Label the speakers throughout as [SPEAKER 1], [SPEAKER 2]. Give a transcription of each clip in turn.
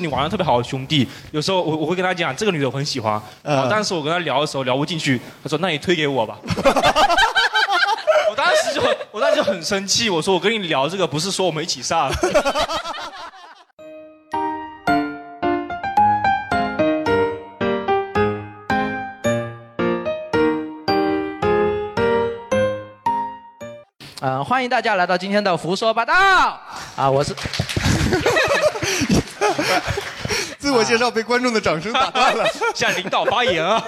[SPEAKER 1] 你玩的特别好的兄弟，有时候我我会跟他讲这个女的我很喜欢，
[SPEAKER 2] 嗯
[SPEAKER 1] 啊但是我跟他聊的时候聊不进去，他说那你推给我 吧。我当时就很我当时就很生气，我说我跟你聊这个不是说我们一起上。
[SPEAKER 3] 嗯、欢迎大家来到今天的胡说八道啊！我是
[SPEAKER 2] 自我介绍被观众的掌声打断了，
[SPEAKER 1] 向领导发言 啊！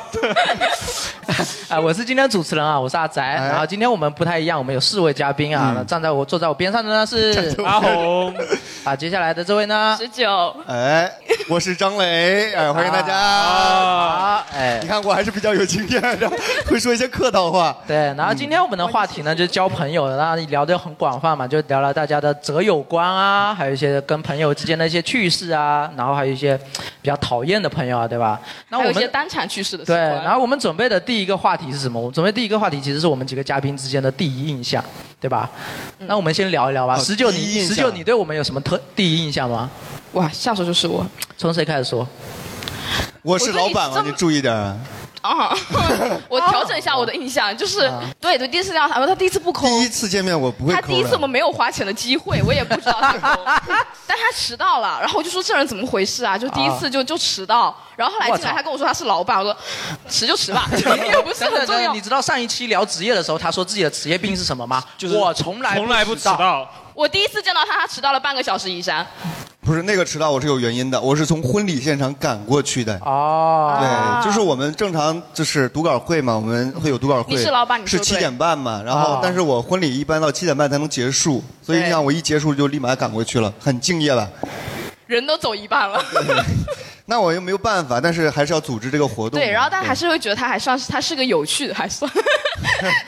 [SPEAKER 3] 啊，我是今天的主持人啊，我是阿宅。然后今天我们不太一样，我们有四位嘉宾啊。
[SPEAKER 2] 哎嗯
[SPEAKER 3] 那站在我坐在我边上的呢是阿红，啊，接下来的这位呢
[SPEAKER 4] 十九，
[SPEAKER 2] 哎，我是张磊，哎，欢迎大家。
[SPEAKER 3] 啊，哎
[SPEAKER 2] 你，看我还是比较有经验的，会说一些客套话。
[SPEAKER 3] 对。然后今天我们的话题呢就是交朋友，那聊得很广泛嘛，就聊了大家的择友观啊，还有一些跟朋友之间的一些趣事啊，然后还有一些比较讨厌的朋友啊，对吧？那
[SPEAKER 4] 还
[SPEAKER 3] 我
[SPEAKER 4] 有一
[SPEAKER 3] 们
[SPEAKER 4] 些单场去世的习
[SPEAKER 3] 对，
[SPEAKER 4] 惯。
[SPEAKER 3] 然后我们准备的第一个话题是什么？我们准备第一个话题其实是我们几个嘉宾之间的第一印象，对吧？
[SPEAKER 4] 嗯
[SPEAKER 3] 那我们先聊一聊吧。
[SPEAKER 2] 好
[SPEAKER 3] 十九，
[SPEAKER 2] 哦第一
[SPEAKER 3] 你
[SPEAKER 2] 印
[SPEAKER 3] 十
[SPEAKER 2] 象
[SPEAKER 3] 九，你对我们有什么特第一印象吗？
[SPEAKER 4] 哇，下手就是我
[SPEAKER 3] 从谁开始说？
[SPEAKER 2] 我是老板嘛，你注意点儿。
[SPEAKER 4] 啊！我调整一下我的印象，就是、对对，第一次这样，啊然后他第一次不抠，
[SPEAKER 2] 第一次见面我不会
[SPEAKER 4] 他
[SPEAKER 2] 抠
[SPEAKER 4] 第一次我们
[SPEAKER 2] 的。
[SPEAKER 4] 没有花钱的机会，我也不知道他抠，但他迟到了，然后我就说这人怎么回事啊？就第一次就、就迟到，然后后来进
[SPEAKER 3] 我
[SPEAKER 4] 来
[SPEAKER 3] 操
[SPEAKER 4] 他跟我说他是老板，我说迟就 迟吧， 也不是
[SPEAKER 3] 真的
[SPEAKER 4] 很重
[SPEAKER 3] 真的，
[SPEAKER 4] 要
[SPEAKER 3] 你。知道上一期聊职业的时候，他说自己的职业病是什么吗？
[SPEAKER 1] 就是
[SPEAKER 3] 我从来
[SPEAKER 1] 从来不迟到，
[SPEAKER 4] 我第一次见到他，他迟到了半个小时以上。
[SPEAKER 2] 不是那个迟到，我是有原因的，我是从婚礼现场赶过去的。
[SPEAKER 3] 哦，
[SPEAKER 4] 啊
[SPEAKER 2] 对，就是我们正常就是读稿会嘛，我们会有读稿会。
[SPEAKER 4] 你是老板你
[SPEAKER 2] 是
[SPEAKER 4] 说
[SPEAKER 2] 七
[SPEAKER 4] 对啊
[SPEAKER 2] 点半嘛，然
[SPEAKER 3] 哦
[SPEAKER 2] 后但是我婚礼一般到七点半才能结束，所以你
[SPEAKER 4] 对
[SPEAKER 2] 想我一结束就立马赶过去了，很敬业吧？
[SPEAKER 4] 人都走一半了，
[SPEAKER 2] 那我又没有办法，但是还是要组织这个活动嘛。
[SPEAKER 4] 对，然后但还是会觉得他还算是他是个有趣的，还 算，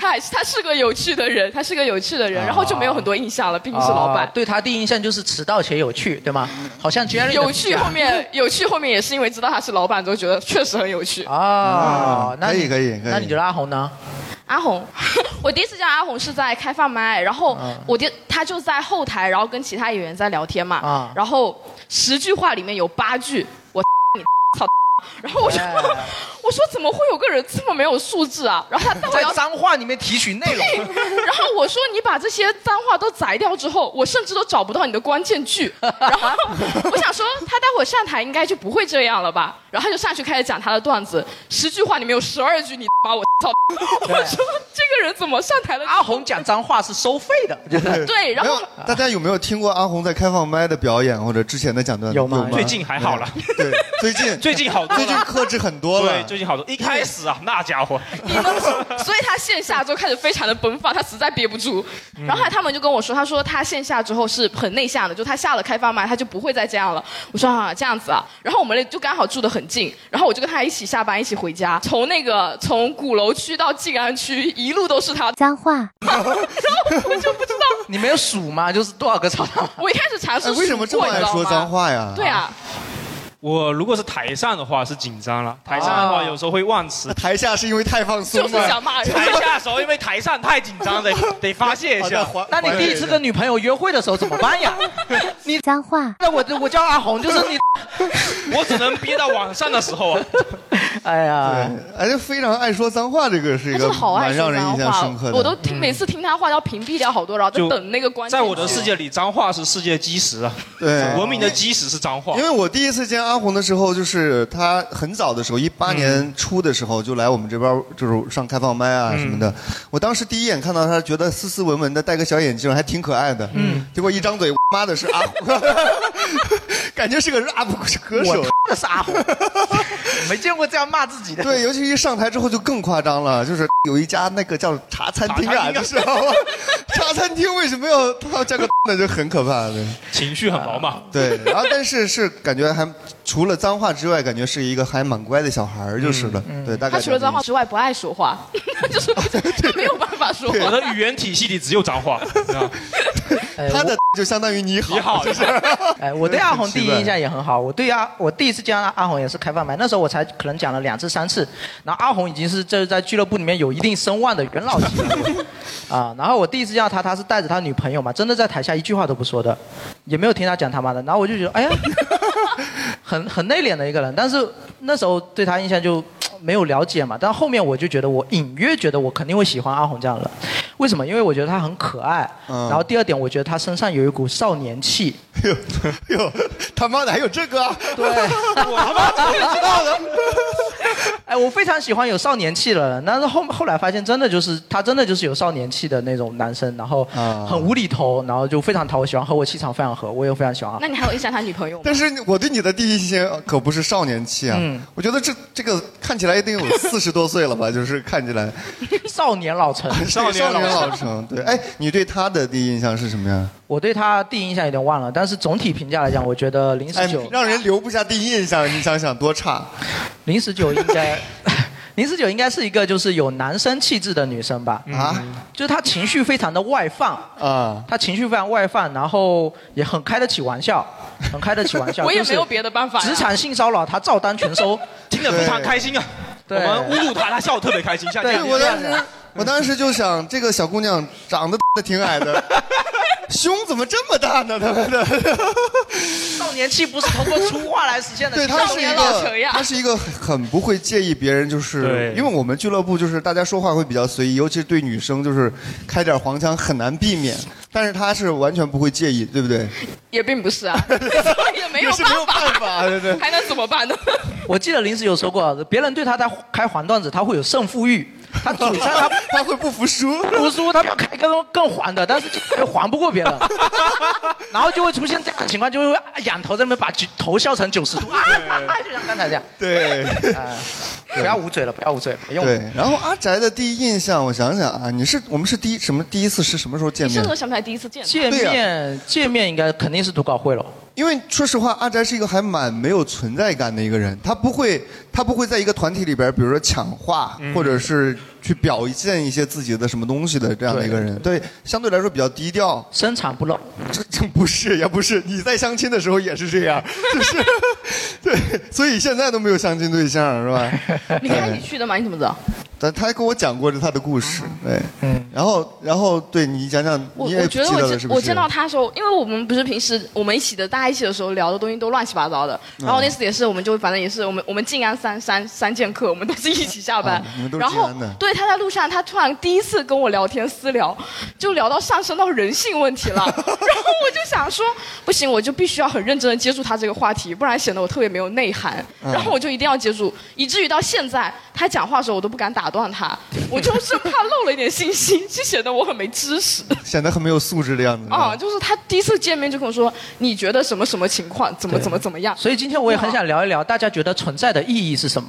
[SPEAKER 4] 他还是他是个有趣的人，他是个有趣的
[SPEAKER 2] 啊
[SPEAKER 4] 人，然后就没有很多印象了，毕竟是老板嗯
[SPEAKER 3] 哦。对他第一印象就是迟到且有趣，对吗？好像 Jerry 的啊
[SPEAKER 4] 有
[SPEAKER 3] 评
[SPEAKER 4] 趣
[SPEAKER 3] 价
[SPEAKER 4] 后面有趣后面也是因为知道他是老板之后觉得确实很有趣。
[SPEAKER 3] 哦
[SPEAKER 2] 嗯，
[SPEAKER 3] 那你
[SPEAKER 2] 啊可以可以可以
[SPEAKER 3] 那你觉得阿红呢？
[SPEAKER 4] 阿红， 我第一次见阿红是在开放麦，然后
[SPEAKER 2] 啊
[SPEAKER 4] 我第他就在后台，然后跟其他演员在聊天嘛，
[SPEAKER 3] 啊
[SPEAKER 4] 然后十句话里面有八句我 你操，然后我就
[SPEAKER 3] 哎
[SPEAKER 4] 我说怎么会有个人这么没有素质啊？然后他到我
[SPEAKER 3] 在
[SPEAKER 4] 要
[SPEAKER 3] 脏话里面提取内容，
[SPEAKER 4] 然后我说你把这些脏话都摘掉之后，我甚至都找不到你的关键句。然后我想说，他待会儿上台应该就不会这样了吧？然后他就上去开始讲他的段子，十句话里面有十二句你把我操！我说这个人怎么上台了？
[SPEAKER 3] 阿红讲脏话是收费的，就是
[SPEAKER 4] 对，然
[SPEAKER 2] 没
[SPEAKER 4] 后
[SPEAKER 2] 有，大家有没有听过阿红在开放麦的表演或者之前的讲段子？
[SPEAKER 3] 有吗
[SPEAKER 1] 最近还好了，
[SPEAKER 2] 对，最 近
[SPEAKER 1] 最近好多
[SPEAKER 2] 最近
[SPEAKER 1] 了。
[SPEAKER 2] 克制很多
[SPEAKER 1] 对，
[SPEAKER 2] 了。
[SPEAKER 1] 最近好多。一开始啊，那家 伙，
[SPEAKER 4] 你们， 所以他线下就开始非常的奔放，他实在憋不住。
[SPEAKER 2] 嗯
[SPEAKER 4] 然后后来他们就跟我说，他说他线下之后是很内向的，就他下了开放麦，他就不会再这样了。我说啊，这样子啊。然后我们就刚好住得很近，然后我就跟他一起下班，一起回家，从那个从鼓楼区到静安区一路都是他，
[SPEAKER 5] 脏话。
[SPEAKER 4] 我就不知道。
[SPEAKER 3] 你没有数吗？就是多少个 草堂？
[SPEAKER 4] 我一开始尝试
[SPEAKER 2] 哎，为什么这么
[SPEAKER 4] 数过
[SPEAKER 2] 爱说脏？话呀
[SPEAKER 4] 你知道吗？对啊，
[SPEAKER 1] 我如果是台上的话是紧张了，台上的话
[SPEAKER 3] 啊
[SPEAKER 1] 有时候会忘词
[SPEAKER 2] 那，台下是因为太放松
[SPEAKER 4] 就
[SPEAKER 2] 了。
[SPEAKER 4] 是想骂人。
[SPEAKER 1] 台下的时候因为台上太紧张了，得得发泄一
[SPEAKER 2] 好
[SPEAKER 1] 下
[SPEAKER 2] 的。还
[SPEAKER 3] 那你
[SPEAKER 2] 还
[SPEAKER 3] 第一次跟女朋友约会的时候怎么办呀？你
[SPEAKER 5] 脏话，
[SPEAKER 3] 那我我叫阿红，就是你，
[SPEAKER 1] 我只能憋到晚上的时候啊。
[SPEAKER 3] 哎呀，
[SPEAKER 2] 对，哎，就非常爱说脏话，这个是一
[SPEAKER 4] 他真
[SPEAKER 2] 个
[SPEAKER 4] 的好爱
[SPEAKER 2] 蛮让
[SPEAKER 4] 说
[SPEAKER 2] 人印
[SPEAKER 4] 脏
[SPEAKER 2] 象
[SPEAKER 4] 话
[SPEAKER 2] 深刻，的。
[SPEAKER 4] 我都听每次听他话要屏蔽掉好多，然后
[SPEAKER 1] 就
[SPEAKER 4] 在等那个关键
[SPEAKER 1] 在
[SPEAKER 4] 句。
[SPEAKER 1] 我的世界里，脏话是世界基石啊，
[SPEAKER 2] 对
[SPEAKER 1] 文明的基石是脏话
[SPEAKER 2] 因。为我第一次见阿红的时候，就是她很早的时候，一八
[SPEAKER 4] 嗯
[SPEAKER 2] 年初的时候就来我们这边儿，就是上开放麦啊什么的。我当时第一眼看到她，觉得斯斯文文的，戴个小眼镜，还挺可爱的。嗯，结果一张嘴，我妈的是 阿红，感觉是个 rap 歌
[SPEAKER 3] 我
[SPEAKER 2] 手
[SPEAKER 3] 他。妈的是阿红， 没见过这样骂自己的。
[SPEAKER 2] 对，尤其一上台之后就更夸张了，就是有一家那个叫茶餐厅啊，
[SPEAKER 1] 茶餐厅啊
[SPEAKER 2] 你知道吗？茶餐厅为什么要他要加个那就很可怕对。
[SPEAKER 1] 情绪很饱
[SPEAKER 4] 啊
[SPEAKER 1] 满。
[SPEAKER 2] 对，然后但是是感觉还除了脏话之外，感觉是一个还蛮乖的小孩儿就是了。对，大概
[SPEAKER 4] 嗯他除了脏话之外不爱说话， 就是
[SPEAKER 2] 哦
[SPEAKER 4] 他没有办法说话。
[SPEAKER 1] 我的语言体系里只有脏 话，你知道吗
[SPEAKER 3] 哎
[SPEAKER 2] 他
[SPEAKER 3] 我
[SPEAKER 2] 的就相当于你好，
[SPEAKER 1] 你好，
[SPEAKER 2] 就是
[SPEAKER 3] 哎，我对阿红
[SPEAKER 2] 很奇
[SPEAKER 3] 第一
[SPEAKER 2] 怪
[SPEAKER 3] 印象也很好。我对阿我第一次见阿阿红也是开放麦，那时候我才可能讲了两次三次，然后阿红已经是这是在俱乐部里面有一定声望的元老级 了啊。然后我第一次见到他，他是带着他女 朋友嘛，真的在台下一句话都不说的，也没有听他讲他妈的。然后我就觉得，哎呀，很很内敛的一个人，但是那时候对他印象就没有了解嘛。但后面我就觉得，我隐约觉得我肯定会喜欢阿红这样的人，为什么？因为我觉得他很可爱，
[SPEAKER 2] 嗯
[SPEAKER 3] 然后第二点，我觉得他身上有一股少年气。
[SPEAKER 2] 哟，他妈的还有这个、啊？
[SPEAKER 3] 对， 我
[SPEAKER 2] 他妈怎么知道的？
[SPEAKER 3] 哎，我非常喜欢有少年气的人，但是后后来发现，真的就是他真的就是有少年气的那种男生，然后
[SPEAKER 2] 啊
[SPEAKER 3] 很无厘头，然后就非常讨我喜欢，和我气场非常合，我也非常喜欢。
[SPEAKER 4] 那你还有印象他女朋友吗？
[SPEAKER 2] 但是我对你的第一印象可不是少年气啊，
[SPEAKER 4] 嗯
[SPEAKER 2] 我觉得这这个看起来一定有四十多岁了吧，就是看起 来
[SPEAKER 3] 少年老成，
[SPEAKER 2] 少年老成。对，哎，你对他的第一印象是什么呀？
[SPEAKER 3] 我对他第一印象有点忘了，但是总体评价来讲，我觉得零
[SPEAKER 2] 哎
[SPEAKER 3] 十九，
[SPEAKER 2] 让人留不下第一印象，你想想多差。
[SPEAKER 3] 零十九应该， 零十九应该是一个就是有男生气质的女生吧？嗯
[SPEAKER 2] 啊，
[SPEAKER 3] 就是她情绪非常的外放
[SPEAKER 2] 啊，
[SPEAKER 3] 她情绪非常外放，然后也很开得起玩笑，很开得起玩笑。
[SPEAKER 4] 我也
[SPEAKER 3] 就是
[SPEAKER 4] 没有别的办法呀
[SPEAKER 3] 职场性骚扰她照单全收，
[SPEAKER 1] 听得非常开心啊。我
[SPEAKER 3] 对
[SPEAKER 1] 们侮辱他，他笑得特别开心。像这
[SPEAKER 2] 对，
[SPEAKER 1] 样
[SPEAKER 2] 我当时我当时就想，这个小姑娘长得 挺矮的，胸怎么这么大呢？他妈的，
[SPEAKER 3] 少年气不是通过粗话来实现的。
[SPEAKER 2] 对，她是一个，她
[SPEAKER 3] 她
[SPEAKER 2] 是一个呃很不会介意别人，就是
[SPEAKER 1] 对
[SPEAKER 2] 因为我们俱乐部就是大家说话会比较随意，尤其是对女生，就是开点黄腔很难避免。但是她是完全不会介意，对不对？
[SPEAKER 4] 也并不是 啊，也没有
[SPEAKER 2] 也是没有办法对对
[SPEAKER 4] 还能怎么办呢？
[SPEAKER 3] 我记得临时有说过，别人对他在开黄段子，他会有胜负欲， 他嘴上他
[SPEAKER 2] 他会不服输，
[SPEAKER 3] 不服输，他就要开更更黄的，但是又黄不过别人， 然后就会出现这样的情况，就会啊仰头在那边把举头笑成九十度，啊，就像刚才这样。
[SPEAKER 2] 对。
[SPEAKER 3] 哎不要捂嘴了，不要捂嘴了，没用。
[SPEAKER 2] 对，然后阿宅的第一印象，我想想啊，你是我们是第一什么第一次是什么时候见
[SPEAKER 4] 你
[SPEAKER 2] 面
[SPEAKER 4] 甚至？都想不起来第一次见他。 啊
[SPEAKER 3] 见面、见面应该肯定是读稿会了，
[SPEAKER 2] 因为说实话，阿宅是一个还蛮没有存在感的一个人，他不会，他不会在一个团体里边，比如说抢话，
[SPEAKER 3] 嗯
[SPEAKER 2] 或者是去表现一些自己的什么东西的这样的一个人，对，相对来说比较低调。
[SPEAKER 3] 深藏不露。
[SPEAKER 2] 这这不是，也不是，你在相亲的时候也是这样，就是 对，所以现在都没有相亲对象，是吧？
[SPEAKER 4] 你跟他一起去的吗？你怎么知道？
[SPEAKER 2] 但他还跟我讲过这他的故事，对，
[SPEAKER 3] 嗯
[SPEAKER 2] 然后然后对你讲讲，
[SPEAKER 4] 我
[SPEAKER 2] 你也
[SPEAKER 4] 我
[SPEAKER 2] 记
[SPEAKER 4] 觉得
[SPEAKER 2] 得
[SPEAKER 4] 我
[SPEAKER 2] 了
[SPEAKER 4] 见
[SPEAKER 2] 是不是？
[SPEAKER 4] 我见到他的时候，因为我们不是平时我们一起的，大家一起的时候聊的东西都乱七八糟的。然
[SPEAKER 2] 嗯
[SPEAKER 4] 后那次也是，我们就反正也是我们我们静安三三三剑客，我们都是一起下班
[SPEAKER 2] 啊你们。都是
[SPEAKER 4] 然后
[SPEAKER 2] 静安的
[SPEAKER 4] 对他在路上，他突然第一次跟我聊天私聊，就聊到上升到人性问题 了。然后我就想说，不行，我就必须要很认真的接触他这个话题，不然显得我特别没有内涵。
[SPEAKER 2] 嗯
[SPEAKER 4] 然后我就一定要接触，以至于到现在他讲话的时候，我都不敢打断他，我就是怕漏了一点信 息，就显得我很没知识。
[SPEAKER 2] 显得很没有素质的样子。
[SPEAKER 4] 啊，就是他第一次见面就跟我说，你觉得什么什么情况，怎么
[SPEAKER 3] 对
[SPEAKER 4] 怎么怎么样？
[SPEAKER 3] 所以今天我 也很想聊一聊，大家觉得存在的意义是什么？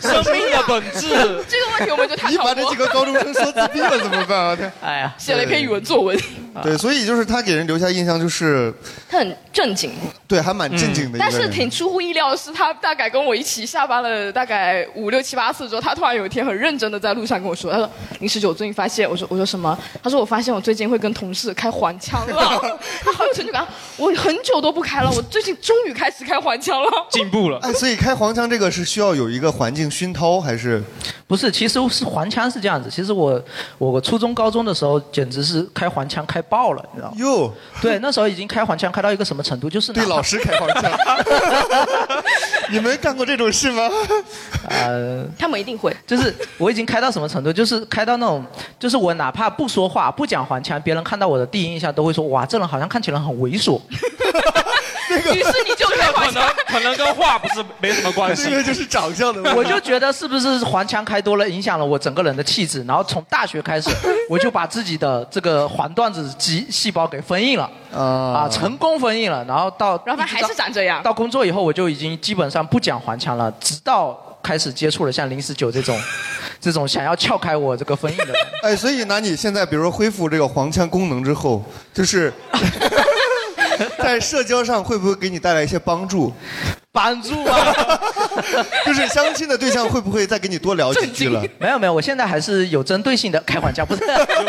[SPEAKER 1] 生命的本质。
[SPEAKER 4] 这个问题我们就探
[SPEAKER 2] 你
[SPEAKER 4] 讨
[SPEAKER 2] 把这几
[SPEAKER 4] 过，
[SPEAKER 2] 个高中生说自闭了怎么办啊？天
[SPEAKER 3] 哎呀，
[SPEAKER 4] 写了一篇语文作文，啊
[SPEAKER 2] 对，所以就是他给人留下印象就是，
[SPEAKER 4] 他很正经，
[SPEAKER 2] 对，还蛮嗯正经的一个
[SPEAKER 4] 嗯但
[SPEAKER 2] 人。
[SPEAKER 4] 是挺出乎意料的是，他大概跟我一起下班了大概五六七八次之后，他突然有一天很认真的在路上跟我说，他说林十九，我最近发现，我说我说什么？他说我发现我最近会跟同事开黄腔了， 他好有成就感，我很久都不开了，我最近终于开始开黄腔了。
[SPEAKER 1] 进步了，
[SPEAKER 2] 哎，所以开黄腔这个是需要有一个环境 熏陶，还是
[SPEAKER 3] 不是，其实是还枪是这样子。其实我我我初中高中的时候，简直是开还枪开爆了，你知道吗？
[SPEAKER 2] 哟
[SPEAKER 3] 对，那时候已经开还枪开到一个什么程度，就是
[SPEAKER 2] 对
[SPEAKER 3] 哪怕
[SPEAKER 2] 老师开黄腔？你们干过这种事吗？
[SPEAKER 3] 呃，
[SPEAKER 4] 他们一定会，
[SPEAKER 3] 就是我已经开到什么程度，就是开到那种，就是我哪怕不说话、不讲还枪，别人看到我的第一印象都会说，哇，这人好像看起来很猥琐。
[SPEAKER 4] 于是你就开黄
[SPEAKER 1] 可
[SPEAKER 4] 腔
[SPEAKER 1] 能。可能跟话不是没什么关系
[SPEAKER 2] 这。个就是长相的问题。
[SPEAKER 3] 我就觉得是不是还枪开多了，影响了我整个人的气质，然后从大学开始，我就把自己的这个黄段子肌细胞给封印了。
[SPEAKER 2] 啊
[SPEAKER 3] 啊，成功封印了，然后到
[SPEAKER 4] 然后他还是长
[SPEAKER 2] 呃
[SPEAKER 4] 这样
[SPEAKER 3] 到工作以后，我就已经基本上不讲还腔了，直到开始接触了像零十九这种，这种想要撬开我这个封印 的人。
[SPEAKER 2] 哎，所以拿你现在比如说恢复这个黄腔功能之后，就是 在社交上会不会给你带来一些帮 助？
[SPEAKER 3] 绑住啊！
[SPEAKER 2] 就是相亲的对象会不会再给你多聊几句了？
[SPEAKER 3] 没有没有，我现在还是有针对性的开还腔，不是？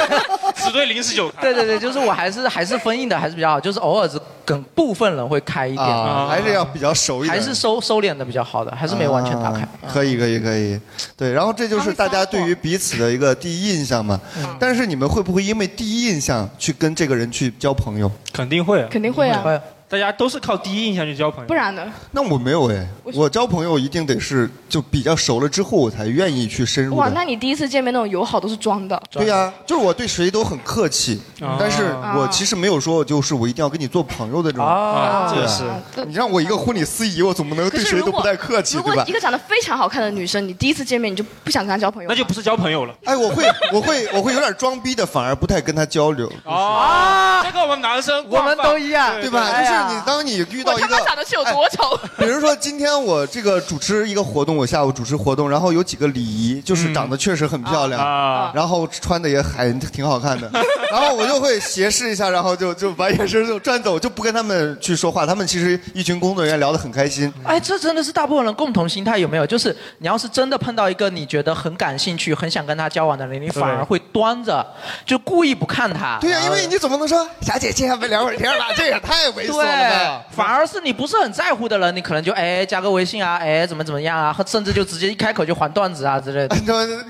[SPEAKER 1] 只对零十九开。
[SPEAKER 3] 对对对，就是我还是还是封印的还是比较好，就是偶尔是跟部分人会开一点，
[SPEAKER 2] 啊，还是要比较熟一点，
[SPEAKER 3] 还是收收敛的比较好的，还是没完全打开。
[SPEAKER 2] 啊可以，可以，可以。对，然后这就是大家对于彼此的一个第一印象嘛。
[SPEAKER 4] 嗯
[SPEAKER 2] 但是你们会不会因为第一印象去跟这个人去交朋友？
[SPEAKER 1] 肯定会啊。
[SPEAKER 4] 肯定会啊，
[SPEAKER 3] 会
[SPEAKER 1] 大家都是靠第一印象去交朋友。
[SPEAKER 4] 不然呢？
[SPEAKER 2] 那我没有哎，
[SPEAKER 4] 为什
[SPEAKER 2] 我交朋友一定得是就比较熟了之后，我才愿意去深入
[SPEAKER 4] 哇，
[SPEAKER 3] 嗯
[SPEAKER 2] 的。
[SPEAKER 4] 那你第一次见面那种友好都是装的。
[SPEAKER 1] 啊
[SPEAKER 2] 对呀、就是我对谁都很客气，
[SPEAKER 4] 啊
[SPEAKER 2] 但是我其实没有说就是我一定要跟你做朋友的这种。
[SPEAKER 4] 啊
[SPEAKER 2] 对
[SPEAKER 4] 这
[SPEAKER 2] 啊
[SPEAKER 4] 个是
[SPEAKER 2] 你让我一个婚礼司仪，我总不能
[SPEAKER 4] 可
[SPEAKER 2] 对
[SPEAKER 4] 是
[SPEAKER 2] 谁
[SPEAKER 4] 如
[SPEAKER 2] 都
[SPEAKER 4] 果
[SPEAKER 2] 不带客气，
[SPEAKER 4] 如
[SPEAKER 2] 对
[SPEAKER 4] 果
[SPEAKER 2] 吧
[SPEAKER 4] 一？个长得非常好看的女生，你第一次见面你就不想跟她交朋友，啊
[SPEAKER 1] 那就不是交朋友了。
[SPEAKER 2] 哎，我会，我会，我会有点装逼的，反而不太跟他交流，
[SPEAKER 1] 哦，
[SPEAKER 2] 啊
[SPEAKER 1] 这个我们男生
[SPEAKER 3] 我们都一样
[SPEAKER 2] 对吧？
[SPEAKER 3] 哎
[SPEAKER 2] 就是
[SPEAKER 3] 呀
[SPEAKER 2] 你当你遇到
[SPEAKER 4] 我
[SPEAKER 2] 一
[SPEAKER 4] 他妈
[SPEAKER 2] 个
[SPEAKER 4] 长得是有多丑？
[SPEAKER 1] 哎
[SPEAKER 2] 比如说今天我这个主持一个活动，我下午主持活动，然后有几个礼仪，就是
[SPEAKER 3] 嗯
[SPEAKER 2] 长得确实很漂亮，
[SPEAKER 1] 啊
[SPEAKER 2] 然后穿的也还挺好看的，然后我就会斜视一下，然后就就把眼神就转走，就不跟他们去说话。他们其实一群工作人员聊得很开 心，
[SPEAKER 3] 哎，这真的是大部分人共同心态有没有？就是你要是真的碰到一个你觉得很感兴趣、很想跟他交往的人，你反而会端着，就故意不看他。
[SPEAKER 2] 对呀、
[SPEAKER 3] 然
[SPEAKER 2] 因
[SPEAKER 3] 后
[SPEAKER 2] 为你总不能说小姐姐，我们聊会儿天吧，这也太猥琐了吧。
[SPEAKER 3] 对，反而是你不是很在乎的人，你可能就哎加个微信啊，哎怎么怎么样啊，甚至就直接一开口就还段子啊之 类的。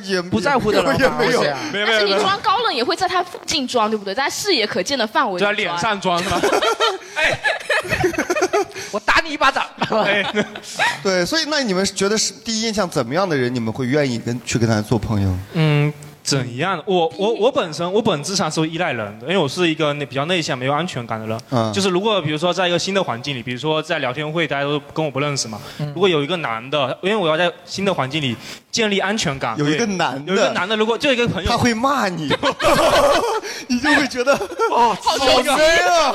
[SPEAKER 2] 也
[SPEAKER 3] 不在乎的人
[SPEAKER 2] 也
[SPEAKER 3] 反而
[SPEAKER 2] 没有
[SPEAKER 3] 这样。
[SPEAKER 1] 没有没
[SPEAKER 4] 但是
[SPEAKER 1] 有
[SPEAKER 4] 你
[SPEAKER 1] 没有，
[SPEAKER 4] 装高冷也会在她附近装，对不对？在她视野可见的范围
[SPEAKER 1] 就在
[SPEAKER 4] 里
[SPEAKER 3] 啊
[SPEAKER 4] 装
[SPEAKER 1] 脸上装是吧？
[SPEAKER 3] 我打你一巴掌。
[SPEAKER 1] 哎，
[SPEAKER 2] 对，所以那你们觉得是第一印象怎么样的人，你们会愿意跟去跟他做朋友？
[SPEAKER 1] 嗯，怎样？我我我本身我本质上是依赖人的，因为我是一个那比较内向、没有安全感的人。
[SPEAKER 2] 嗯
[SPEAKER 1] 就是如果比如说在一个新的环境里，比如说在聊天会，大家都跟我不认识嘛。
[SPEAKER 2] 嗯
[SPEAKER 1] 如果有一个男的，因为我要在新的环境里建立安全感，
[SPEAKER 2] 有一
[SPEAKER 1] 对
[SPEAKER 2] 个男的
[SPEAKER 1] 有一个男的，如果就有一个朋友，
[SPEAKER 2] 他会骂你，你就会觉得哦，
[SPEAKER 4] 好
[SPEAKER 2] 好
[SPEAKER 4] 羞
[SPEAKER 2] 衰 啊！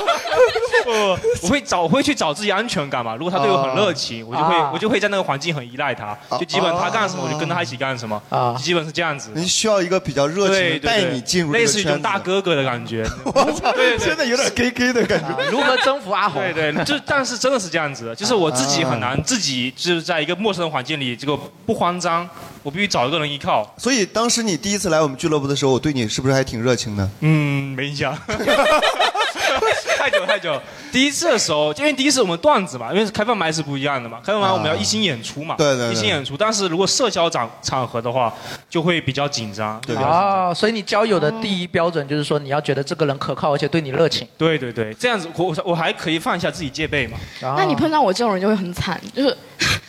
[SPEAKER 1] 呃，我会找会去找自己安全感嘛。如果他对我很热情，我就会、
[SPEAKER 3] 啊
[SPEAKER 1] 我就会在那个环境很依赖他，就基本他干什么我就跟他一起干什么，
[SPEAKER 3] 啊
[SPEAKER 1] 基本是这样子。
[SPEAKER 2] 你需要一个比较热情
[SPEAKER 1] 对对
[SPEAKER 2] 的带
[SPEAKER 1] 对
[SPEAKER 2] 你进入这
[SPEAKER 1] 类
[SPEAKER 2] 个
[SPEAKER 1] 似于一
[SPEAKER 2] 圈
[SPEAKER 1] 种
[SPEAKER 2] 子。
[SPEAKER 1] 大哥哥的感觉。
[SPEAKER 2] 我操，
[SPEAKER 1] 对对对
[SPEAKER 2] 现在有点 gay gay 的感觉。
[SPEAKER 3] 如何征服阿红？
[SPEAKER 1] 对对，就但是真的是这样子的，就是我自己很难，自己就是在一个陌生的环境里，这个不慌张，我必须找一个人依靠。
[SPEAKER 2] 所以当时你第一次来我们俱乐部的时候，我对你是不是还挺热情的？
[SPEAKER 1] 嗯，没印象， 太久太久。第一次的时候，因为第一次我们段子嘛，因为开放麦是不一样的嘛，开放麦我们要一心演出嘛，
[SPEAKER 2] 啊对对对
[SPEAKER 1] 一心演出。但是如果社交场场合的话，就会比较紧张。
[SPEAKER 2] 对
[SPEAKER 3] 哦，所以你交友的第一标准就是说你要觉得这个人可靠，而且对你热情。
[SPEAKER 1] 对对对，这样子我我还可以放下自己戒备嘛。
[SPEAKER 3] 那
[SPEAKER 4] 那你碰到我这种人就会很惨， 就是、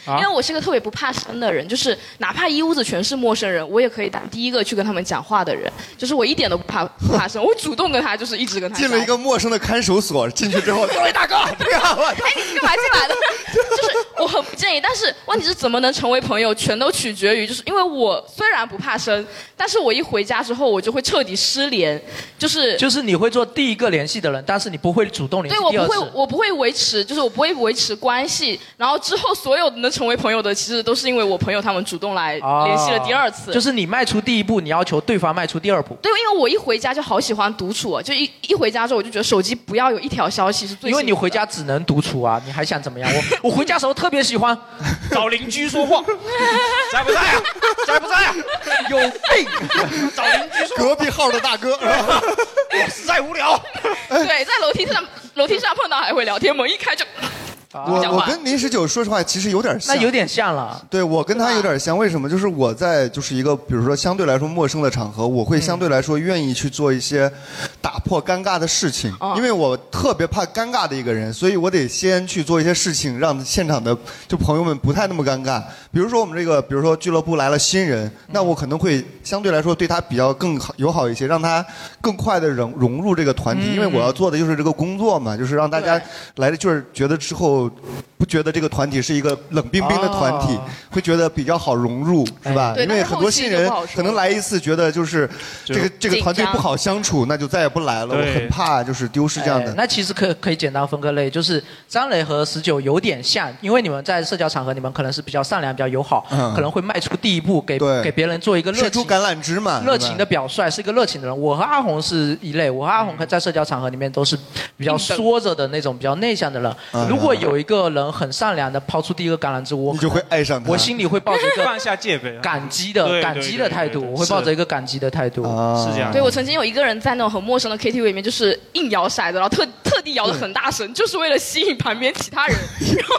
[SPEAKER 1] 啊
[SPEAKER 4] 因为我是个特别不怕生的人，就是哪怕一屋子全是陌生人，我也可以打第一个去跟他们讲话的人，就是我一点都不怕不怕生，我主动跟他就是一 直跟他
[SPEAKER 2] 进了一
[SPEAKER 4] 讲
[SPEAKER 2] 个陌生的看守所，进去之后，各位大哥，对啊，我
[SPEAKER 4] 哎，你干嘛进来的？就是我很不建议，但是问题是怎么能成为朋友，全都取决于，就是因为我虽然不怕生，但是我一回家之后，我就会彻底失联，就是
[SPEAKER 3] 就是你会做第一个联系的人，但是你不会主动联
[SPEAKER 4] 对
[SPEAKER 3] 系
[SPEAKER 4] 我
[SPEAKER 3] 第
[SPEAKER 4] 不
[SPEAKER 3] 二
[SPEAKER 4] 会
[SPEAKER 3] 次，。
[SPEAKER 4] 我不会维持，就是我不会维持关系。然后之后所有能成为朋友的，其实都是因为我朋友他们主动来
[SPEAKER 3] 哦
[SPEAKER 4] 联系了第二次。
[SPEAKER 3] 就是你迈出第一步，你要求对方迈出第二步。
[SPEAKER 4] 对，因为我一回家就好喜欢独处、啊，就一一回家之后我就觉得手机不要有一条消息是最
[SPEAKER 3] 因为你
[SPEAKER 4] 幸福
[SPEAKER 3] 回
[SPEAKER 4] 的
[SPEAKER 3] 家只能独处啊，你还想怎么样？我我回家的时候特别喜欢，
[SPEAKER 1] 找邻居说话，在不在啊？在不在啊？
[SPEAKER 3] 有病，
[SPEAKER 1] 找邻居说，
[SPEAKER 2] 隔壁号的大哥，
[SPEAKER 1] 我实在无聊。
[SPEAKER 4] 对，在楼梯上楼梯上碰到还会聊天，门一开就
[SPEAKER 2] 我我跟零十九说实话，其实有点
[SPEAKER 3] 啊那
[SPEAKER 2] 像。
[SPEAKER 3] 有点像了。
[SPEAKER 2] 对我跟他有点像，为什么？就是我在就是一个比如说相对来说陌生的场合，我会相对来说愿意去做一些打破尴尬的事情，
[SPEAKER 4] 哦
[SPEAKER 2] 因为我特别怕尴尬的一个人，所以我得先去做一些事情，让现场的就朋友们不太那么尴尬。比如说我们这个，比如说俱乐部来了新人，那我可能会相对来说对他比较更好友好一些，让他更快的融融入这个团体，因为我要做的就是这个工作嘛，就是让大家
[SPEAKER 4] 嗯对
[SPEAKER 2] 来的就是觉得之后不觉得这个团体是一个冷冰冰的团体。
[SPEAKER 3] 哦
[SPEAKER 2] 会觉得比较好融入，是吧？
[SPEAKER 4] 哎对
[SPEAKER 2] 因为很多新人
[SPEAKER 4] 但是后期就不好说
[SPEAKER 2] 可能来一次觉得就是这个这个团
[SPEAKER 4] 紧
[SPEAKER 2] 队
[SPEAKER 4] 张
[SPEAKER 2] 不好相处，那就再也不来了。我
[SPEAKER 1] 对
[SPEAKER 2] 很怕就是丢失这样
[SPEAKER 3] 哎
[SPEAKER 2] 的。
[SPEAKER 3] 那其实可可以简单分个类，就是张磊和十九有点像，因为你们在社交场合，你们可能是比较善良、比较友好，
[SPEAKER 2] 嗯
[SPEAKER 3] 可能会迈出第一步，给
[SPEAKER 2] 对
[SPEAKER 3] 给别人做一个热
[SPEAKER 2] 伸
[SPEAKER 3] 情
[SPEAKER 2] 出橄榄枝嘛，
[SPEAKER 3] 热情的
[SPEAKER 2] 对吧
[SPEAKER 3] 表率，是一个热情的人。我和阿红是一类，我和阿红
[SPEAKER 2] 嗯
[SPEAKER 3] 在社交场合里面都是比较缩着的那种，比较内向的人
[SPEAKER 2] 嗯。
[SPEAKER 3] 如果有一个人很善良的抛出第一个橄榄枝，我
[SPEAKER 2] 你就会爱上他。
[SPEAKER 3] 我心里会抱着一个
[SPEAKER 1] 放下 戒备啊，
[SPEAKER 3] 感激
[SPEAKER 1] 对
[SPEAKER 3] 的
[SPEAKER 1] 对
[SPEAKER 3] 感激的态
[SPEAKER 1] 对
[SPEAKER 3] 度
[SPEAKER 1] 对，对
[SPEAKER 3] 我会抱着
[SPEAKER 1] 是
[SPEAKER 3] 一个感激的态度。
[SPEAKER 2] 啊
[SPEAKER 1] 是这样
[SPEAKER 4] 对，我曾经有一个人在那种很陌生的 KTV 里面，就是硬摇骰子，然后特特地摇
[SPEAKER 2] 嗯
[SPEAKER 4] 的很大声，就是为了吸引旁边其他 人，然后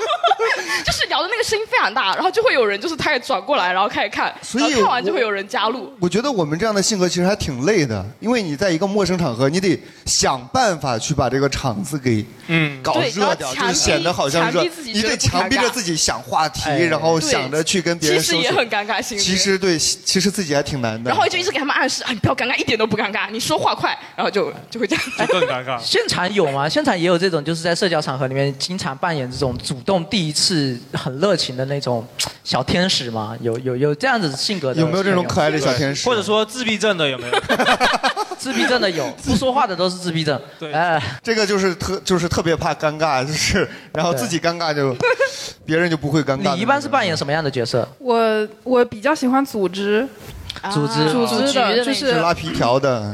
[SPEAKER 4] 就是摇的那个声音非常大，然后就会有人就是他也转过来，然后开始看，
[SPEAKER 2] 所以
[SPEAKER 4] 然后看完
[SPEAKER 2] 我
[SPEAKER 4] 就会有人加入。
[SPEAKER 2] 我觉得我们这样的性格其实还挺累的，因为你在一个陌生场合，你得想办法去把这个场子给
[SPEAKER 1] 嗯
[SPEAKER 2] 搞
[SPEAKER 4] 对
[SPEAKER 2] 热
[SPEAKER 4] 然后
[SPEAKER 2] 掉，就
[SPEAKER 4] 强
[SPEAKER 2] 是
[SPEAKER 4] 逼
[SPEAKER 2] 显得好像
[SPEAKER 4] 强
[SPEAKER 2] 热
[SPEAKER 4] 逼自，己
[SPEAKER 2] 你
[SPEAKER 4] 觉
[SPEAKER 2] 得
[SPEAKER 4] 得不
[SPEAKER 2] 强逼
[SPEAKER 4] 尴
[SPEAKER 2] 着
[SPEAKER 4] 尬
[SPEAKER 2] 自己想话题，
[SPEAKER 3] 哎
[SPEAKER 2] 然后
[SPEAKER 4] 对
[SPEAKER 2] 想着去跟别人
[SPEAKER 4] 其
[SPEAKER 2] 收
[SPEAKER 4] 实
[SPEAKER 2] 拾。
[SPEAKER 4] 也很尴尬，心里
[SPEAKER 2] 其实对，其实自己还挺难的。
[SPEAKER 4] 然后就一直给他们暗示啊，你不要尴尬，一点都不尴尬，你说话快，然后就就会这样。
[SPEAKER 1] 就更尴尬。
[SPEAKER 3] 现场有吗？现场也有这种，就是在社交场合里面经常扮演这种主动第一次很热情的那种小天使吗？有有有这样子性格的？
[SPEAKER 2] 有没有这种可爱的小天使？
[SPEAKER 1] 或者说自闭症的有没有？
[SPEAKER 3] 自闭症的有，不说话的 都是自闭症。
[SPEAKER 1] 对
[SPEAKER 3] 哎，
[SPEAKER 2] 这个就是特就是特别怕尴尬，就是然后自己尴尬就，别人就不会尴尬。
[SPEAKER 3] 你一般是扮演什么样的角色？
[SPEAKER 5] 我我比较喜欢组织，
[SPEAKER 3] 组织
[SPEAKER 4] 啊
[SPEAKER 5] 组织
[SPEAKER 4] 局
[SPEAKER 5] 的，
[SPEAKER 4] 那
[SPEAKER 5] 就
[SPEAKER 2] 么？
[SPEAKER 5] 是
[SPEAKER 2] 是拉皮条的，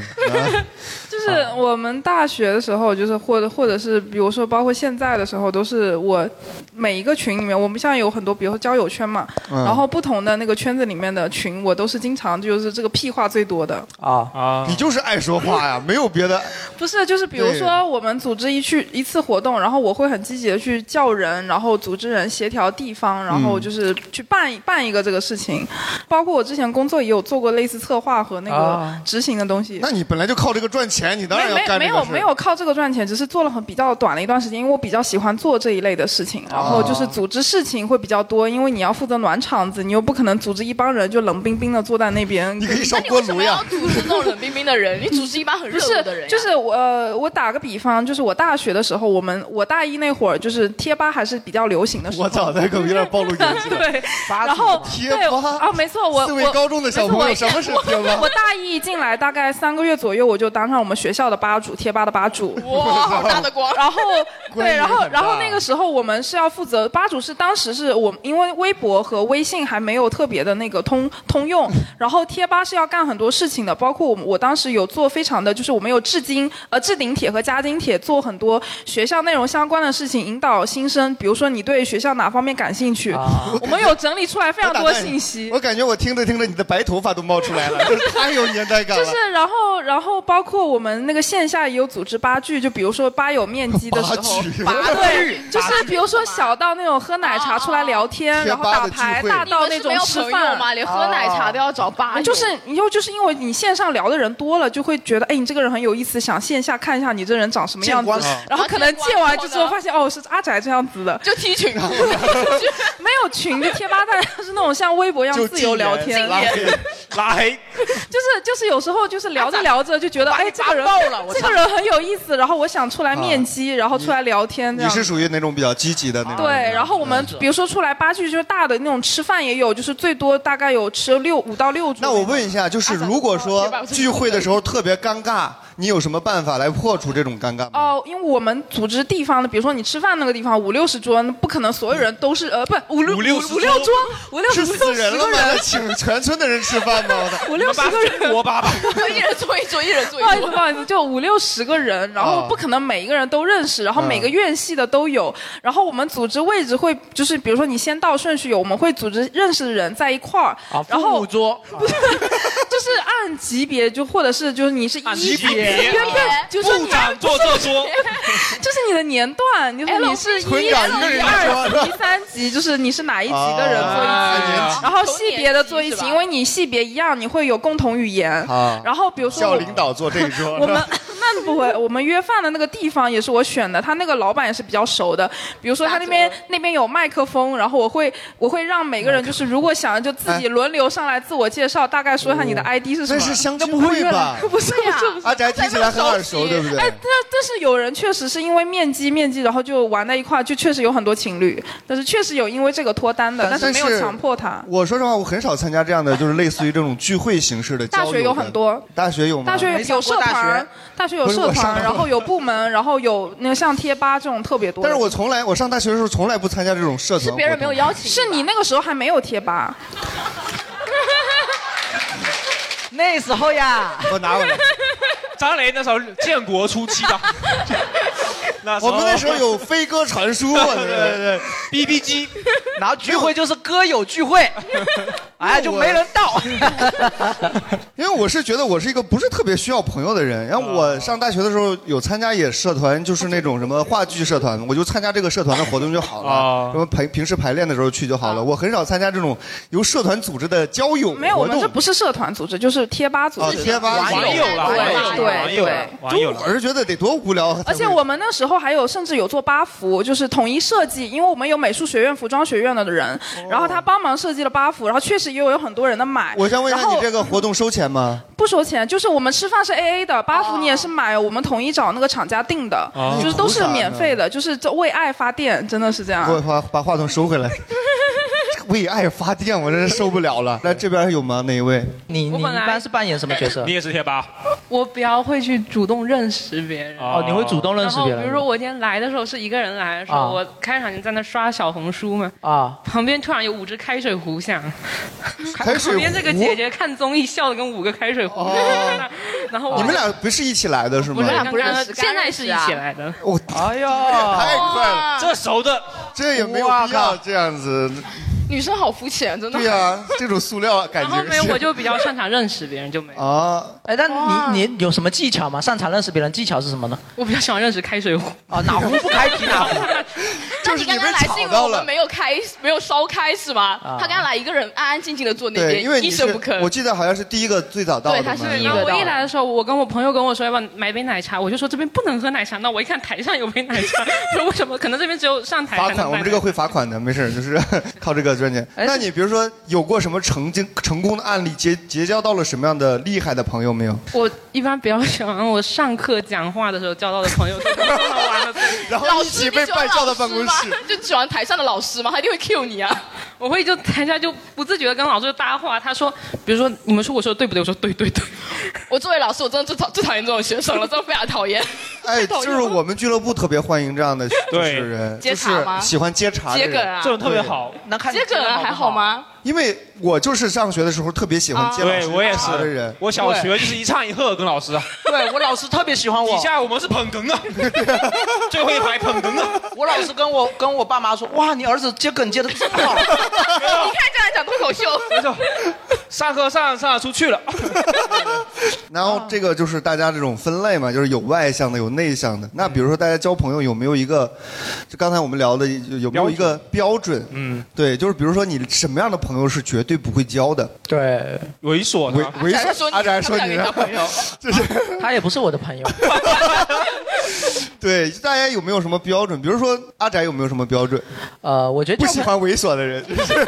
[SPEAKER 5] 就是我们大学的时候，就是或者或者是比如说，包括现在的时候，都是我每一个群里面，我们现在有很多，比如说交友圈嘛，
[SPEAKER 2] 嗯
[SPEAKER 5] 然后不同的那个圈子里面的群，我都是经常就是这个屁话最多的。
[SPEAKER 3] 啊，
[SPEAKER 1] 啊
[SPEAKER 2] 你就是爱说话呀，没有别的。
[SPEAKER 5] 不是，就是比如
[SPEAKER 2] 对
[SPEAKER 5] 说我们组织一去一次活动，然后我会很积极的去叫人，然后组织人协调地方，然后就是去办办一个这个事情。包括我之前工作也有做过类似策划和那
[SPEAKER 3] 啊
[SPEAKER 5] 个执行的东西。
[SPEAKER 2] 那你本来就靠这个赚钱，你当然要
[SPEAKER 5] 没没
[SPEAKER 2] 干这
[SPEAKER 5] 没
[SPEAKER 2] 个
[SPEAKER 5] 有
[SPEAKER 2] 事。
[SPEAKER 5] 没有靠这个赚钱，只是做了很比较短的一段时间，因为我比较喜欢做这一类的事情，
[SPEAKER 2] 啊
[SPEAKER 5] 然后就是组织事情会比较多，因为你要负责暖场子，你又不可能组织一帮人就冷冰冰的坐在那边。
[SPEAKER 2] 你可以
[SPEAKER 4] 那
[SPEAKER 2] 烧
[SPEAKER 4] 你
[SPEAKER 2] 锅
[SPEAKER 4] 为什
[SPEAKER 2] 炉
[SPEAKER 4] 么要
[SPEAKER 2] 呀。
[SPEAKER 4] 组织那种冷冰冰的人？你组织一帮很热
[SPEAKER 5] 不
[SPEAKER 4] 络的人
[SPEAKER 5] 是，
[SPEAKER 4] 呀，
[SPEAKER 5] 就是我、呃我打个比方，就是我大学的时候，我们我大一那会儿，就是贴吧还是比较流行的时候。
[SPEAKER 2] 我操，那可有点暴露年纪 了。
[SPEAKER 5] 对，
[SPEAKER 3] 八
[SPEAKER 5] 然后
[SPEAKER 2] 贴
[SPEAKER 5] 对
[SPEAKER 2] 吧
[SPEAKER 5] 啊，没错，我
[SPEAKER 2] 四位
[SPEAKER 5] 我
[SPEAKER 2] 高中的小朋友什么是贴吧
[SPEAKER 5] 我我大一进来大概三个月左右，我就当上我们学校的吧主，贴吧的 吧主。
[SPEAKER 4] 哇，好大的光！
[SPEAKER 5] 然后
[SPEAKER 2] 关
[SPEAKER 5] 对，
[SPEAKER 2] 联
[SPEAKER 5] 然后
[SPEAKER 2] 很大
[SPEAKER 5] 然后那个时候我们是要负责吧主是当时是我因为微博和微信还没有特别的那个通 通用，然后贴吧是要干很多事情的，包括我们我当时有做非常的就是我们有置经呃置顶帖和加津帖做很多学校内容相关的事情，引导新生，比如说你对学校哪方面感兴趣，
[SPEAKER 3] 啊
[SPEAKER 5] 我们有整理出来非常
[SPEAKER 2] 我打
[SPEAKER 5] 多
[SPEAKER 2] 断你
[SPEAKER 5] 信息。
[SPEAKER 2] 我感觉我听着听着，你的白头发都冒出来了，就是太有年代感
[SPEAKER 5] 就
[SPEAKER 2] 了。
[SPEAKER 5] 是，然后，然后包括我们那个线下也有组织吧剧，就比如说吧友面基的时候
[SPEAKER 2] 吧剧，
[SPEAKER 5] 对，就是比如说小到那种喝奶茶出来聊天，
[SPEAKER 2] 贴
[SPEAKER 5] 然后
[SPEAKER 2] 吧
[SPEAKER 5] 打
[SPEAKER 2] 的聚
[SPEAKER 5] 牌，
[SPEAKER 2] 会啊
[SPEAKER 5] 大
[SPEAKER 4] 你
[SPEAKER 5] 到
[SPEAKER 4] 们
[SPEAKER 5] 那
[SPEAKER 4] 是
[SPEAKER 5] 种
[SPEAKER 4] 没有
[SPEAKER 5] 吃
[SPEAKER 4] 朋友
[SPEAKER 5] 饭。啊
[SPEAKER 4] 吗？连喝奶茶都要找吧友，
[SPEAKER 5] 就是你又就是因为你线上聊的人多了，就会觉得哎，你这个人很有意思，想线下看一下你这人长什么样子
[SPEAKER 2] 见光，
[SPEAKER 5] 然后可能见完之
[SPEAKER 4] 然后见光之后
[SPEAKER 5] 后
[SPEAKER 4] 呢
[SPEAKER 5] 发现哦，是阿宅这样子的，
[SPEAKER 4] 就踢群，
[SPEAKER 5] 没有群就贴吧，大家是那种像微博一样
[SPEAKER 2] 就
[SPEAKER 5] 自由聊天，
[SPEAKER 2] 拉黑
[SPEAKER 1] 拉黑，
[SPEAKER 5] 就是就是有时候就是聊着聊着就觉得，哎，这个人
[SPEAKER 3] 爆了我
[SPEAKER 5] 这个人很有意思，然后我想出来面基，然后出来聊天这
[SPEAKER 2] 啊你
[SPEAKER 5] 样。
[SPEAKER 2] 是属于嗯那种比较积极的那种。
[SPEAKER 5] 对，然后我们
[SPEAKER 3] 是
[SPEAKER 5] 比如说出来八句就是大的那种，吃饭也有，就是最多大概有吃六五到六桌。
[SPEAKER 2] 那我问一下，就是如果
[SPEAKER 5] 呃
[SPEAKER 2] 说聚会的时候特别尴尬，你有什么办法来破除这种尴尬吗？
[SPEAKER 5] 哦，因为我们组织地方的，比如说你吃饭那个地方五六十桌，那不可能所有人都是呃不五六
[SPEAKER 1] 五
[SPEAKER 5] 五
[SPEAKER 1] 六
[SPEAKER 5] 六
[SPEAKER 1] 十
[SPEAKER 5] 五六桌五六
[SPEAKER 2] 是
[SPEAKER 5] 十
[SPEAKER 2] 死人了
[SPEAKER 5] 个
[SPEAKER 2] 吗？
[SPEAKER 5] 人
[SPEAKER 2] 那请全村的人吃饭吗？我的
[SPEAKER 5] 五六十个人。
[SPEAKER 1] 锅巴吧。
[SPEAKER 4] 就一人坐一桌，一人坐
[SPEAKER 5] 不好
[SPEAKER 4] 一
[SPEAKER 5] 意思，
[SPEAKER 4] 桌
[SPEAKER 5] 不。好意思，就五六十个人，然后
[SPEAKER 2] 啊
[SPEAKER 5] 不可能每一个人都认识，然后
[SPEAKER 2] 嗯
[SPEAKER 5] 每个院系的都有，然后我们组织位置会就是，比如说你先到顺序有，我们会组织认识的人在一块儿，
[SPEAKER 3] 啊，
[SPEAKER 5] 然
[SPEAKER 3] 父
[SPEAKER 5] 后
[SPEAKER 3] 母桌，
[SPEAKER 5] 就是按级别，就或者是就是你是
[SPEAKER 1] 按
[SPEAKER 5] 一
[SPEAKER 1] 级别
[SPEAKER 5] 原本就是
[SPEAKER 1] 部
[SPEAKER 5] 你按
[SPEAKER 1] 长坐这桌，
[SPEAKER 5] 就是你的年段，你说你是
[SPEAKER 2] 村
[SPEAKER 5] 一
[SPEAKER 2] 长一个人
[SPEAKER 5] 级、
[SPEAKER 2] 说
[SPEAKER 5] 二级、三级，就是你是哪一级的人做
[SPEAKER 2] 啊
[SPEAKER 5] 一级。
[SPEAKER 1] 啊
[SPEAKER 5] 然后系别的做一
[SPEAKER 4] 同年级是
[SPEAKER 5] 起，
[SPEAKER 4] 吧
[SPEAKER 5] 因为你系别一样，你会有共同语言。
[SPEAKER 2] 啊
[SPEAKER 5] 然后比如说
[SPEAKER 2] 校
[SPEAKER 5] 我
[SPEAKER 2] 领 导坐这一桌，
[SPEAKER 5] 我们那不会，我们约饭的那个地方也是我选的，他那个老板也是比较熟的。比如说他那边
[SPEAKER 4] 打折
[SPEAKER 5] 那边有麦克风，然后我会我会让每个人就是如果想就自己轮流上来自我介绍，大概说一下你的 ID 是什
[SPEAKER 2] 哎哦那
[SPEAKER 5] 么。
[SPEAKER 2] 是乡
[SPEAKER 5] 不
[SPEAKER 2] 亲
[SPEAKER 5] 会
[SPEAKER 2] 会
[SPEAKER 5] 约
[SPEAKER 2] 吧
[SPEAKER 5] 了？ 不是
[SPEAKER 4] 对呀
[SPEAKER 5] 不是不是。
[SPEAKER 2] 阿宅听起来很耳熟，对不对？
[SPEAKER 5] 哎，但但是有人确实是因为面基面基，然后就玩在一块儿，就确实有很多情侣，但是确实有因为这个脱单的，但
[SPEAKER 2] 但
[SPEAKER 5] 是没
[SPEAKER 2] 但是
[SPEAKER 5] 有强迫他。
[SPEAKER 2] 我说实话，我很少参加这样的，就是类似于这种聚会形式的交
[SPEAKER 5] 大
[SPEAKER 2] 流
[SPEAKER 5] 学
[SPEAKER 2] 的
[SPEAKER 5] 有很，多，
[SPEAKER 2] 大学有吗？
[SPEAKER 5] 大学有
[SPEAKER 3] 没上
[SPEAKER 5] 有
[SPEAKER 3] 过
[SPEAKER 5] 社
[SPEAKER 3] 大学
[SPEAKER 5] 团，大学有
[SPEAKER 2] 不是
[SPEAKER 5] 社
[SPEAKER 2] 我上
[SPEAKER 5] 团，
[SPEAKER 2] 过
[SPEAKER 5] 然后有部门，然后有那个像贴吧这种特别多的。
[SPEAKER 2] 但是我从来，我上大学的时候从来不参加这种社团活
[SPEAKER 4] 是
[SPEAKER 2] 动。
[SPEAKER 4] 别人没有邀请，
[SPEAKER 5] 是你那个时候还没有贴 吧，
[SPEAKER 3] 那时候呀，
[SPEAKER 2] 我拿我来。
[SPEAKER 1] 张雷那时候建国初期 吧。那时
[SPEAKER 2] 我
[SPEAKER 1] 候
[SPEAKER 2] 们那时候有飞 鸽传书，我
[SPEAKER 1] 对
[SPEAKER 2] 对
[SPEAKER 1] 对对 B B 机，
[SPEAKER 3] 然后聚会就是歌友聚会，哎，就没人到。
[SPEAKER 2] 因为我是觉得我是一个不是特别需要朋友的人。然
[SPEAKER 5] 啊
[SPEAKER 2] 后我上大学的时候有参加也社团，就是那种什么话剧社团，我就参加这个社团的活动就好了。什么排平时排练的时候去就好了。我很少参加这种由社团组织的交友活动。
[SPEAKER 5] 啊没有，我们这不是社团组织，就是贴吧组
[SPEAKER 2] 哦
[SPEAKER 5] 织的。
[SPEAKER 2] 贴吧
[SPEAKER 5] 网友
[SPEAKER 2] 啦网友啦
[SPEAKER 5] 对对。
[SPEAKER 2] 就我是觉得得多无聊。啊
[SPEAKER 5] 而且我们那时候还有，甚至有做八服，就是统一设计，因为我们有美术学院、服装学院的人，然后他帮忙设计了八服，然后确实也有有很多人的买。
[SPEAKER 2] 我想问一
[SPEAKER 5] 然
[SPEAKER 2] 下，
[SPEAKER 5] 后
[SPEAKER 2] 你这个活动收钱吗？
[SPEAKER 5] 不收钱，就是我们吃饭是 A A 的，八服你也是买，我们统一找那个厂家定的，
[SPEAKER 2] 哦
[SPEAKER 5] 就是都是免费的，就是这为爱发电，真的是这样
[SPEAKER 2] 给。我把把话筒收回来。 为爱发电，我真是受不了了。那这边有吗？哪一位？
[SPEAKER 3] 你你一
[SPEAKER 6] 本来
[SPEAKER 3] 般是扮演什么角色？
[SPEAKER 1] 你也是贴吧？
[SPEAKER 6] 我比较会去主动认识别人。
[SPEAKER 3] 哦，你会主动认识别
[SPEAKER 6] 然后
[SPEAKER 3] 人？
[SPEAKER 6] 比如说我今天来的时候是一个人来的时候，
[SPEAKER 3] 啊
[SPEAKER 6] 我开场就在那刷小红书嘛，
[SPEAKER 3] 啊，
[SPEAKER 6] 旁边突然有五只开水 壶响，
[SPEAKER 2] 开水壶
[SPEAKER 6] 旁边这个姐姐看综艺笑的跟五个开水壶，然后我
[SPEAKER 2] 哦你们俩不是一起来的是吗？
[SPEAKER 6] 我俩不认识，
[SPEAKER 4] 刚刚
[SPEAKER 6] 现在是一起来的。
[SPEAKER 2] 我
[SPEAKER 3] 哎呦，
[SPEAKER 2] 太快 了，
[SPEAKER 1] 这熟的，
[SPEAKER 2] 这也没有必要这样子。
[SPEAKER 4] 女生好肤浅，真的。
[SPEAKER 2] 对啊呀、这 种塑料感
[SPEAKER 6] 然后
[SPEAKER 2] 情
[SPEAKER 6] 没有，
[SPEAKER 2] 是
[SPEAKER 6] 我就比较擅长认识别人，就没有。
[SPEAKER 2] 啊，
[SPEAKER 3] 哎，但你你有什么技巧吗？擅长认识别人技巧是什么呢？
[SPEAKER 6] 我比较喜欢认识开水壶。
[SPEAKER 3] 啊，哪壶不开提哪壶。
[SPEAKER 4] 那
[SPEAKER 2] 就是
[SPEAKER 4] 你刚
[SPEAKER 2] 你
[SPEAKER 4] 刚
[SPEAKER 2] 被
[SPEAKER 4] 来是
[SPEAKER 2] 吵
[SPEAKER 4] 因为我
[SPEAKER 2] 到
[SPEAKER 4] 们
[SPEAKER 2] 了。
[SPEAKER 4] 没有开，没有烧开是吗？
[SPEAKER 3] 啊
[SPEAKER 4] 他刚来一个人安安静静的坐那
[SPEAKER 2] 对，
[SPEAKER 4] 边，
[SPEAKER 2] 因为
[SPEAKER 4] 哎一
[SPEAKER 2] 你是
[SPEAKER 4] 声不吭，。
[SPEAKER 2] 我记得好像是第一个最早到的
[SPEAKER 4] 对
[SPEAKER 2] 嘛。
[SPEAKER 4] 他是第一
[SPEAKER 6] 然
[SPEAKER 4] 个
[SPEAKER 6] 后我
[SPEAKER 4] 到
[SPEAKER 6] 一来的时候，我跟我朋友跟我说要不要买杯奶茶，我就说这边不能喝奶茶。那我一看台上有杯奶茶， 说为什么？可能这边只有上台
[SPEAKER 2] 罚
[SPEAKER 6] 才能
[SPEAKER 2] 款，我
[SPEAKER 6] 卖
[SPEAKER 2] 们这个会罚款的，没事儿，就是 靠这个赚钱。
[SPEAKER 3] 哎
[SPEAKER 2] 那你比如说有过什么成经成功的案例，结结交到了什么样的厉害的朋友没有？
[SPEAKER 6] 我一般比较喜欢我上课讲话的时候交到的朋友，
[SPEAKER 2] 然后
[SPEAKER 4] 老
[SPEAKER 2] 一
[SPEAKER 4] 师
[SPEAKER 2] 起被
[SPEAKER 4] 你喜欢
[SPEAKER 2] 搬上
[SPEAKER 4] 老
[SPEAKER 2] 了
[SPEAKER 4] 师
[SPEAKER 2] 办公
[SPEAKER 4] 吗
[SPEAKER 2] 室。，
[SPEAKER 4] 就喜欢台上的老师嘛，他一定会 cue 你啊。
[SPEAKER 6] 我会就台下就不自觉的跟老师搭话。他说，比如说你们说我说的对不对？我说对对对。
[SPEAKER 4] 我作为老师，我真的最讨最讨厌这种学生了，真的非常讨厌。
[SPEAKER 2] 哎，就是我们俱乐部特别欢迎这样的 就是
[SPEAKER 1] 对
[SPEAKER 2] 人，
[SPEAKER 4] 接
[SPEAKER 2] 呃就
[SPEAKER 4] 茬
[SPEAKER 2] 是
[SPEAKER 4] 吗
[SPEAKER 2] 喜欢接茬的
[SPEAKER 4] 接
[SPEAKER 2] 人。
[SPEAKER 4] 梗啊
[SPEAKER 1] 这，种特别好。
[SPEAKER 3] 那看你
[SPEAKER 4] 接梗
[SPEAKER 3] 得
[SPEAKER 4] 啊
[SPEAKER 3] 不
[SPEAKER 4] 还好？吗？
[SPEAKER 2] 因为我就是上学的时候特别喜
[SPEAKER 4] 啊
[SPEAKER 2] 欢接老
[SPEAKER 1] 对
[SPEAKER 2] 师
[SPEAKER 1] 我也
[SPEAKER 2] 茬的人
[SPEAKER 1] 是，，我小学就是一唱一和跟老师啊，
[SPEAKER 3] 对我老师特别喜欢我
[SPEAKER 1] 底，下我们是捧哏啊， 最后一排捧哏啊，
[SPEAKER 3] 我老师跟我跟我爸妈说，哇，你儿子接梗接的这么好，
[SPEAKER 4] 你看这样讲脱口秀，
[SPEAKER 1] 没错，上课上上着出去了，
[SPEAKER 2] 然后这个就是大家这种分类嘛，就是有外向的，有内向
[SPEAKER 4] 嗯
[SPEAKER 2] 的。那比如说大家交朋友有没有一个，就刚才我们聊的有有没有一个标准？嗯，对，就是比如说你什么样的朋友是绝对不会交的？
[SPEAKER 3] 对
[SPEAKER 1] 猥琐
[SPEAKER 2] 猥
[SPEAKER 1] 呢？
[SPEAKER 2] 猥
[SPEAKER 4] 他
[SPEAKER 2] 琐，
[SPEAKER 4] 说你，
[SPEAKER 2] 阿
[SPEAKER 4] 他
[SPEAKER 2] 展
[SPEAKER 4] 不
[SPEAKER 2] 啊说
[SPEAKER 4] 想
[SPEAKER 2] 你
[SPEAKER 4] 跟你当朋友
[SPEAKER 2] 的，。就是
[SPEAKER 3] 他也不是我的朋友，
[SPEAKER 2] 对，大家有没有什么标准？比如说阿展有没有什么标准？
[SPEAKER 3] 呃，我觉得
[SPEAKER 2] 不
[SPEAKER 3] 交
[SPEAKER 2] 喜
[SPEAKER 3] 朋
[SPEAKER 2] 欢猥琐的人，就是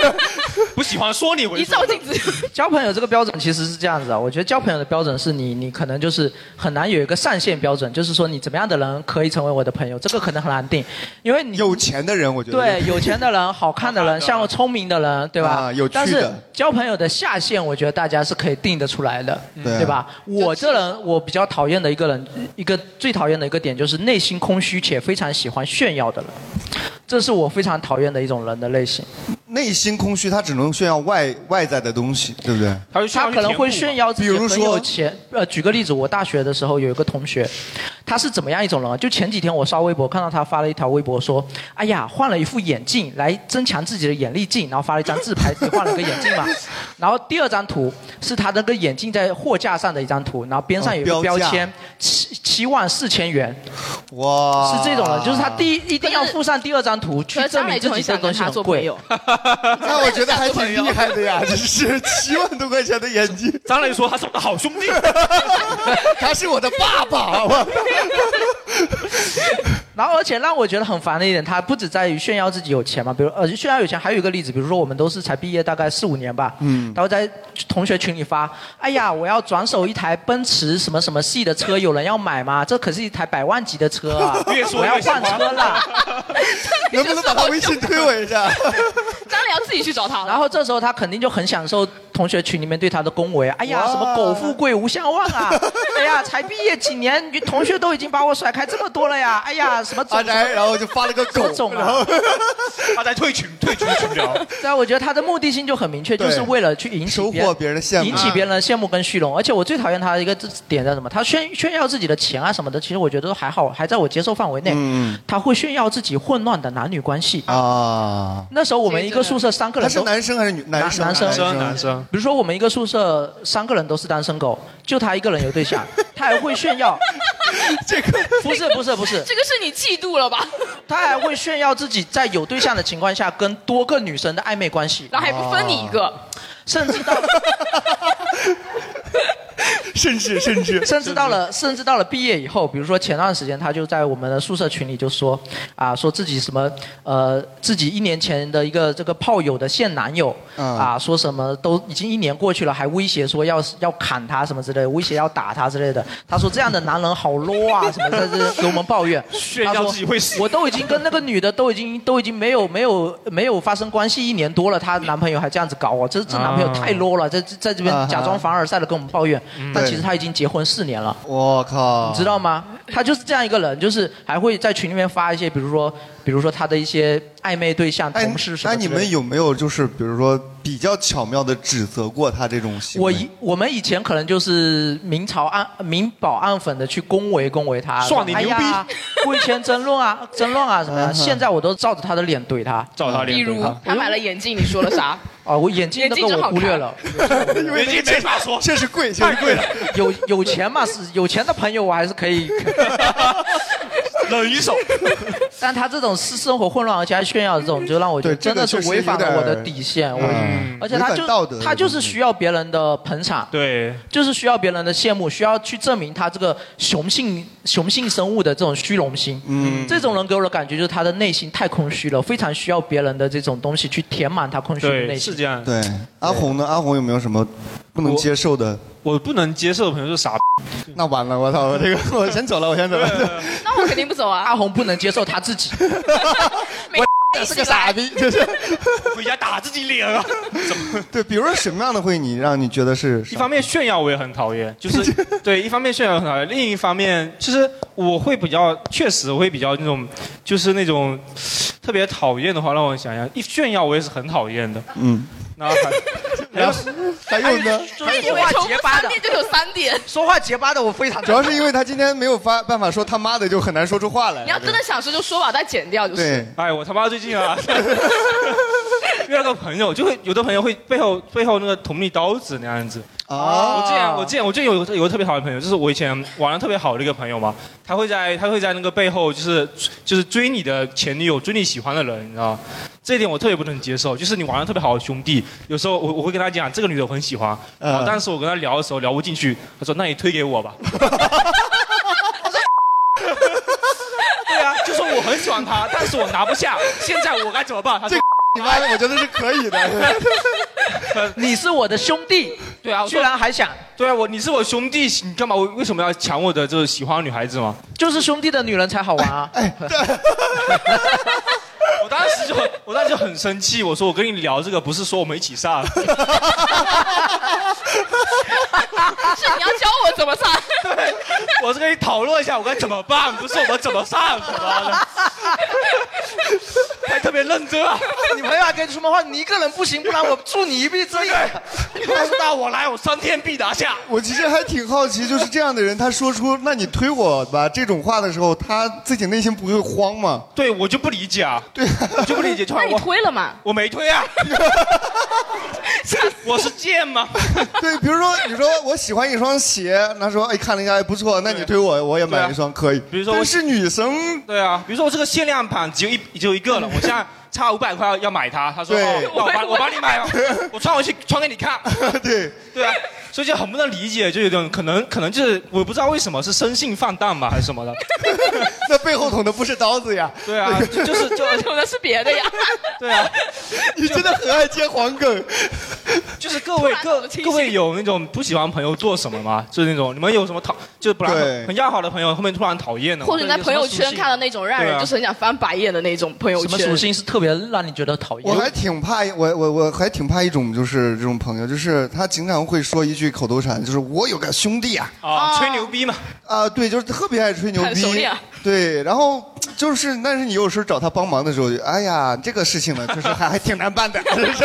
[SPEAKER 1] 不喜欢说你猥
[SPEAKER 4] 一
[SPEAKER 1] 琐
[SPEAKER 4] 照，镜子，
[SPEAKER 3] 交朋友这个标准其实是这样子啊，我觉得交朋友的标准是你你可能就是很难有一个上限标准，就是说你怎么样的人可以成为我的朋友，这个可能很难定，因为你
[SPEAKER 2] 有钱的人，我觉得
[SPEAKER 3] 对，有钱的 人、好看的人、
[SPEAKER 1] 好看的
[SPEAKER 3] 像我聪明的人，对吧？
[SPEAKER 2] 啊有趣的
[SPEAKER 3] 但是交朋友的下限，我觉得大家是可以定得出来的，
[SPEAKER 2] 对啊
[SPEAKER 3] 对吧？我这人，我比较讨厌的一个人，一个最讨厌的一个点就是内心空虚且非常喜欢炫耀的人， 这是我非常讨厌的一种人的类型。
[SPEAKER 2] 内心空虚，他只能炫耀外外在的东西，对不对？
[SPEAKER 1] 他就
[SPEAKER 3] 他可能会炫耀自己
[SPEAKER 2] 比如
[SPEAKER 3] 很有
[SPEAKER 2] 说
[SPEAKER 3] 钱。呃，举个例子，我大学的时候有一个同学，他是怎么样一种人啊？就前几天我刷微博，看到他发了一条微博说：“哎呀，换了一副眼镜来增强自己的眼力劲。”然后发了一张自拍，只换了个眼 镜嘛。然后第二张图是他那个眼镜在货架上的一张图，然后边上有一
[SPEAKER 2] 哦
[SPEAKER 3] 个
[SPEAKER 2] 标
[SPEAKER 3] 标
[SPEAKER 2] 价
[SPEAKER 3] 签，七七万四千元，
[SPEAKER 2] 哇，
[SPEAKER 3] 是这种人，就是他第
[SPEAKER 2] 一。
[SPEAKER 3] 一一定要附上第二张图去
[SPEAKER 4] 可是
[SPEAKER 3] 证
[SPEAKER 4] 张
[SPEAKER 3] 明
[SPEAKER 4] 磊
[SPEAKER 3] 自
[SPEAKER 4] 就
[SPEAKER 3] 己
[SPEAKER 4] 很
[SPEAKER 3] 这
[SPEAKER 4] 想
[SPEAKER 3] 东
[SPEAKER 4] 跟
[SPEAKER 3] 西
[SPEAKER 4] 他
[SPEAKER 3] 很
[SPEAKER 4] 做朋
[SPEAKER 3] 贵。
[SPEAKER 4] 友，
[SPEAKER 2] 那我觉得还挺厉害的 呀，真是七万多块钱的眼镜，
[SPEAKER 1] 张磊说他是我的好兄弟，，
[SPEAKER 2] 他是我的爸爸，好吧？
[SPEAKER 3] 然后，而且让我觉得很烦的一点，他不止在于炫耀自己有钱嘛，比如呃炫耀有钱，还有一个例子，比如说我们都是才毕业大概四五年吧，嗯，他会在同学群里发，哎呀，我要转手一台奔驰什么什么系的车，有人要买吗？这可是一台百万级的车啊
[SPEAKER 1] 越说
[SPEAKER 3] 我要
[SPEAKER 1] 越喜欢
[SPEAKER 3] 换车啦。
[SPEAKER 2] 能不能把他微信推我一下？啊
[SPEAKER 4] 张磊要自己去找他了。
[SPEAKER 3] 然后这时候他肯定就很享受同学群里面对他的恭维，哎呀，什么苟富贵无相忘 啊，哎呀，才毕业几年，同学都已经把我甩开这么多了呀，哎呀，什么种
[SPEAKER 2] 阿宅然后就发了个
[SPEAKER 3] 什么
[SPEAKER 2] 狗
[SPEAKER 3] 种
[SPEAKER 2] 然
[SPEAKER 3] 啊
[SPEAKER 2] 后，
[SPEAKER 1] 阿宅退群退群群聊，
[SPEAKER 3] 对啊，我觉得他的目的性就很明确，
[SPEAKER 2] 对
[SPEAKER 3] 就是为了去引起
[SPEAKER 2] 收获别人的羡慕
[SPEAKER 3] 引起别人的羡慕跟虚荣。而且我最讨厌他的一个点在什么？他炫炫耀自己的钱啊什么的，其实我觉得都还好，还在我接受范围内。
[SPEAKER 2] 嗯
[SPEAKER 3] 他会炫耀自己混乱的男女关系。
[SPEAKER 2] 啊，
[SPEAKER 3] 那时候我们一个宿舍三个
[SPEAKER 2] 他
[SPEAKER 3] 人
[SPEAKER 2] 是
[SPEAKER 3] 都。
[SPEAKER 2] 男生还是女？男生，啊
[SPEAKER 3] 男生
[SPEAKER 1] 男生
[SPEAKER 3] 比如说，我们一个宿舍三个人都是单身狗，就他一个人有对象，他还会炫耀。 这个不是不是不是，
[SPEAKER 4] 这个是你嫉妒了 吧？
[SPEAKER 3] 他还会炫耀自己在有对象的情况下跟多个女生的暧昧关系，
[SPEAKER 4] 然后还不分你一个，
[SPEAKER 3] 甚至到
[SPEAKER 2] 甚至甚至
[SPEAKER 3] 甚至到了，甚至到了毕业以后，比如说前段时间，他就在我们的宿舍群里就说，啊，说自己什么，呃，自己一年前的一个这个炮友的现男友，
[SPEAKER 2] 嗯
[SPEAKER 3] 啊，说什么都已经一年过去了，还威胁说要要砍他什么之类的，威胁要打他之类的。他说这样的男人好 low 啊，什么在这给我们抱怨，
[SPEAKER 1] 炫
[SPEAKER 3] 他
[SPEAKER 1] 耀
[SPEAKER 3] 说
[SPEAKER 1] 自己会死
[SPEAKER 3] 我都已经跟那个女的都已经都已经没有没有没有发生关系一年多了，她男朋友还这样子搞我，这这男朋友太 low 了，在在这边
[SPEAKER 2] 啊啊哈嗯
[SPEAKER 3] 假装凡尔赛的跟我们抱怨，但
[SPEAKER 2] 对
[SPEAKER 3] 其实他已经结婚四年了。
[SPEAKER 2] 我靠，
[SPEAKER 3] 你知道吗？他就是这样一个人，就是还会在群里面发一些，比如说，比如说他的一些暧昧对象、
[SPEAKER 2] 哎
[SPEAKER 3] 同事，什
[SPEAKER 2] 那
[SPEAKER 3] 么之
[SPEAKER 2] 你
[SPEAKER 3] 类的。
[SPEAKER 2] 们有没有就是比如说比较巧妙的指责过他这种行为？
[SPEAKER 3] 我以我们以前可能就是明朝暗明保暗粉的去恭维恭维他，
[SPEAKER 1] 算你
[SPEAKER 3] 说
[SPEAKER 1] 牛
[SPEAKER 3] 哎呀，我以前争论啊争论啊什么
[SPEAKER 2] 嗯
[SPEAKER 3] 的，现在我都照着他的脸怼他。
[SPEAKER 1] 照他脸。
[SPEAKER 4] 比如
[SPEAKER 1] 对他
[SPEAKER 4] 他买了眼镜，你说了啥？
[SPEAKER 3] 啊，我眼睛
[SPEAKER 4] 眼
[SPEAKER 3] 那
[SPEAKER 4] 睛
[SPEAKER 3] 个
[SPEAKER 4] 真
[SPEAKER 3] 我
[SPEAKER 4] 好
[SPEAKER 3] 忽略
[SPEAKER 4] 看
[SPEAKER 3] 了，
[SPEAKER 2] 因为
[SPEAKER 1] 眼睛没法说
[SPEAKER 2] 确实贵，确实贵了。
[SPEAKER 3] 有有钱嘛是有钱的朋友我还是可 以，
[SPEAKER 1] 冷一手，
[SPEAKER 3] 但他这种私生活混乱而且还炫耀的这种，就让我觉得
[SPEAKER 2] 对这
[SPEAKER 3] 真
[SPEAKER 2] 个
[SPEAKER 3] 的是
[SPEAKER 2] 确实
[SPEAKER 3] 违
[SPEAKER 2] 有
[SPEAKER 3] 反了我的
[SPEAKER 2] 点
[SPEAKER 3] 底线，我
[SPEAKER 2] 嗯
[SPEAKER 3] 而且他
[SPEAKER 2] 违
[SPEAKER 3] 就
[SPEAKER 2] 反道德嗯的
[SPEAKER 3] 他就
[SPEAKER 2] 东
[SPEAKER 3] 是
[SPEAKER 2] 西
[SPEAKER 3] 需要别人的捧场，
[SPEAKER 1] 对，
[SPEAKER 3] 就是需要别人的羡慕，需要去证明他这个雄性雄性生物的这种虚荣心。嗯，这种人给我的感觉就是他的内心太空虚了，非常需要别人的这种东西去填满他空虚的内
[SPEAKER 1] 对，
[SPEAKER 3] 心。
[SPEAKER 1] 是这样。
[SPEAKER 2] 对，阿红呢？阿红有没有什么不能接受的？
[SPEAKER 1] 我不能接受的朋友是傻逼，
[SPEAKER 2] 那完了，我操！我这个我先走了，我先走了。
[SPEAKER 4] 那我肯定不走啊！
[SPEAKER 3] 阿 红不能接受他自 己，
[SPEAKER 4] 我
[SPEAKER 2] 是个傻逼，就是
[SPEAKER 1] 回家打自己脸啊！
[SPEAKER 2] 对。比如说什么样的会你让你觉得是
[SPEAKER 1] 一方面炫耀我也很讨厌，就是对一方面炫耀很讨厌，另一方面其实我会比较，确实我会比较那种，就是那种 特别讨厌的话，让我想想，一炫耀我也是很讨厌的。
[SPEAKER 2] 嗯，
[SPEAKER 1] 那还
[SPEAKER 2] 然后还有呢？
[SPEAKER 3] 就是
[SPEAKER 4] 因
[SPEAKER 3] 哎说
[SPEAKER 4] 为
[SPEAKER 3] 话
[SPEAKER 4] 重
[SPEAKER 3] 结
[SPEAKER 4] 复
[SPEAKER 3] 巴
[SPEAKER 4] 三
[SPEAKER 3] 的，
[SPEAKER 4] 遍就有三点，
[SPEAKER 3] 说话结巴的我非常
[SPEAKER 2] 主要是因为他今天没有发办法说他妈的，就很难说出话来。
[SPEAKER 4] 你要真的想说就说吧，再剪掉就是。
[SPEAKER 2] 对，
[SPEAKER 1] 哎，我他妈最近啊， 遇到个朋友，就会有的朋友会背后背后那个捅你刀子那样子。
[SPEAKER 2] 啊
[SPEAKER 1] 我之前我之前我之前有个有个特别好的朋友，就是我以前玩的特别好的一个朋友嘛，他会在他会在那个背后就是就是追你的前女友，追你喜欢的人，你知道吗？这一点我特别不能接受，就是你玩的特别好的兄弟，有时候我我会跟他讲这个女的我很喜欢，然后
[SPEAKER 2] 嗯
[SPEAKER 1] 当时我跟他聊的时候聊不进去，他说那你推给我吧。我说 对啊，就说我很喜欢她，但是我拿不下，现在我该怎么办？他说
[SPEAKER 2] 你妈的，我觉得是可以的。
[SPEAKER 3] 你是我的兄弟，
[SPEAKER 1] 对啊，我
[SPEAKER 3] 居
[SPEAKER 1] 说
[SPEAKER 3] 然 还想，
[SPEAKER 1] 对啊，我你是我兄弟，你干嘛？我为什么要抢我的这个喜欢的女孩子嘛？
[SPEAKER 3] 就是兄弟的女人才好玩 啊！
[SPEAKER 2] 哎
[SPEAKER 1] 我当时就 我当时就很生气，我说我跟你聊这个不是说我们一起 上，
[SPEAKER 4] 是你要教我怎么唱？
[SPEAKER 1] 我是跟你讨论一下我该怎么办，不是我们怎么上，他妈 的，还特别认真啊！
[SPEAKER 3] 你朋友还跟你说梦话，你一个人不行，不然我助你一臂之力。
[SPEAKER 1] 你要是让我来，我三天必拿下。
[SPEAKER 2] 我其实还挺好奇，就是这样的人，他说出“那你推我吧”这种话的时候，他自己内心不会慌吗？
[SPEAKER 1] 对，我就不理解啊，对，我就不理解，就好
[SPEAKER 4] 那你
[SPEAKER 1] 我
[SPEAKER 4] 推了嘛？
[SPEAKER 1] 我没 推啊，我是贱吗？
[SPEAKER 2] 对，比如说你说我喜欢一双鞋，他说哎看了一下哎不错，那你推我，我也买一双可以。
[SPEAKER 1] 啊比如说我
[SPEAKER 2] 但是女生，
[SPEAKER 1] 对啊，比如说我这个限量版只有一只有一个 了，我现在差五百块要买它，他说
[SPEAKER 2] 对
[SPEAKER 1] 哦，那我帮我帮你买吧，我穿回去穿给你看，
[SPEAKER 2] 对，
[SPEAKER 1] 对啊，所以就很不能理解，就有点可能可能就是我不知道为什么是生性放荡嘛还是什 么的，
[SPEAKER 2] 那背后捅的不是刀子呀，
[SPEAKER 1] 对啊， 就就是就
[SPEAKER 4] 我的是别的呀。
[SPEAKER 1] 对啊，
[SPEAKER 2] 你真的很爱接黄梗。
[SPEAKER 1] 就是各位各各位有那种不喜欢朋友做什么吗？就是那种你们有什么讨，就是本来
[SPEAKER 2] 对
[SPEAKER 1] 很要好的朋友，后面突然讨厌了，
[SPEAKER 4] 或者你在朋友圈看到那种让人
[SPEAKER 1] 对啊
[SPEAKER 4] 就是很想翻白眼的那种朋友
[SPEAKER 3] 什
[SPEAKER 4] 圈。
[SPEAKER 3] 么属性是特别让你觉得讨厌？
[SPEAKER 2] 我还挺怕，我我我还挺怕一种就是这种朋友，就是他经常会说一句口头禅，就是我有个兄弟啊，
[SPEAKER 1] 啊，吹牛逼嘛，
[SPEAKER 2] 啊，对，就是特别爱吹牛
[SPEAKER 1] 很
[SPEAKER 2] 逼
[SPEAKER 1] 熟练啊，
[SPEAKER 2] 对，然后就是，但是你有时候找他帮忙的时候，就哎呀，这个事情呢，就是还还挺难办的， 是不是？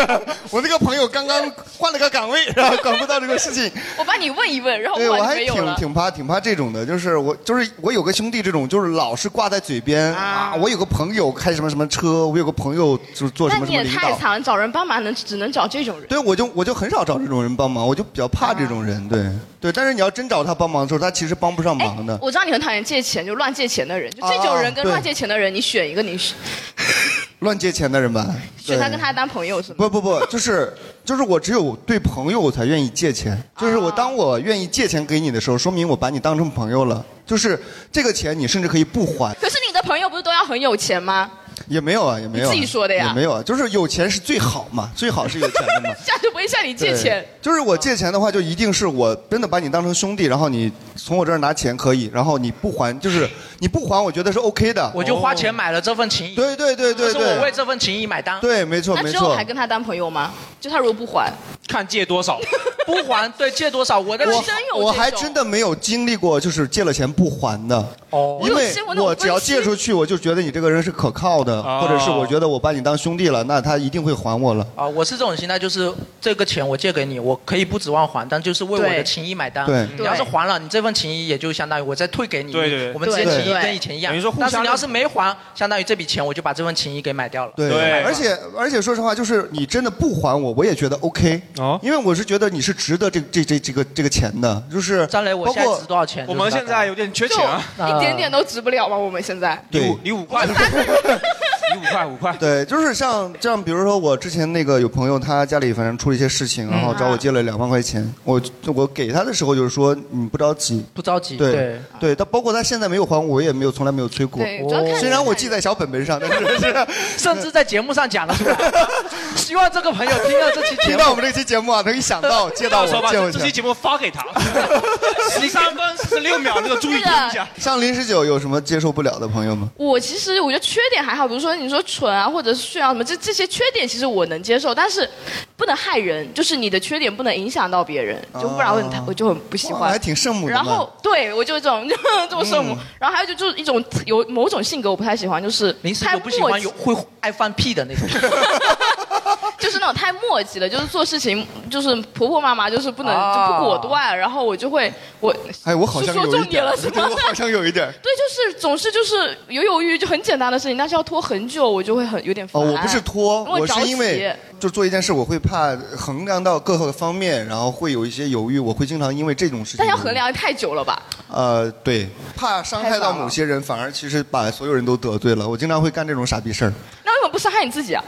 [SPEAKER 2] 我那个朋友刚刚换了个岗位，然后管不到这个 事情，
[SPEAKER 4] 我帮你问一问，然后
[SPEAKER 2] 对，
[SPEAKER 4] 问
[SPEAKER 2] 我
[SPEAKER 4] 完就
[SPEAKER 2] 还
[SPEAKER 4] 没有
[SPEAKER 2] 挺
[SPEAKER 4] 了。
[SPEAKER 2] 挺怕挺怕这种的，就是我就是我有个兄弟这种，就是老是挂在嘴边啊我有个朋友开什么什么车，我有个朋友就是做什
[SPEAKER 4] 那
[SPEAKER 2] 么什
[SPEAKER 4] 你
[SPEAKER 2] 么
[SPEAKER 4] 也
[SPEAKER 2] 领
[SPEAKER 4] 太
[SPEAKER 2] 导，
[SPEAKER 4] 惨了，找人帮忙能只能找这种人。
[SPEAKER 2] 对，我就我就很少找这种人帮忙，我就比较怕这种
[SPEAKER 4] 啊
[SPEAKER 2] 人，对对。但是你要真找他帮忙的时候，他其实帮不上忙的。
[SPEAKER 4] 我知道你很讨厌借钱，就乱借钱的人，就这种人跟
[SPEAKER 2] 啊
[SPEAKER 4] 乱
[SPEAKER 2] 对
[SPEAKER 4] 借钱的人，你选一个，你选
[SPEAKER 2] 乱借钱的人吧，
[SPEAKER 4] 选他
[SPEAKER 2] 对
[SPEAKER 4] 跟他当朋友是吗？
[SPEAKER 2] 不不不，就是就是我只有对朋友我才愿意借钱，就是
[SPEAKER 4] 啊
[SPEAKER 2] 我当我愿意借钱给你的时候，说明我把你当成朋友了，就是这个钱你甚至可以不还，
[SPEAKER 4] 可是你的朋友不是都要很有钱吗？
[SPEAKER 2] 也没有啊，也没有啊、
[SPEAKER 4] 你自己说的呀
[SPEAKER 2] 也没有啊，就是有钱是最好嘛，最好是有钱的嘛。
[SPEAKER 4] 这样就不会向你 借
[SPEAKER 2] 对
[SPEAKER 4] 钱。
[SPEAKER 2] 就是我借钱的话，就一定是我真的把你当成兄弟，然后你从我这儿拿钱可以，然后你不还，就是你不还，我觉得是 OK 的。哦
[SPEAKER 3] 我
[SPEAKER 1] 哦
[SPEAKER 3] 就花钱买了这份情谊。
[SPEAKER 2] 对对对对
[SPEAKER 3] 是我
[SPEAKER 2] 对
[SPEAKER 3] 为这份情谊买单。
[SPEAKER 2] 对，没错
[SPEAKER 4] 那
[SPEAKER 2] 没
[SPEAKER 4] 之后
[SPEAKER 2] 错
[SPEAKER 4] 还。跟他当朋友吗？就他如果不还，
[SPEAKER 1] 看借多 少，
[SPEAKER 3] 不还对借多少，我的
[SPEAKER 2] 我我还真的没有经历过，就是借了钱不还的。
[SPEAKER 3] 哦
[SPEAKER 2] 因为
[SPEAKER 4] 我有见过那种
[SPEAKER 2] 我只要借出去，我就觉得你这个人是可靠的，
[SPEAKER 1] 啊
[SPEAKER 3] 哦
[SPEAKER 2] 或者是我觉得我把你当兄弟了，那他一定会还我了。
[SPEAKER 3] 啊，我是这种心态，就是这个钱我借给你，我可以不指望还，但就是为我的
[SPEAKER 2] 对
[SPEAKER 3] 情谊买单。
[SPEAKER 2] 对
[SPEAKER 3] 你要是还了，你这份情谊也就相当于我再退给你。
[SPEAKER 1] 对对对
[SPEAKER 3] 我们之间情谊
[SPEAKER 1] 对
[SPEAKER 3] 跟以前一样。
[SPEAKER 1] 等于说互相
[SPEAKER 3] 但是你要是没还，相当于这笔钱我就把这份情谊给买掉了。
[SPEAKER 2] 而且而且说实话，就是你真的不还我，我也觉得 OK 哦，因为我是觉得你是值得这这这这个这个钱的，就是
[SPEAKER 3] 张磊，我
[SPEAKER 2] 包
[SPEAKER 3] 现在
[SPEAKER 2] 括
[SPEAKER 3] 值多少钱？
[SPEAKER 1] 我们现在有点缺钱啊，
[SPEAKER 3] 呃
[SPEAKER 4] 一点点都值不了吧？我们现在
[SPEAKER 2] 对
[SPEAKER 1] 你五块，你五块五块，
[SPEAKER 2] 对，就是像这样，比如说我之前那个有朋友，他家里反正出了一些事情，然后
[SPEAKER 4] 嗯
[SPEAKER 2] 找我借了两万块钱，我我给他的时候就是说你不着急，
[SPEAKER 3] 不着急。
[SPEAKER 2] 对对，他包括他现在没有还我，我也没有从来没有催过
[SPEAKER 3] 对主要看，
[SPEAKER 2] 虽然我记在小本本 上，但 是 是
[SPEAKER 3] 甚至在节目上讲了出来。 希望这个朋友听到这期节目，
[SPEAKER 2] 听到我们这期节目啊，能一 想到借到我
[SPEAKER 1] 这样说吧
[SPEAKER 2] 借我
[SPEAKER 1] 这
[SPEAKER 2] 钱
[SPEAKER 1] 期节目发给他，十三分四十六秒，这个注意听一下。
[SPEAKER 2] 像零十九有什么接受不了的朋友吗？
[SPEAKER 4] 我其实我觉得缺点还好，比如说你说蠢啊，或者是炫啊什么，这这些缺点其实我能接受，但是不能害人，就是你的缺点不能影响到别人，
[SPEAKER 2] 啊
[SPEAKER 4] 就不然我很、我就很不喜
[SPEAKER 2] 哇
[SPEAKER 4] 欢。
[SPEAKER 2] 还挺圣母的嘛
[SPEAKER 4] 然后对我就这种这么圣
[SPEAKER 2] 嗯
[SPEAKER 4] 母，然后还有就就是一种有某种性格我不太喜欢，就是
[SPEAKER 3] 临时
[SPEAKER 4] 太
[SPEAKER 3] 我不喜欢
[SPEAKER 4] 磨叽
[SPEAKER 3] 有会 爱放屁的那种。
[SPEAKER 4] 就是那种太磨叽了，就是做事情就是婆婆妈妈，就是不能、
[SPEAKER 2] 啊
[SPEAKER 4] 就不果断，然后我就会我
[SPEAKER 2] 哎，我好像
[SPEAKER 4] 说
[SPEAKER 2] 有一点，
[SPEAKER 4] 重点了是吗
[SPEAKER 2] 对我好像有 一点。
[SPEAKER 4] 对，就是总是就是犹犹豫豫，就很简单的事情，但是要拖很久，我就会很有点烦。
[SPEAKER 2] 哦，我不是拖，
[SPEAKER 4] 因为
[SPEAKER 2] 我
[SPEAKER 4] 着
[SPEAKER 2] 是
[SPEAKER 4] 急
[SPEAKER 2] 因为就做一件事，我会怕衡量到各个方面，然后会有一些犹豫，我会经常因为这种事情。
[SPEAKER 4] 但要衡。量太久了吧？
[SPEAKER 2] 呃，对，怕伤害到某些人，反而其实把所有人都得罪了。我经常会干这种傻逼事儿，
[SPEAKER 4] 那为什么不伤害你自己啊？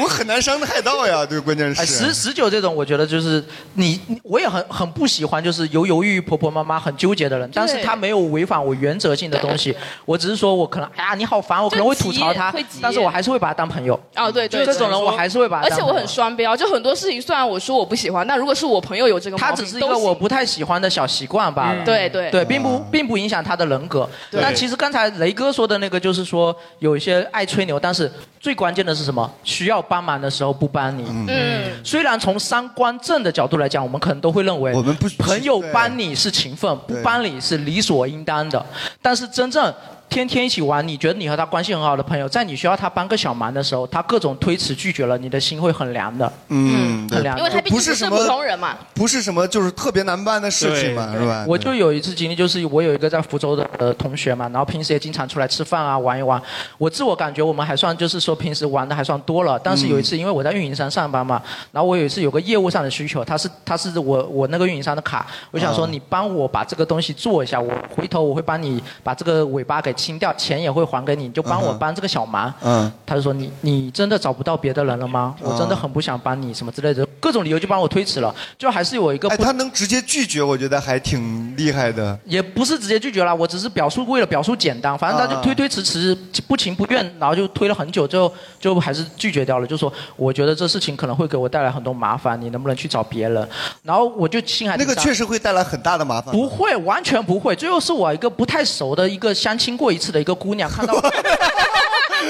[SPEAKER 2] 我很难伤害 到呀。对，关键是。
[SPEAKER 3] 哎，十十九这种，我觉得就是你，你我也很很不喜欢，就是犹犹豫豫、婆婆妈妈、很纠结的人。但是他没有违反我原则性的东西，我只是说我可能，哎呀，你好烦，我可能会吐槽他
[SPEAKER 4] 会急，
[SPEAKER 3] 但是我还是会把他当朋友。
[SPEAKER 4] 哦，对对，
[SPEAKER 3] 就这种人
[SPEAKER 4] 对
[SPEAKER 3] 我还是会把他
[SPEAKER 4] 而且
[SPEAKER 3] 当
[SPEAKER 4] 我
[SPEAKER 3] 朋
[SPEAKER 4] 很
[SPEAKER 3] 友
[SPEAKER 4] 双标，就很多事情虽然我说我不喜欢，但如果是我朋友有这个毛病，
[SPEAKER 3] 他只是一个我不太喜欢的小习惯罢了。
[SPEAKER 4] 嗯对对
[SPEAKER 3] 对，并不并不影响他的人格。
[SPEAKER 4] 对
[SPEAKER 3] 但其实刚才雷哥说的那个，就是说有一些爱吹牛，但是最关键的是什么？需要帮忙的时候不帮你。
[SPEAKER 4] 嗯。
[SPEAKER 3] 虽然从三观正的角度来讲，我们可能都会认为我们不朋友帮你是情分，不帮你是理所应当的。但是真正天天一起玩，你觉得你和他关系很好的朋友，在你需要他帮个小忙的时候，他各种推辞拒绝了，你的心会很凉的。
[SPEAKER 2] 嗯，对
[SPEAKER 3] 很凉的。
[SPEAKER 4] 因为他毕竟
[SPEAKER 2] 不是
[SPEAKER 4] 不
[SPEAKER 2] 什
[SPEAKER 4] 是
[SPEAKER 2] 么
[SPEAKER 4] 普通人嘛。
[SPEAKER 2] 不是什么就是特别难办的事情嘛，是吧？
[SPEAKER 3] 我就有一次经历，就是我有一个在福州的呃同学嘛，然后平时也经常出来吃饭啊玩一玩。我自我感觉我们还算就是说平时玩的还算多了，但是有一次因为我在运营商上班
[SPEAKER 2] 嗯
[SPEAKER 3] 嘛，然后我有一次有个业务上的需求，他是他是我我那个运营商的卡，我想说
[SPEAKER 2] 啊
[SPEAKER 3] 你帮我把这个东西做一下，我回头我会帮你把这个尾巴给清掉，钱也会还给你，你就帮我
[SPEAKER 2] 嗯哼
[SPEAKER 3] 帮这个小忙。
[SPEAKER 2] 嗯，
[SPEAKER 3] 他就说你你真的找不到别的人了吗？
[SPEAKER 2] 啊
[SPEAKER 3] 我真的很不想帮你什么之类的，各各种理由就帮我推迟了，就还是有一个。
[SPEAKER 2] 哎，他能直接拒绝，我觉得还挺厉害的。
[SPEAKER 3] 也不是直接拒绝了，我只是表述为了表述简单，反正
[SPEAKER 2] 啊
[SPEAKER 3] 他就推推迟迟，不情不愿，然后就推了很久，最后最后还是拒绝掉了，就说我觉得这事情可能会给我带来很多麻烦，你能不能去找别人？然后我就心还
[SPEAKER 2] 那个确实会带来很大的麻烦。
[SPEAKER 3] 不会，完全不会。最后是我一个不太熟的一个相亲过一次的一个姑娘，看到我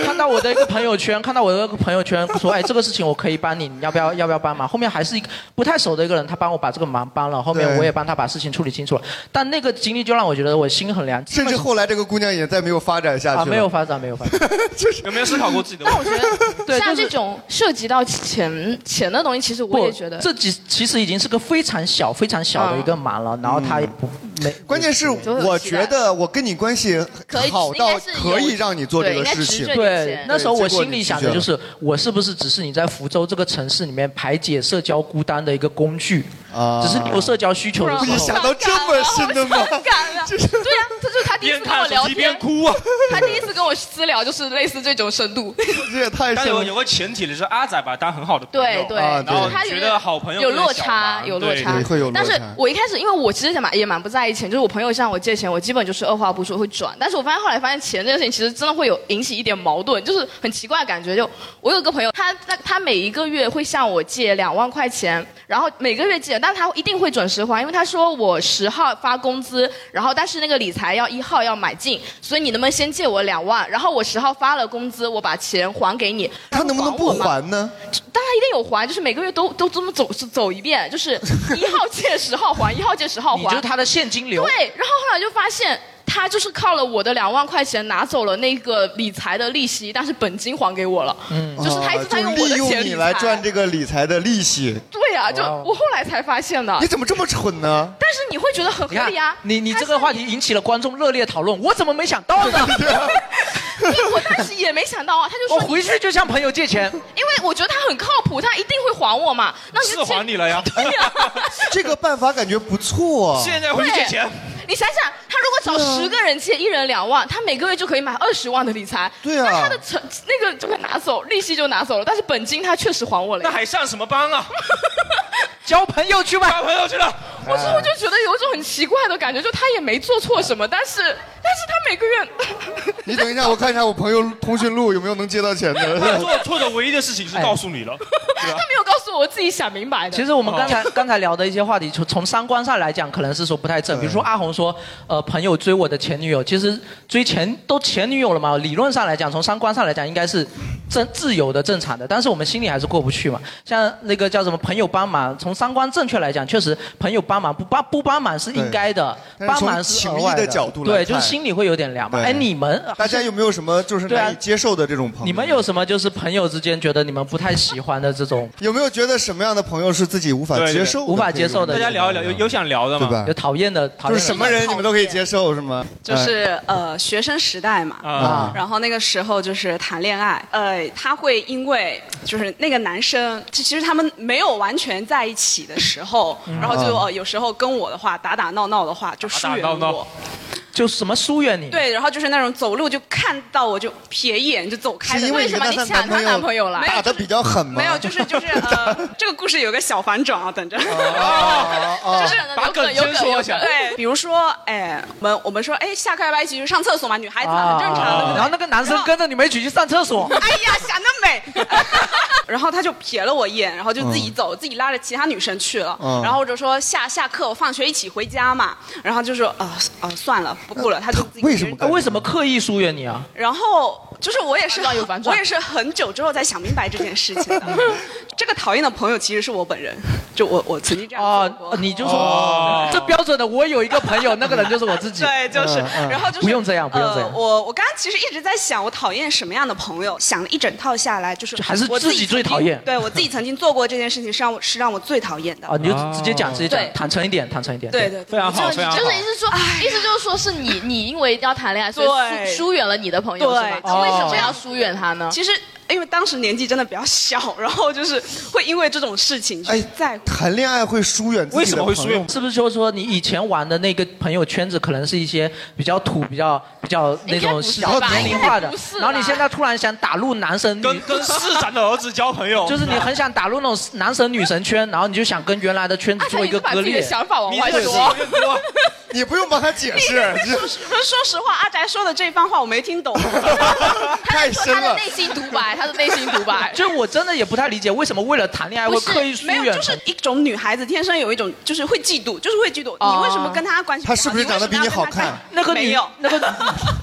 [SPEAKER 3] 看到我的一个朋友圈，看到我的一个朋友圈说，哎，这个事情我可以帮你，你要不要要不要帮忙？后面还是一个不太熟的一个人，他帮我把这个忙帮了，后面
[SPEAKER 2] 对
[SPEAKER 3] 我也帮他把事情处理清楚了。但那个经历就让我觉得我心很凉，
[SPEAKER 2] 甚至后来这个姑娘也再没有发展下去了
[SPEAKER 3] 啊，没有发展，没有发展。
[SPEAKER 1] 有没有思考过自己的问题？
[SPEAKER 4] 像这种涉及到钱钱的东西，其实 我也觉得
[SPEAKER 3] 这几其实已经是个非常小、非常小的一个忙了，然后他也不没。
[SPEAKER 2] 啊嗯关键是我觉得我跟你关系
[SPEAKER 3] 可以
[SPEAKER 2] 好到
[SPEAKER 3] 应该是有
[SPEAKER 2] 可以让你做这个事情。
[SPEAKER 3] 对，那时候我
[SPEAKER 2] 结果
[SPEAKER 3] 心里
[SPEAKER 2] 你拒
[SPEAKER 3] 想
[SPEAKER 2] 绝
[SPEAKER 3] 的就
[SPEAKER 2] 了
[SPEAKER 3] 是，我是不是只是你在福州这个城市里面排解社交孤单的一个工具？
[SPEAKER 2] 啊
[SPEAKER 3] 只是你有社交需求的时候。
[SPEAKER 2] 你想到这么深的 吗？
[SPEAKER 4] 敢 了，对呀、这就是他第一次跟我聊天，
[SPEAKER 1] 哭啊，
[SPEAKER 4] 他第一次跟我私聊就是类似这种深度，
[SPEAKER 2] 这也太
[SPEAKER 1] 但有有个前提就是阿仔把他当很好的朋友，
[SPEAKER 4] 对对，
[SPEAKER 1] 然后
[SPEAKER 4] 就是他
[SPEAKER 1] 觉
[SPEAKER 4] 有
[SPEAKER 1] 得好朋友
[SPEAKER 4] 有
[SPEAKER 1] 不能
[SPEAKER 4] 落
[SPEAKER 1] 小
[SPEAKER 4] 差，
[SPEAKER 1] 嘛
[SPEAKER 4] 有落
[SPEAKER 1] 对
[SPEAKER 4] 差，
[SPEAKER 1] 对会有落
[SPEAKER 4] 但是
[SPEAKER 1] 差
[SPEAKER 4] 我一开始，因为我其实也蛮也蛮不在意钱，就是我朋友向我借钱，我基本就是二话不说会转。但是我发现后来发现钱这件事情，其实真的会有引起一点矛盾，就是很奇怪的感觉。就我有个朋友，他他他每一个月会向我借两万块钱，然后每个月借，但他一定会准时还，因为他说我十号发工资，然后但是那个理财要一号要买进，所以你能不能先借我两万，然后我十号发了工资，我把钱还给你。
[SPEAKER 2] 他能不能不
[SPEAKER 4] 我吗
[SPEAKER 2] 还 呢？
[SPEAKER 4] 大家一定有还，就是每个月都都这么走 走一遍，就是 一号借十号还，一号借十号还，
[SPEAKER 3] 你就是他的现金流
[SPEAKER 4] 对，然后后来就发现他就是靠了我的两万块钱拿走了那个理财的利息，但是本金还给我了。嗯，就是他一直在
[SPEAKER 2] 啊
[SPEAKER 4] 用
[SPEAKER 2] 就
[SPEAKER 4] 我
[SPEAKER 2] 利
[SPEAKER 4] 的
[SPEAKER 2] 用
[SPEAKER 4] 钱
[SPEAKER 2] 你
[SPEAKER 4] 理
[SPEAKER 2] 来
[SPEAKER 4] 财
[SPEAKER 2] 赚这个理财的利息。
[SPEAKER 4] 对啊，就
[SPEAKER 3] 哇哦
[SPEAKER 4] 我后来才发现的。
[SPEAKER 2] 你怎么这么蠢呢？
[SPEAKER 4] 但是你会觉得很
[SPEAKER 3] 你
[SPEAKER 4] 合
[SPEAKER 3] 看
[SPEAKER 4] 理啊，，
[SPEAKER 3] 你你这个话题引起了观众热烈讨论，我怎么没想到 呢？
[SPEAKER 2] 啊
[SPEAKER 4] 因为我当时也没想到啊，他就
[SPEAKER 3] 我
[SPEAKER 4] 说
[SPEAKER 3] 回
[SPEAKER 4] 你，
[SPEAKER 3] 去就向朋友借钱，
[SPEAKER 4] 因为我觉得他很靠谱，他一定会还我嘛。那你
[SPEAKER 1] 是
[SPEAKER 4] 就借
[SPEAKER 1] 还你了呀，
[SPEAKER 2] 这个办 法感觉不错啊。
[SPEAKER 1] 现在回去借钱。
[SPEAKER 4] 你想想，他如果找十个人借，一人两万，他每个月就可以买二十万的理财。
[SPEAKER 2] 对啊
[SPEAKER 4] 那他的成那个就会拿走，利息就拿走了，但是本金他确实还我了呀。
[SPEAKER 1] 那还上什么班 啊？
[SPEAKER 3] 交朋友 去吧。
[SPEAKER 1] 交朋友去了。
[SPEAKER 2] 哎
[SPEAKER 4] 我之后就觉得有一种很奇怪的感觉，就他也没做错什么，但是但是他每个月，
[SPEAKER 2] 你等一下，我看一下我朋友通讯录有没有能接到 钱
[SPEAKER 1] 他
[SPEAKER 2] 的。
[SPEAKER 1] 做错的唯一的事情是告诉你了，对吧
[SPEAKER 4] 他？没有告诉我，我自己想明白的。哦
[SPEAKER 3] 其实我们刚才、刚才聊的一些话题，从从三观上来讲，可能是说不太正。比如说阿红说，呃，朋友追我的前女友，其实追前都前女友了嘛，理论上来讲，从三观上来讲应该是正自由的、正常的，但是我们心里还是过不去嘛。像那个叫什么朋友帮忙，从三观正确来讲，确实朋友帮忙不帮不帮忙是应该的，
[SPEAKER 2] 对但
[SPEAKER 3] 帮
[SPEAKER 2] 是从
[SPEAKER 3] 忙是
[SPEAKER 2] 情
[SPEAKER 3] 额
[SPEAKER 2] 谊
[SPEAKER 3] 外
[SPEAKER 2] 的角度来
[SPEAKER 3] 对，就是
[SPEAKER 2] 看
[SPEAKER 3] 心里会有点凉嘛。
[SPEAKER 2] 对
[SPEAKER 3] 哎，你们
[SPEAKER 2] 大家有没有什么就是
[SPEAKER 3] 对啊
[SPEAKER 2] 难以接受的这种朋友？
[SPEAKER 3] 你们有什么就是朋友之间觉得你们不太喜欢的这种？
[SPEAKER 2] 有没有觉得什么样的朋友是自己无法
[SPEAKER 1] 对对
[SPEAKER 2] 接受的、
[SPEAKER 3] 无法接受的
[SPEAKER 1] 大家聊一聊，有有想聊的吗？
[SPEAKER 2] 嗯对吧
[SPEAKER 3] 有讨厌的，讨
[SPEAKER 2] 就
[SPEAKER 3] 厌
[SPEAKER 2] 是
[SPEAKER 3] 的
[SPEAKER 2] 什么人你们都可以接受是吗？
[SPEAKER 7] 就是呃学生时代嘛，
[SPEAKER 1] 啊
[SPEAKER 7] 然后那个时候就是谈恋爱，呃，他会因为就是那个男生，其其实他们没有完全在一起的时候，然后就、
[SPEAKER 2] 啊
[SPEAKER 7] 呃、有时候跟我的话打打闹闹的话就疏
[SPEAKER 1] 打
[SPEAKER 7] 远
[SPEAKER 1] 闹
[SPEAKER 7] 我，
[SPEAKER 1] 闹
[SPEAKER 3] 就什么疏远你？
[SPEAKER 7] 对，然后就是那种走路就看到我就瞥一眼就走开
[SPEAKER 2] 是
[SPEAKER 7] 的
[SPEAKER 2] 因
[SPEAKER 7] 那
[SPEAKER 2] 为
[SPEAKER 7] 种。
[SPEAKER 2] 你跟她男朋友
[SPEAKER 7] 了
[SPEAKER 2] 打的比较狠吗？
[SPEAKER 7] 没有，就是就是 呃，这个故事 有个小反转啊，等着。
[SPEAKER 2] 啊啊！
[SPEAKER 7] 就是
[SPEAKER 1] 哦把梗先说一下。
[SPEAKER 7] 对，比如说，哎，我们我们说，哎，下课要不要一起去上厕所嘛？女孩子哎嘛，很正常，对
[SPEAKER 1] 啊
[SPEAKER 7] 不对？
[SPEAKER 3] 啊然后那个男生跟着你们一起去上厕所，
[SPEAKER 7] 哎呀，想得美。然后他就瞥了我一眼，然后就自己走，自己拉着其他女生去了。
[SPEAKER 2] 嗯
[SPEAKER 7] 然后我就说下下课，我放学一起回家嘛。然后就说呃呃算了，不顾了， 他就自己
[SPEAKER 2] 为什么
[SPEAKER 7] 一个人
[SPEAKER 3] 啊为什么刻意疏远你啊？
[SPEAKER 7] 然后就是我也是
[SPEAKER 4] 反转有反转
[SPEAKER 7] 我也是很久之后才想明白这件事情的。这个讨厌的朋友其实是我本人，就我我曾经这样做过。
[SPEAKER 3] 哦，你就
[SPEAKER 2] 哦
[SPEAKER 3] 说这标准的，我有一个朋友，那个人就是我自己。
[SPEAKER 7] 对，就是，
[SPEAKER 2] 嗯
[SPEAKER 7] 然后就是
[SPEAKER 3] 不用这样啊不用这样
[SPEAKER 7] 呃我我刚刚其实一直在想，我讨厌什么样的朋友，想了一整套下来，就是
[SPEAKER 3] 就还是
[SPEAKER 7] 我
[SPEAKER 3] 自己最讨厌
[SPEAKER 7] 曾经对我自己曾经做过这件事情，是让我是让我最讨厌的。
[SPEAKER 3] 啊，你就直接讲，直接讲
[SPEAKER 7] 对，
[SPEAKER 3] 坦诚一点，坦诚一点。
[SPEAKER 7] 对对，对
[SPEAKER 1] 非常好，非常好。
[SPEAKER 4] 就是意思说， 意思就是说是你，你因为要谈恋爱，所以
[SPEAKER 7] 对
[SPEAKER 4] 疏疏远了你的朋友，是吗？
[SPEAKER 7] 对
[SPEAKER 4] 那为什么
[SPEAKER 3] 哦
[SPEAKER 4] 要疏远他呢？
[SPEAKER 7] 其实因为当时年纪真的比较小，然后就是会因为这种事情去在乎。
[SPEAKER 2] 谈恋爱会疏远自己的朋友
[SPEAKER 3] 是不是就是说你以前玩的那个朋友圈子，可能是一些比较土、比较比较那种
[SPEAKER 1] 是
[SPEAKER 3] 比
[SPEAKER 1] 吧
[SPEAKER 3] 较年龄化
[SPEAKER 1] 应该
[SPEAKER 3] 的
[SPEAKER 1] 不是，啦
[SPEAKER 3] 然后你现在突然想打入男神跟
[SPEAKER 1] 跟 市长的儿子交朋友，
[SPEAKER 3] 就是你很想打入那种男神女神圈，然后你就想跟原来的圈子做一个割
[SPEAKER 7] 对
[SPEAKER 3] 裂。对对
[SPEAKER 7] 对
[SPEAKER 2] 你不用帮他解释，
[SPEAKER 7] 你说 说实话，阿宅说的这番话我没听懂，
[SPEAKER 2] 太
[SPEAKER 4] 深了他的内心独白他的内心独 白
[SPEAKER 3] 就是我真的也不太理解，为什么为了谈恋爱会啊
[SPEAKER 7] 不
[SPEAKER 3] 刻意
[SPEAKER 7] 是
[SPEAKER 3] 疏
[SPEAKER 7] 没
[SPEAKER 3] 远？
[SPEAKER 7] 有，就是一种女孩子天生有一种就是会嫉妒，就是会嫉妒
[SPEAKER 3] 哦
[SPEAKER 7] 你为什么跟他关系好？为什么要跟他关系
[SPEAKER 3] 那个
[SPEAKER 7] 没
[SPEAKER 3] 女
[SPEAKER 7] 有，
[SPEAKER 3] 那个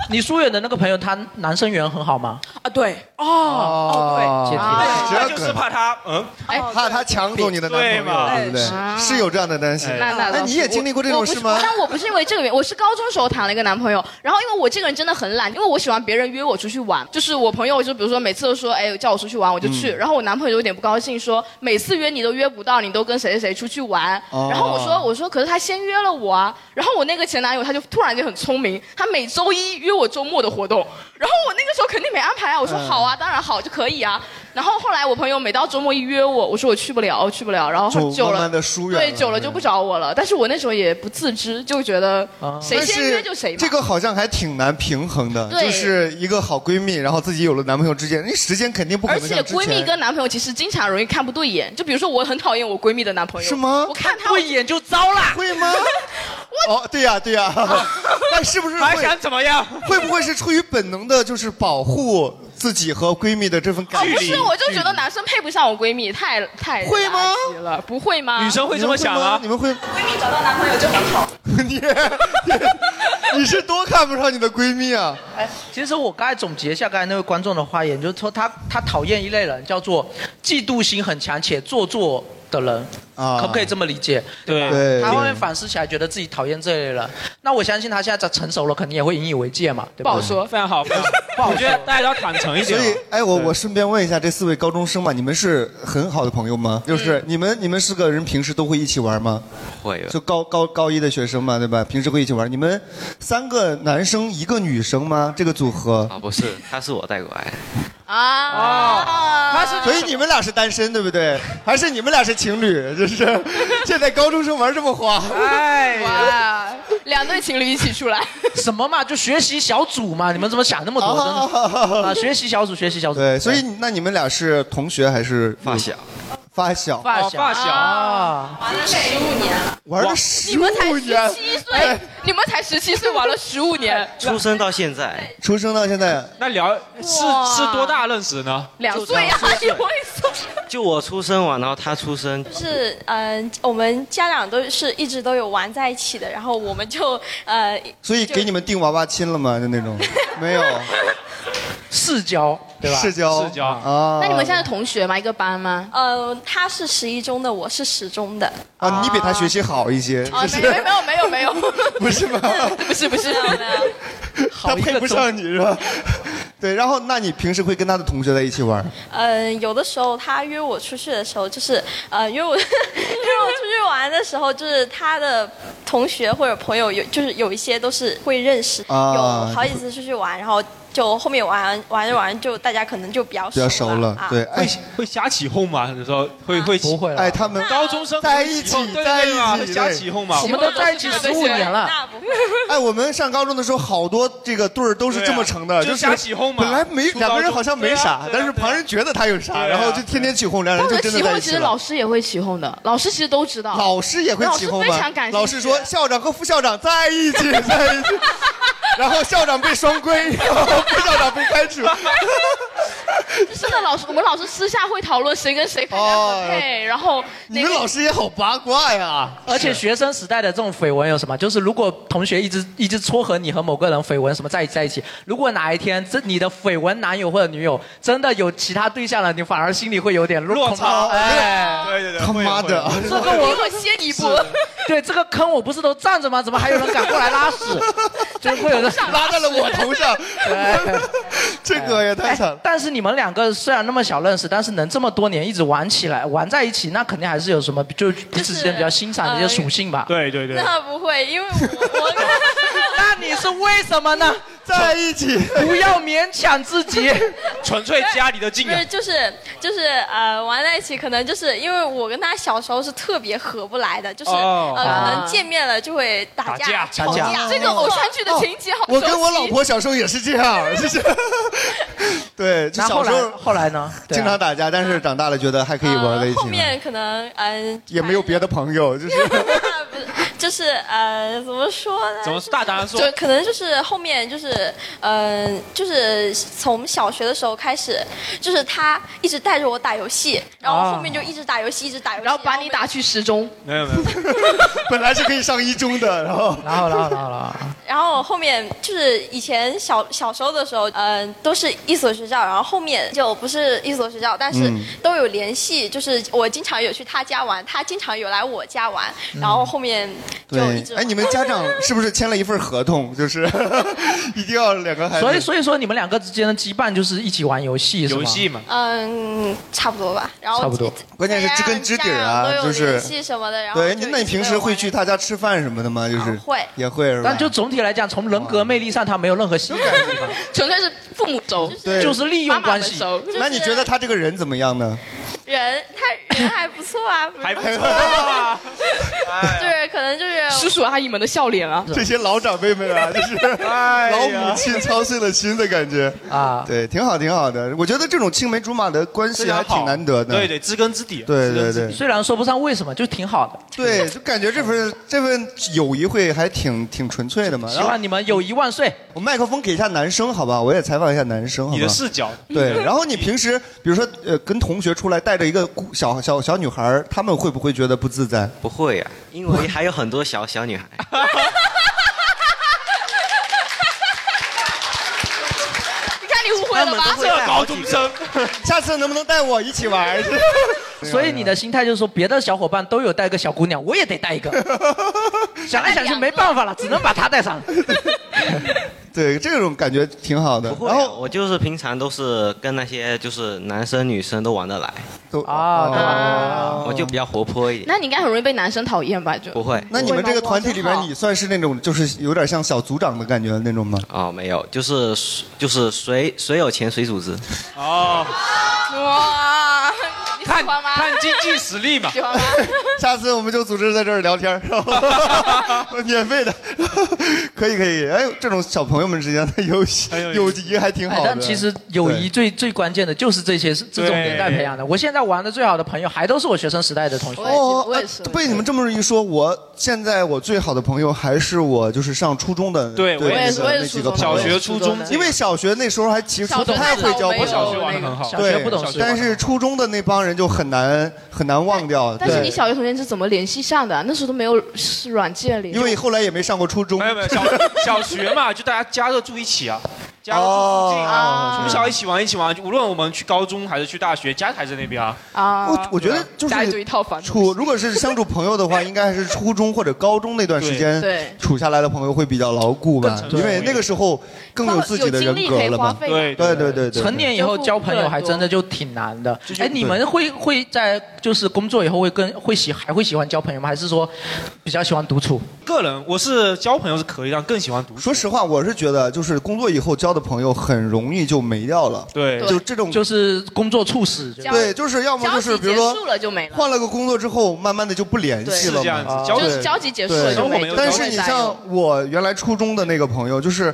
[SPEAKER 3] 你疏远的那个朋友，他男生缘很好吗？
[SPEAKER 7] 啊，对哦
[SPEAKER 3] 哦对
[SPEAKER 2] 啊
[SPEAKER 1] 他就是怕他，嗯，
[SPEAKER 7] 哎
[SPEAKER 2] 怕他抢走你的男朋
[SPEAKER 1] 对
[SPEAKER 2] 友，
[SPEAKER 1] 嘛
[SPEAKER 2] 对不对？是有这样的担心。
[SPEAKER 4] 那那
[SPEAKER 2] 你也经历过这种事吗？
[SPEAKER 4] 但我不是因为这个原因，我是高中时候谈了一个男朋友，然后因为我这个人真的很懒，因为我喜欢别人约我出去玩，就是我朋友就比如说每次都说哎叫我出去玩我就去，
[SPEAKER 8] 嗯
[SPEAKER 4] 然后我男朋友有点不高兴说每次约你都约不到，你都跟谁谁谁出去玩，
[SPEAKER 8] 哦
[SPEAKER 4] 然后我说我说可是他先约了我啊，然后我那个前男友他就突然就很聪明，他每周一约我周末的活动，然后我那个时候肯定没安排啊，我说
[SPEAKER 8] 嗯
[SPEAKER 4] 好啊，当然好就可以啊。然后后来我朋友每到周末一约我，我说我去不了，我去不了。然后
[SPEAKER 2] 就
[SPEAKER 4] 久了，
[SPEAKER 2] 慢慢地疏远
[SPEAKER 4] 对，
[SPEAKER 2] 了
[SPEAKER 4] 久了
[SPEAKER 2] 对
[SPEAKER 4] 就不找我了。但是我那时候也不自知，就觉得谁
[SPEAKER 2] 但
[SPEAKER 4] 先
[SPEAKER 2] 是
[SPEAKER 4] 约就谁嘛。
[SPEAKER 2] 这个好像还挺难平衡的，
[SPEAKER 4] 对
[SPEAKER 2] 就是一个好闺蜜，然后自己有了男朋友之间，你时间肯定不可
[SPEAKER 4] 而
[SPEAKER 2] 能
[SPEAKER 4] 且
[SPEAKER 2] 像之前。
[SPEAKER 4] 闺蜜跟男朋友其实经常容易看不对眼，就比如说我很讨厌我闺蜜的男朋友，
[SPEAKER 2] 是吗
[SPEAKER 4] 我看他
[SPEAKER 3] 对眼就糟啦，
[SPEAKER 2] 会 吗？哦，对呀、对呀、但是不是
[SPEAKER 1] 还
[SPEAKER 2] 会
[SPEAKER 1] 想怎么样？
[SPEAKER 2] 会不会是出于本能的，就是保护自己和闺蜜的这份
[SPEAKER 4] 哦
[SPEAKER 2] 感情？
[SPEAKER 4] 不是，我就觉得男生配不上我闺蜜，太太会吗？了，不会吗？
[SPEAKER 2] 女生会这么想啊你们会
[SPEAKER 7] 闺蜜找到男朋友就很好。
[SPEAKER 2] 你 你是多看不上你的闺蜜啊？
[SPEAKER 3] 哎，其实我刚才总结一下刚才那位观众的发言，就是说他他讨厌一类人，叫做嫉妒心很强且做作的人，
[SPEAKER 2] 啊
[SPEAKER 3] 可不可以这么理解？
[SPEAKER 1] 对
[SPEAKER 3] 吧
[SPEAKER 1] 对
[SPEAKER 3] 他后面
[SPEAKER 1] 对
[SPEAKER 3] 反思起来，觉得自己讨厌这类人。那我相信他现在成熟了，肯定也会引以为戒嘛，对吧？
[SPEAKER 1] 不好说非常好，我觉得大家都要坦诚一点。哦
[SPEAKER 3] 啊
[SPEAKER 2] 所以，哎，我我顺便问一下这四位高中生嘛，你们是很好的朋友吗？就是你们你们四个人平时都会一起玩吗？
[SPEAKER 9] 会的
[SPEAKER 2] 就高高高一的学生嘛，对吧？平时会一起玩。你们三个男生一个女生吗？这个组合？
[SPEAKER 9] 啊，不是，他是我带过来的。
[SPEAKER 3] 哦
[SPEAKER 4] 啊，
[SPEAKER 2] 他是所以你们俩是单身对不对？还是你们俩是情侣？就是现在高中生玩这么花，
[SPEAKER 3] 哎
[SPEAKER 4] 哇，两对情侣一起出来，
[SPEAKER 3] 什么嘛，就学习小组嘛，你们怎么想那么多？ 真的啊，学习小组，学习小组。
[SPEAKER 2] 对，所以那你们俩是同学还是发小？发小，
[SPEAKER 3] 发
[SPEAKER 9] 哦
[SPEAKER 3] 小，
[SPEAKER 2] 发小
[SPEAKER 3] 啊，
[SPEAKER 4] 玩了十五年了，
[SPEAKER 2] 玩了
[SPEAKER 4] 你
[SPEAKER 2] 十
[SPEAKER 4] 们才
[SPEAKER 2] 五年
[SPEAKER 4] 十，七岁，你们才十七岁，玩了十五年，
[SPEAKER 9] 出生到现在，
[SPEAKER 2] 出生到现在，
[SPEAKER 1] 那聊是
[SPEAKER 4] 哇
[SPEAKER 1] 是多大认识呢？
[SPEAKER 4] 两岁啊，你会说
[SPEAKER 9] 就我出生完，然后他出生，
[SPEAKER 10] 就是嗯、我们家长都是一直都有玩在一起的，然后我们就呃，
[SPEAKER 2] 所以给你们定娃娃亲了吗？就那种没有
[SPEAKER 3] 世交
[SPEAKER 10] 对吧
[SPEAKER 2] 世交
[SPEAKER 1] 世交
[SPEAKER 2] 啊。
[SPEAKER 4] 那你们现在是同学吗？一个班吗？
[SPEAKER 10] 呃，他是十一中的，我是十中的，
[SPEAKER 2] 啊，你比他学习好一些，
[SPEAKER 4] 啊
[SPEAKER 10] 哦
[SPEAKER 2] 就，
[SPEAKER 4] 没有
[SPEAKER 2] 是
[SPEAKER 4] 没有没有没有，
[SPEAKER 2] 不是吗？
[SPEAKER 4] 不是 不是，
[SPEAKER 2] 他配不上你是吧？ 对，然后那你平时会跟他的同学在一起玩？
[SPEAKER 10] 呃，有的时候他约我出去的时候，就是呃约我 约我出去玩的时候，就是他的同学或者朋友有，就是有一些都是会认识，
[SPEAKER 2] 啊
[SPEAKER 10] 有好几次出去玩，然后就后面玩玩着玩着就大家可能就比较
[SPEAKER 2] 比较熟
[SPEAKER 10] 了
[SPEAKER 2] 了，对，
[SPEAKER 1] 会会瞎起哄吗？有时候会会啊不
[SPEAKER 3] 会
[SPEAKER 2] 哎，他们
[SPEAKER 1] 高中生
[SPEAKER 2] 在一起
[SPEAKER 1] 对对对
[SPEAKER 2] 在一
[SPEAKER 9] 哦
[SPEAKER 2] 起
[SPEAKER 1] 嘛
[SPEAKER 2] 对
[SPEAKER 1] 会瞎起哄嘛？
[SPEAKER 3] 我们都在一起15年了
[SPEAKER 10] 那不会。
[SPEAKER 2] 哎，我们上高中的时候，好多这个对儿都是这么成的，
[SPEAKER 1] 对啊
[SPEAKER 2] 就是
[SPEAKER 1] 就瞎起哄嘛
[SPEAKER 2] 本来没
[SPEAKER 1] 初高中
[SPEAKER 2] 两个人好像没
[SPEAKER 1] 对
[SPEAKER 2] 啥
[SPEAKER 1] 啊对啊，
[SPEAKER 2] 但是旁人觉得他有啥，
[SPEAKER 1] 对啊
[SPEAKER 2] 然后就天天起哄，两人
[SPEAKER 4] 但
[SPEAKER 2] 就
[SPEAKER 4] 我
[SPEAKER 2] 真
[SPEAKER 4] 起
[SPEAKER 2] 的在
[SPEAKER 4] 哄
[SPEAKER 2] 一
[SPEAKER 4] 其
[SPEAKER 2] 起
[SPEAKER 4] 实
[SPEAKER 2] 了
[SPEAKER 4] 老。师也会起哄的，老师其实都知道。
[SPEAKER 2] 老师也会起哄
[SPEAKER 4] 老师
[SPEAKER 2] 吗
[SPEAKER 4] 非常感？兴趣
[SPEAKER 2] 老师说校长和副校长在一起，在一起， 然后校长被双规，然后副校长被 开除。
[SPEAKER 4] 是的，老师，我们老师私下会讨论谁跟谁看起来很配，然后
[SPEAKER 2] 哦你们老师也好八 卦呀！
[SPEAKER 3] 而且学生时代的这种绯闻有什么？就是如果同学一直一直撮合你和某个人绯闻什么在一起在一起，如果哪一天这你的绯闻男友或者女友真的有其他对象了，你反而心里会有点落
[SPEAKER 1] 落差
[SPEAKER 3] 哎，
[SPEAKER 1] 对对对，
[SPEAKER 2] 他妈的
[SPEAKER 1] 会
[SPEAKER 3] 这
[SPEAKER 1] 会
[SPEAKER 3] 个
[SPEAKER 1] 会
[SPEAKER 3] 我
[SPEAKER 4] 比我先一步，
[SPEAKER 3] 对这个坑我不是都站着吗？怎么还有人敢过来 拉屎？就是会有人
[SPEAKER 2] 拉到了我头 上，
[SPEAKER 9] 哎
[SPEAKER 2] 这个也太惨了。
[SPEAKER 3] 哎但是你们两个虽然那么小认识，但是能这么多年一直玩起来，玩在一起，那肯定还是有什么就彼此之间比较欣赏的一些属性吧。
[SPEAKER 1] 对对对
[SPEAKER 10] 那不会，因为我我
[SPEAKER 3] 那你是为什么呢？
[SPEAKER 2] 在一起，
[SPEAKER 3] 不要勉强自己，
[SPEAKER 1] 纯粹家里的劲
[SPEAKER 10] 不
[SPEAKER 1] 啊
[SPEAKER 10] 是，。就是就是呃，玩在一起可能就是因为我跟他小时候是特别合不来的，就是、
[SPEAKER 2] 哦
[SPEAKER 10] 呃，可能
[SPEAKER 2] 啊
[SPEAKER 10] 见面了就会打
[SPEAKER 2] 打架
[SPEAKER 10] 吵
[SPEAKER 2] 打架哦
[SPEAKER 4] 这个偶像剧的情节好熟
[SPEAKER 2] 我
[SPEAKER 4] 悉。
[SPEAKER 2] 跟我老婆小时候也是这样，就是，对，就
[SPEAKER 3] 那后
[SPEAKER 2] 小时
[SPEAKER 3] 来
[SPEAKER 2] 候
[SPEAKER 3] 后来 呢？
[SPEAKER 2] 经常打架，但是长大了觉得还可以玩在一起
[SPEAKER 10] 啊呃
[SPEAKER 2] 嘛。
[SPEAKER 10] 后面可能嗯、
[SPEAKER 2] 也没有别的朋 友，就是
[SPEAKER 10] 就是呃，怎么说呢？
[SPEAKER 1] 怎么大胆地说
[SPEAKER 10] 就可能就是后面就是嗯、呃就是从小学的时候开始，就是他一直带着我打游戏，然后后面就一直打游戏，一直打游戏，然后把你
[SPEAKER 4] 打去十中。
[SPEAKER 1] 没有没有，
[SPEAKER 2] 本来是可以上一中的，然后
[SPEAKER 3] 然后然后然后然 后，
[SPEAKER 10] 然后后面就是以前小小时候的时候，嗯、都是一所学校，然后后面就不是一所学校，但是
[SPEAKER 8] 嗯
[SPEAKER 10] 都有联系，就是我经常有去他家玩，他经常有来我家玩，
[SPEAKER 2] 嗯
[SPEAKER 10] 然后后面
[SPEAKER 2] 对。哎，你们家长是不是签了一份合同， 就是 一定要两个孩子？
[SPEAKER 3] 所以所以说你们两个之间的羁绊就是一起玩游戏，是吗？
[SPEAKER 2] 游戏嘛
[SPEAKER 10] 嗯差不多吧，然后
[SPEAKER 3] 差不多
[SPEAKER 2] 关键是知根知底儿
[SPEAKER 10] 家长，
[SPEAKER 2] 啊
[SPEAKER 10] 都有
[SPEAKER 2] 就是
[SPEAKER 10] 联系什么的然后
[SPEAKER 2] 对，
[SPEAKER 10] 就
[SPEAKER 2] 你那你平时会去他家吃饭什么的吗？就是
[SPEAKER 10] 啊会
[SPEAKER 2] 也会是吧？
[SPEAKER 3] 但就总体来讲，从人格魅力上，他没有任何吸引的地方，
[SPEAKER 4] 纯粹是父母轴，
[SPEAKER 2] 对
[SPEAKER 3] 就是利用关系。
[SPEAKER 2] 那你觉得他这个人怎么样呢？
[SPEAKER 10] 人他人还不错啊，不是
[SPEAKER 2] 还不错
[SPEAKER 1] 啊
[SPEAKER 10] 就是可能就是
[SPEAKER 4] 叔叔阿姨们的笑脸啊，
[SPEAKER 2] 这些老长辈们 啊，就是
[SPEAKER 1] 哎
[SPEAKER 2] 老
[SPEAKER 1] 呀
[SPEAKER 2] 母亲操碎了心的感觉
[SPEAKER 3] 啊。
[SPEAKER 2] 对，挺好，挺好的。我觉得这种青梅竹马的关系
[SPEAKER 3] 非常
[SPEAKER 2] 还
[SPEAKER 3] 好
[SPEAKER 2] 挺难得的。
[SPEAKER 1] 对对，知根知底。
[SPEAKER 2] 对对对
[SPEAKER 3] 虽然说不上为什么，就挺好的。
[SPEAKER 2] 对，就感觉这份这份友谊会还挺挺纯粹的嘛。
[SPEAKER 3] 希望你们友谊万岁。
[SPEAKER 2] 我麦克风给一下男生，好吧？我也采访一下男生，好吧？
[SPEAKER 1] 你的视角
[SPEAKER 2] 对，然后你平时比如说呃，跟同学出来带着一个姑小小小女孩儿，他们会不会觉得不自在？
[SPEAKER 9] 不会呀、因为还有很多小小女孩。
[SPEAKER 4] 你看你误会了吧？
[SPEAKER 1] 生，
[SPEAKER 2] 下次能不 能带我一起玩？
[SPEAKER 3] 所以你的心态就是说，别的小伙伴都有带个小姑娘，我也得带一 个。想来想去没办法了，只能把她带上。
[SPEAKER 2] 对，这种感觉挺好的。
[SPEAKER 9] 然后我就是平常都是跟那些就是男生女生都玩得来，
[SPEAKER 2] 都哦
[SPEAKER 9] 啊，我就比较活泼一点。
[SPEAKER 4] 那你应该很容易被男生讨厌吧？就
[SPEAKER 9] 不会
[SPEAKER 2] 那你们这个团体里边
[SPEAKER 4] 哇，真好
[SPEAKER 2] 你算是那种就是有点像小组长的感觉那种吗？
[SPEAKER 9] 哦，没有，就是就是谁谁有钱谁组织。啊
[SPEAKER 1] 哦，
[SPEAKER 4] 哇，你喜
[SPEAKER 1] 看
[SPEAKER 4] 欢吗？
[SPEAKER 1] 看经济实力嘛。
[SPEAKER 4] 喜欢吗？
[SPEAKER 2] 下次我们就组织在这儿聊天，然后免费的，可以可以。哎，这种小朋友们之间的友谊友谊还挺好的。
[SPEAKER 3] 哎但其实友谊最最关键的就是这些是这种年代培养的。我现在玩的最好的朋友还都是我学生时代的同学。
[SPEAKER 2] 哦，呃被你们这么一说，我现在我最好的朋友还是我就是上初中的，
[SPEAKER 1] 对我也是
[SPEAKER 2] 那个
[SPEAKER 1] 我也是
[SPEAKER 2] 那几个
[SPEAKER 1] 初中
[SPEAKER 2] 朋友
[SPEAKER 1] 小学初中的
[SPEAKER 2] 因为小学那时候还其实
[SPEAKER 1] 小
[SPEAKER 2] 不
[SPEAKER 1] 学
[SPEAKER 2] 太会交朋友，
[SPEAKER 1] 那时候没有我小学玩得很好
[SPEAKER 2] 对
[SPEAKER 1] 小学不懂事
[SPEAKER 2] 但是初中的那帮人就很难很难忘掉。
[SPEAKER 4] 但是
[SPEAKER 2] 呃对
[SPEAKER 4] 你小学同学是怎么联系上的啊？那时候都没有是软件联系。
[SPEAKER 2] 因为后来也没上过初中，哦
[SPEAKER 1] 没有没有，小小学嘛， 就大家加热住一起啊，加热住附近
[SPEAKER 2] 哦
[SPEAKER 1] 啊，从小一起玩一起玩，无论我们去高中还是去大学，家还在那边啊。
[SPEAKER 4] 啊
[SPEAKER 2] 我我觉得就是
[SPEAKER 4] 家里就一套房。
[SPEAKER 2] 处如果是相处朋友的 话，应该还是初中或者高中那段时间
[SPEAKER 4] 对对
[SPEAKER 2] 处下来的朋友会比较牢固吧，因为那个时候更有自己的人格
[SPEAKER 3] 有
[SPEAKER 2] 了嘛。
[SPEAKER 3] 精力可以花费啊
[SPEAKER 2] 对对对对，
[SPEAKER 3] 成年以后交朋友还真的就挺难的。哎，你们会会在就是工作以后会跟会喜还会喜欢交朋友吗？还是说比较喜欢独处？
[SPEAKER 1] 个人我是交朋友是可以，但更喜欢读书。
[SPEAKER 2] 说实话，我是觉得就是工作以后交的朋友很容易就没掉了。
[SPEAKER 1] 对
[SPEAKER 2] 就这种
[SPEAKER 3] 就是工作促使。
[SPEAKER 2] 对，就是要么就是比如
[SPEAKER 4] 交集结束
[SPEAKER 2] 说
[SPEAKER 4] 了就没了。
[SPEAKER 2] 换了个工作之后，慢慢的就不联系了嘛。
[SPEAKER 1] 是这样子
[SPEAKER 2] 啊
[SPEAKER 1] 交集
[SPEAKER 2] 对
[SPEAKER 4] 交集结束了
[SPEAKER 2] 对
[SPEAKER 4] 就没有
[SPEAKER 2] 但
[SPEAKER 4] 交
[SPEAKER 2] 是
[SPEAKER 4] 集
[SPEAKER 2] 你
[SPEAKER 4] 在
[SPEAKER 2] 像
[SPEAKER 4] 了
[SPEAKER 2] 我原来初中的那个朋友，就是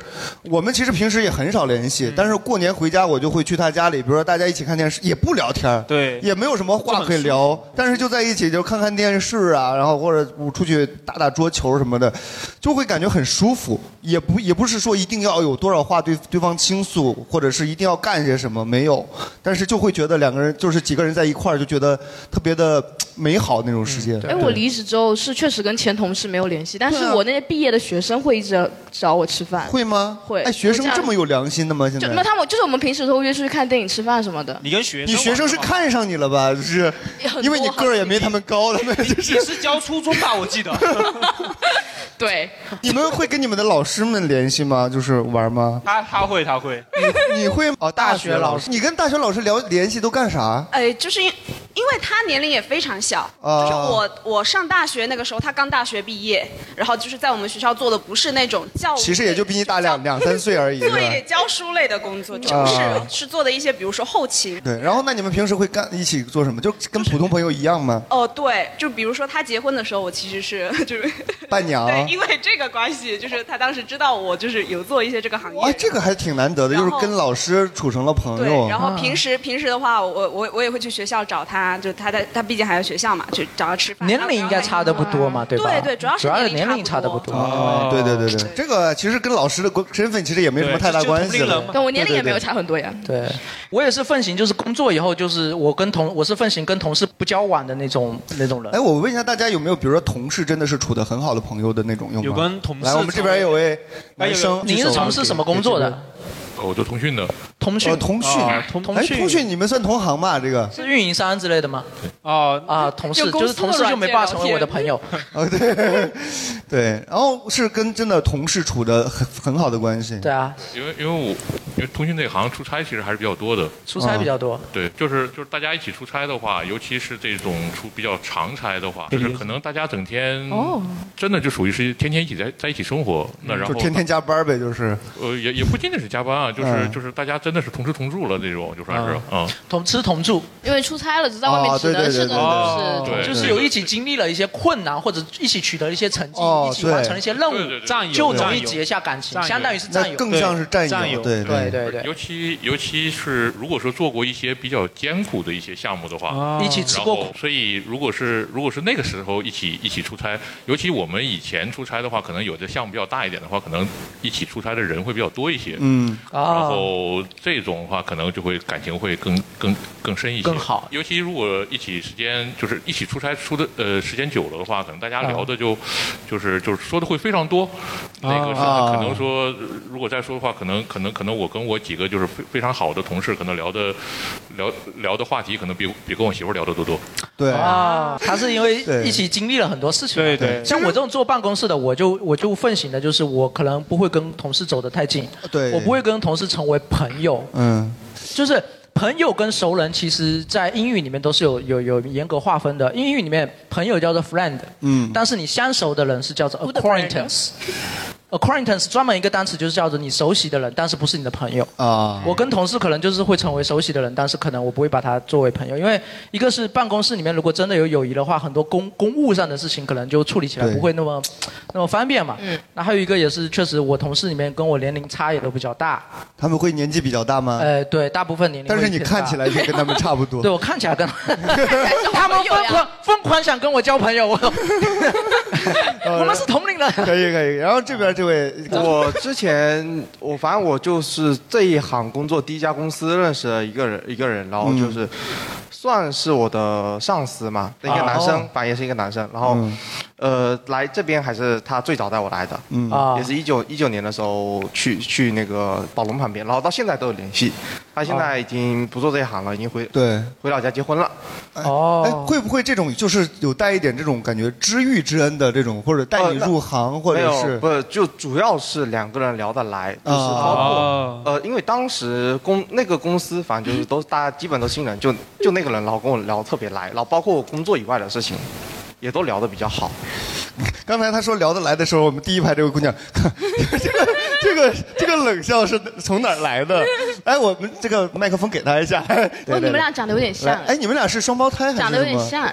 [SPEAKER 2] 我们其实平时也很少联系，但是过年回家我就会去他家里，比如说大家一起看电视，也不聊天儿
[SPEAKER 1] 对
[SPEAKER 2] 也没有什么话可以聊，但是就在一起就看看电视啊，然后或者出去打打桌球什么的，就会感觉很舒服。也不也不是说一定要有多少话对对方倾诉，或者是一定要干些什么，没有，但是就会觉得两个人就是几个人在一块儿就觉得特别的美好那种时间。
[SPEAKER 4] 哎，我离职之后是确实跟前同事没有联系，但是我那些毕业的学生会一直找我吃饭。
[SPEAKER 2] 啊会吗？
[SPEAKER 4] 会。
[SPEAKER 2] 哎，学生
[SPEAKER 4] 有样
[SPEAKER 2] 这么有良心的吗？现
[SPEAKER 4] 就
[SPEAKER 2] 在
[SPEAKER 4] 那他们就是我们平时都约出去看电影、吃饭什么的。
[SPEAKER 1] 你跟学
[SPEAKER 2] 你学生是看上你了吧？就是
[SPEAKER 4] 很多
[SPEAKER 2] 因为你个儿也没他们高，他们就是
[SPEAKER 1] 也是教初中吧，我 记得。
[SPEAKER 4] 对，
[SPEAKER 2] 你们会跟你们的老师们联系吗？就是玩吗？
[SPEAKER 1] 他他会他会。
[SPEAKER 2] 你你会哦，大
[SPEAKER 1] 大学
[SPEAKER 2] 老
[SPEAKER 1] 老
[SPEAKER 2] 师，你跟大学老师聊联系都干啥？
[SPEAKER 7] 哎，就是因因为他年龄也非常小，
[SPEAKER 2] 哦
[SPEAKER 7] 就是我我上大学那个时候，他刚大学毕业，然后就是在我们学校做的不是那种教务，
[SPEAKER 2] 其实也就比你大两两三岁而已，是吧？
[SPEAKER 7] 对教书类的工作，就是、
[SPEAKER 2] 啊
[SPEAKER 7] 是做的一些，比如说后勤。
[SPEAKER 2] 对，然后那你们平时会干一起做什么？就跟普通朋友一样吗？
[SPEAKER 7] 哦，对，就比如说他结婚的时候，我其实是就是
[SPEAKER 2] 伴娘
[SPEAKER 7] 对，因为这个关系，就是他当时知道我就是有做一些这个行业。
[SPEAKER 2] 啊哇，这个还挺难得的，就
[SPEAKER 7] 然
[SPEAKER 2] 是
[SPEAKER 7] 后
[SPEAKER 2] 跟老师处成了朋友。啊
[SPEAKER 7] 对，然后平时、平时的话，我我我也会去学校找他，就他在他毕竟还在学校嘛，去找他吃饭。
[SPEAKER 3] 年龄应该差的不多嘛，对吧？
[SPEAKER 7] 对对主要是
[SPEAKER 3] 年龄差的不多。
[SPEAKER 2] 哦，对对对对，这个其实跟老师的关身份其实也没什么太大关系了。
[SPEAKER 4] 对，我年龄也没有
[SPEAKER 3] 对对对
[SPEAKER 4] 差很多呀。
[SPEAKER 3] 对我也是奉行，就是工作以后，就是我跟同我是奉行跟同事不交往的那种那种人。
[SPEAKER 2] 哎，我问一下大家有没有，比如说同事真的是处的很好的朋友的那种用吗？
[SPEAKER 3] 有跟同事哎
[SPEAKER 2] 来，我们这哎边有位男生，
[SPEAKER 3] 您是从事什么工作的？
[SPEAKER 8] 哦我做通讯的，
[SPEAKER 3] 通讯，
[SPEAKER 2] 哦通讯，哎，通讯，你们算同行吧？这个
[SPEAKER 3] 是运营商之类的吗？
[SPEAKER 1] 哦
[SPEAKER 3] 啊，同事
[SPEAKER 2] 用公
[SPEAKER 3] 就
[SPEAKER 2] 司
[SPEAKER 3] 是同
[SPEAKER 2] 的
[SPEAKER 3] 事就
[SPEAKER 2] 软
[SPEAKER 3] 没
[SPEAKER 2] 件
[SPEAKER 3] 办法
[SPEAKER 2] 聊
[SPEAKER 3] 成为我的
[SPEAKER 2] 天
[SPEAKER 3] 朋友。
[SPEAKER 2] 哦，对对，然后是跟真的同事处的很很好的关系。
[SPEAKER 3] 对啊，
[SPEAKER 8] 因为因为我因为通讯这行出差其实还是比较多的，嗯
[SPEAKER 3] 出差比较多。
[SPEAKER 8] 对，就是就是大家一起出差的话，尤其是这种出比较长差的话，就是可能大家整天
[SPEAKER 2] 哦
[SPEAKER 8] 真的就属于是天天一起在在一起生活，那然后
[SPEAKER 2] 嗯就天天加班呗，就是。
[SPEAKER 8] 呃也也不仅仅是加班啊，就是
[SPEAKER 2] 嗯
[SPEAKER 8] 就是大家真的是同吃同住了那种，就算是啊，
[SPEAKER 3] 同吃同住，
[SPEAKER 4] 因为出差了，只在
[SPEAKER 2] 哦啊
[SPEAKER 4] 外面只能是跟同事。
[SPEAKER 8] 哦对
[SPEAKER 3] 呃就是有一起经历了一些困难，或者一起取得一些成绩，
[SPEAKER 2] 哦
[SPEAKER 3] 一起完
[SPEAKER 2] 对
[SPEAKER 3] 成了一些任
[SPEAKER 8] 对对
[SPEAKER 3] 务，
[SPEAKER 8] 对战友
[SPEAKER 3] 就容
[SPEAKER 8] 战
[SPEAKER 3] 易
[SPEAKER 8] 友
[SPEAKER 3] 结下感情，
[SPEAKER 8] 战友
[SPEAKER 3] 相当于是战友，对对对。
[SPEAKER 8] 尤其尤其是如果说做过一些比较艰苦的一些项目的
[SPEAKER 3] 哦
[SPEAKER 8] 话，
[SPEAKER 3] 一起吃过苦
[SPEAKER 8] 然后所以如果是如果是那个时候一起一起出差，尤其我们以前出差的话，可能有的项目比较大一点的话，可能一起出差的人会比较多一些。
[SPEAKER 2] 嗯
[SPEAKER 8] 然
[SPEAKER 3] 啊
[SPEAKER 8] 后这种的话，可能就会感情会更更更深一些，更好。尤其如果一起时间就是一起出差出的呃时间久了的话，可能大
[SPEAKER 3] 啊
[SPEAKER 8] 家聊的就、就是就是说的会非常多。那个是
[SPEAKER 2] 啊
[SPEAKER 8] 可能说，呃如果再说的话，可能可能可能我跟我几个就是非非常好的同事，可能聊的聊聊的话题，可能比比跟我媳妇儿聊的多多。
[SPEAKER 2] 对
[SPEAKER 3] 啊，他是因为
[SPEAKER 8] 对
[SPEAKER 3] 一起经历了很多事情嘛。
[SPEAKER 8] 对对
[SPEAKER 3] 像我这种坐办公室的，我就我就奉行的就是我可能不会跟同事走得太近，
[SPEAKER 2] 对
[SPEAKER 3] 我不会跟同事成为朋友，
[SPEAKER 2] 嗯，
[SPEAKER 3] 就是。朋友跟熟人，其实，在英语里面都是有有有严格划分的。英语里面，朋友叫做 friend，
[SPEAKER 2] 嗯
[SPEAKER 3] 但是你相熟的人是叫做 acquaintance。acquaintance 专门一个单词就是叫做你熟悉的人，但是不是你的朋友。
[SPEAKER 2] 啊，
[SPEAKER 3] 我跟同事可能就是会成为熟悉的人，但是可能我不会把他作为朋友，因为一个是办公室里面如果真的有友谊的话，很多公公务上的事情可能就处理起来
[SPEAKER 2] 对
[SPEAKER 3] 不会那么那么方便嘛。那还有一个也是，确实我同事里面跟我年龄差也都比较大，
[SPEAKER 2] 他们会年纪比较大吗？
[SPEAKER 3] 呃，对，大部分年龄会
[SPEAKER 2] 但
[SPEAKER 3] 偏大。
[SPEAKER 2] 是你看起来就跟他们差不多
[SPEAKER 3] 对我看起来跟他们疯狂疯狂想跟我交朋友，我我们是同龄人。
[SPEAKER 2] 可以可以，然后这边这位，
[SPEAKER 11] 我之前我反正我就是这一行工作第一家公司认识了一个人一个人，然后
[SPEAKER 2] 嗯
[SPEAKER 11] 就是算是我的上司嘛，一个男生，
[SPEAKER 2] 哦
[SPEAKER 11] 反正也是一个男生，然后、呃来这边还是他最早带我来的，
[SPEAKER 2] 嗯啊
[SPEAKER 11] 也是一九一九年的时候去去那个宝龙旁边，然后到现在都有联系，他现在已经不做这一行了，已经回
[SPEAKER 2] 对
[SPEAKER 11] 回老家结婚了，
[SPEAKER 4] 哦
[SPEAKER 2] 哎，会不会这种就是有带一点这种感觉知遇之恩的这种，或者带你入行，或者
[SPEAKER 11] 呃没
[SPEAKER 2] 是
[SPEAKER 11] 有不是就主要是两个人聊得来，就是
[SPEAKER 2] 啊
[SPEAKER 11] 包括、
[SPEAKER 2] 哦
[SPEAKER 11] 呃，因为当时公那个公司反正就是都是大家基本都新人，就就那个人老跟我聊得特别来，然后包括我工作以外的事情。也都聊得比较好，
[SPEAKER 2] 刚才他说聊得来的时候，我们第一排这位姑娘， 这个这个冷笑是从哪儿 来的？哎，我们这个麦克风给他一下。对对
[SPEAKER 4] 哦，你
[SPEAKER 2] 对
[SPEAKER 4] 们俩长得有点像
[SPEAKER 2] 来，哎，你们俩是双胞胎还是
[SPEAKER 4] 长得有点
[SPEAKER 2] 什么
[SPEAKER 4] 像，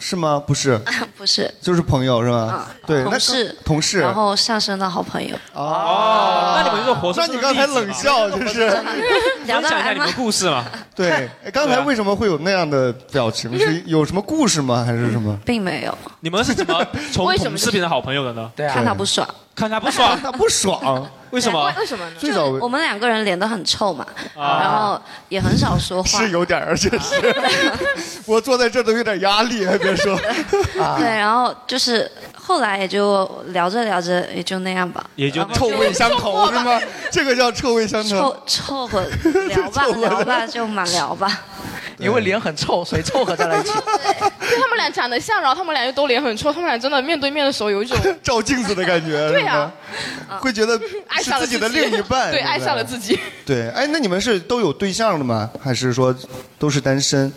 [SPEAKER 2] 是吗？不是，
[SPEAKER 12] 不是，嗯
[SPEAKER 2] 就是朋友是吧？ 对，那
[SPEAKER 12] 同事，
[SPEAKER 2] 同事。
[SPEAKER 12] 然后上升到好朋友。
[SPEAKER 2] 哦，
[SPEAKER 1] 那你们就活
[SPEAKER 2] 那
[SPEAKER 1] 生生
[SPEAKER 2] 你
[SPEAKER 1] 的
[SPEAKER 2] 刚才
[SPEAKER 1] 例子嘛
[SPEAKER 2] 冷笑就是。
[SPEAKER 1] 分 享一下你们故事嘛。
[SPEAKER 2] 对，哎刚才为什么会有那样的表情？ 是有什么故事吗？还是什么？
[SPEAKER 12] 并没有，
[SPEAKER 1] 你们是怎啊么从同事变成好朋友的呢？
[SPEAKER 3] 对
[SPEAKER 12] 看他不爽，哎
[SPEAKER 1] 看他不爽，
[SPEAKER 2] 他不爽，
[SPEAKER 1] 为什么？
[SPEAKER 12] 为
[SPEAKER 1] 什么呢
[SPEAKER 2] 最早
[SPEAKER 12] 我们两个人脸都很臭嘛，
[SPEAKER 1] 啊
[SPEAKER 12] 然后也很少说话。
[SPEAKER 2] 是有点儿，确实， 我坐在这儿都有点压力，还别说。啊
[SPEAKER 12] 对，然后就是后来也就聊着聊着也就那样 吧，
[SPEAKER 1] 也就
[SPEAKER 2] 臭味相投是吗？这个叫臭味相投
[SPEAKER 12] 凑。凑合聊吧聊吧就满聊吧，
[SPEAKER 3] 因为脸很臭，所以凑合在了一起。
[SPEAKER 4] 就他们俩长得像，然后他们俩又都脸很臭，他们俩真的面对面的时候有一种
[SPEAKER 2] 照镜子的感觉，
[SPEAKER 4] 对啊呀
[SPEAKER 2] 是吗会觉得
[SPEAKER 4] 爱
[SPEAKER 2] 是
[SPEAKER 4] 上了
[SPEAKER 2] 自己的另一半，
[SPEAKER 4] 对，
[SPEAKER 2] 不
[SPEAKER 4] 爱上了自 己。
[SPEAKER 2] 对，哎，那你们是都有对象了吗？还是说都是单身？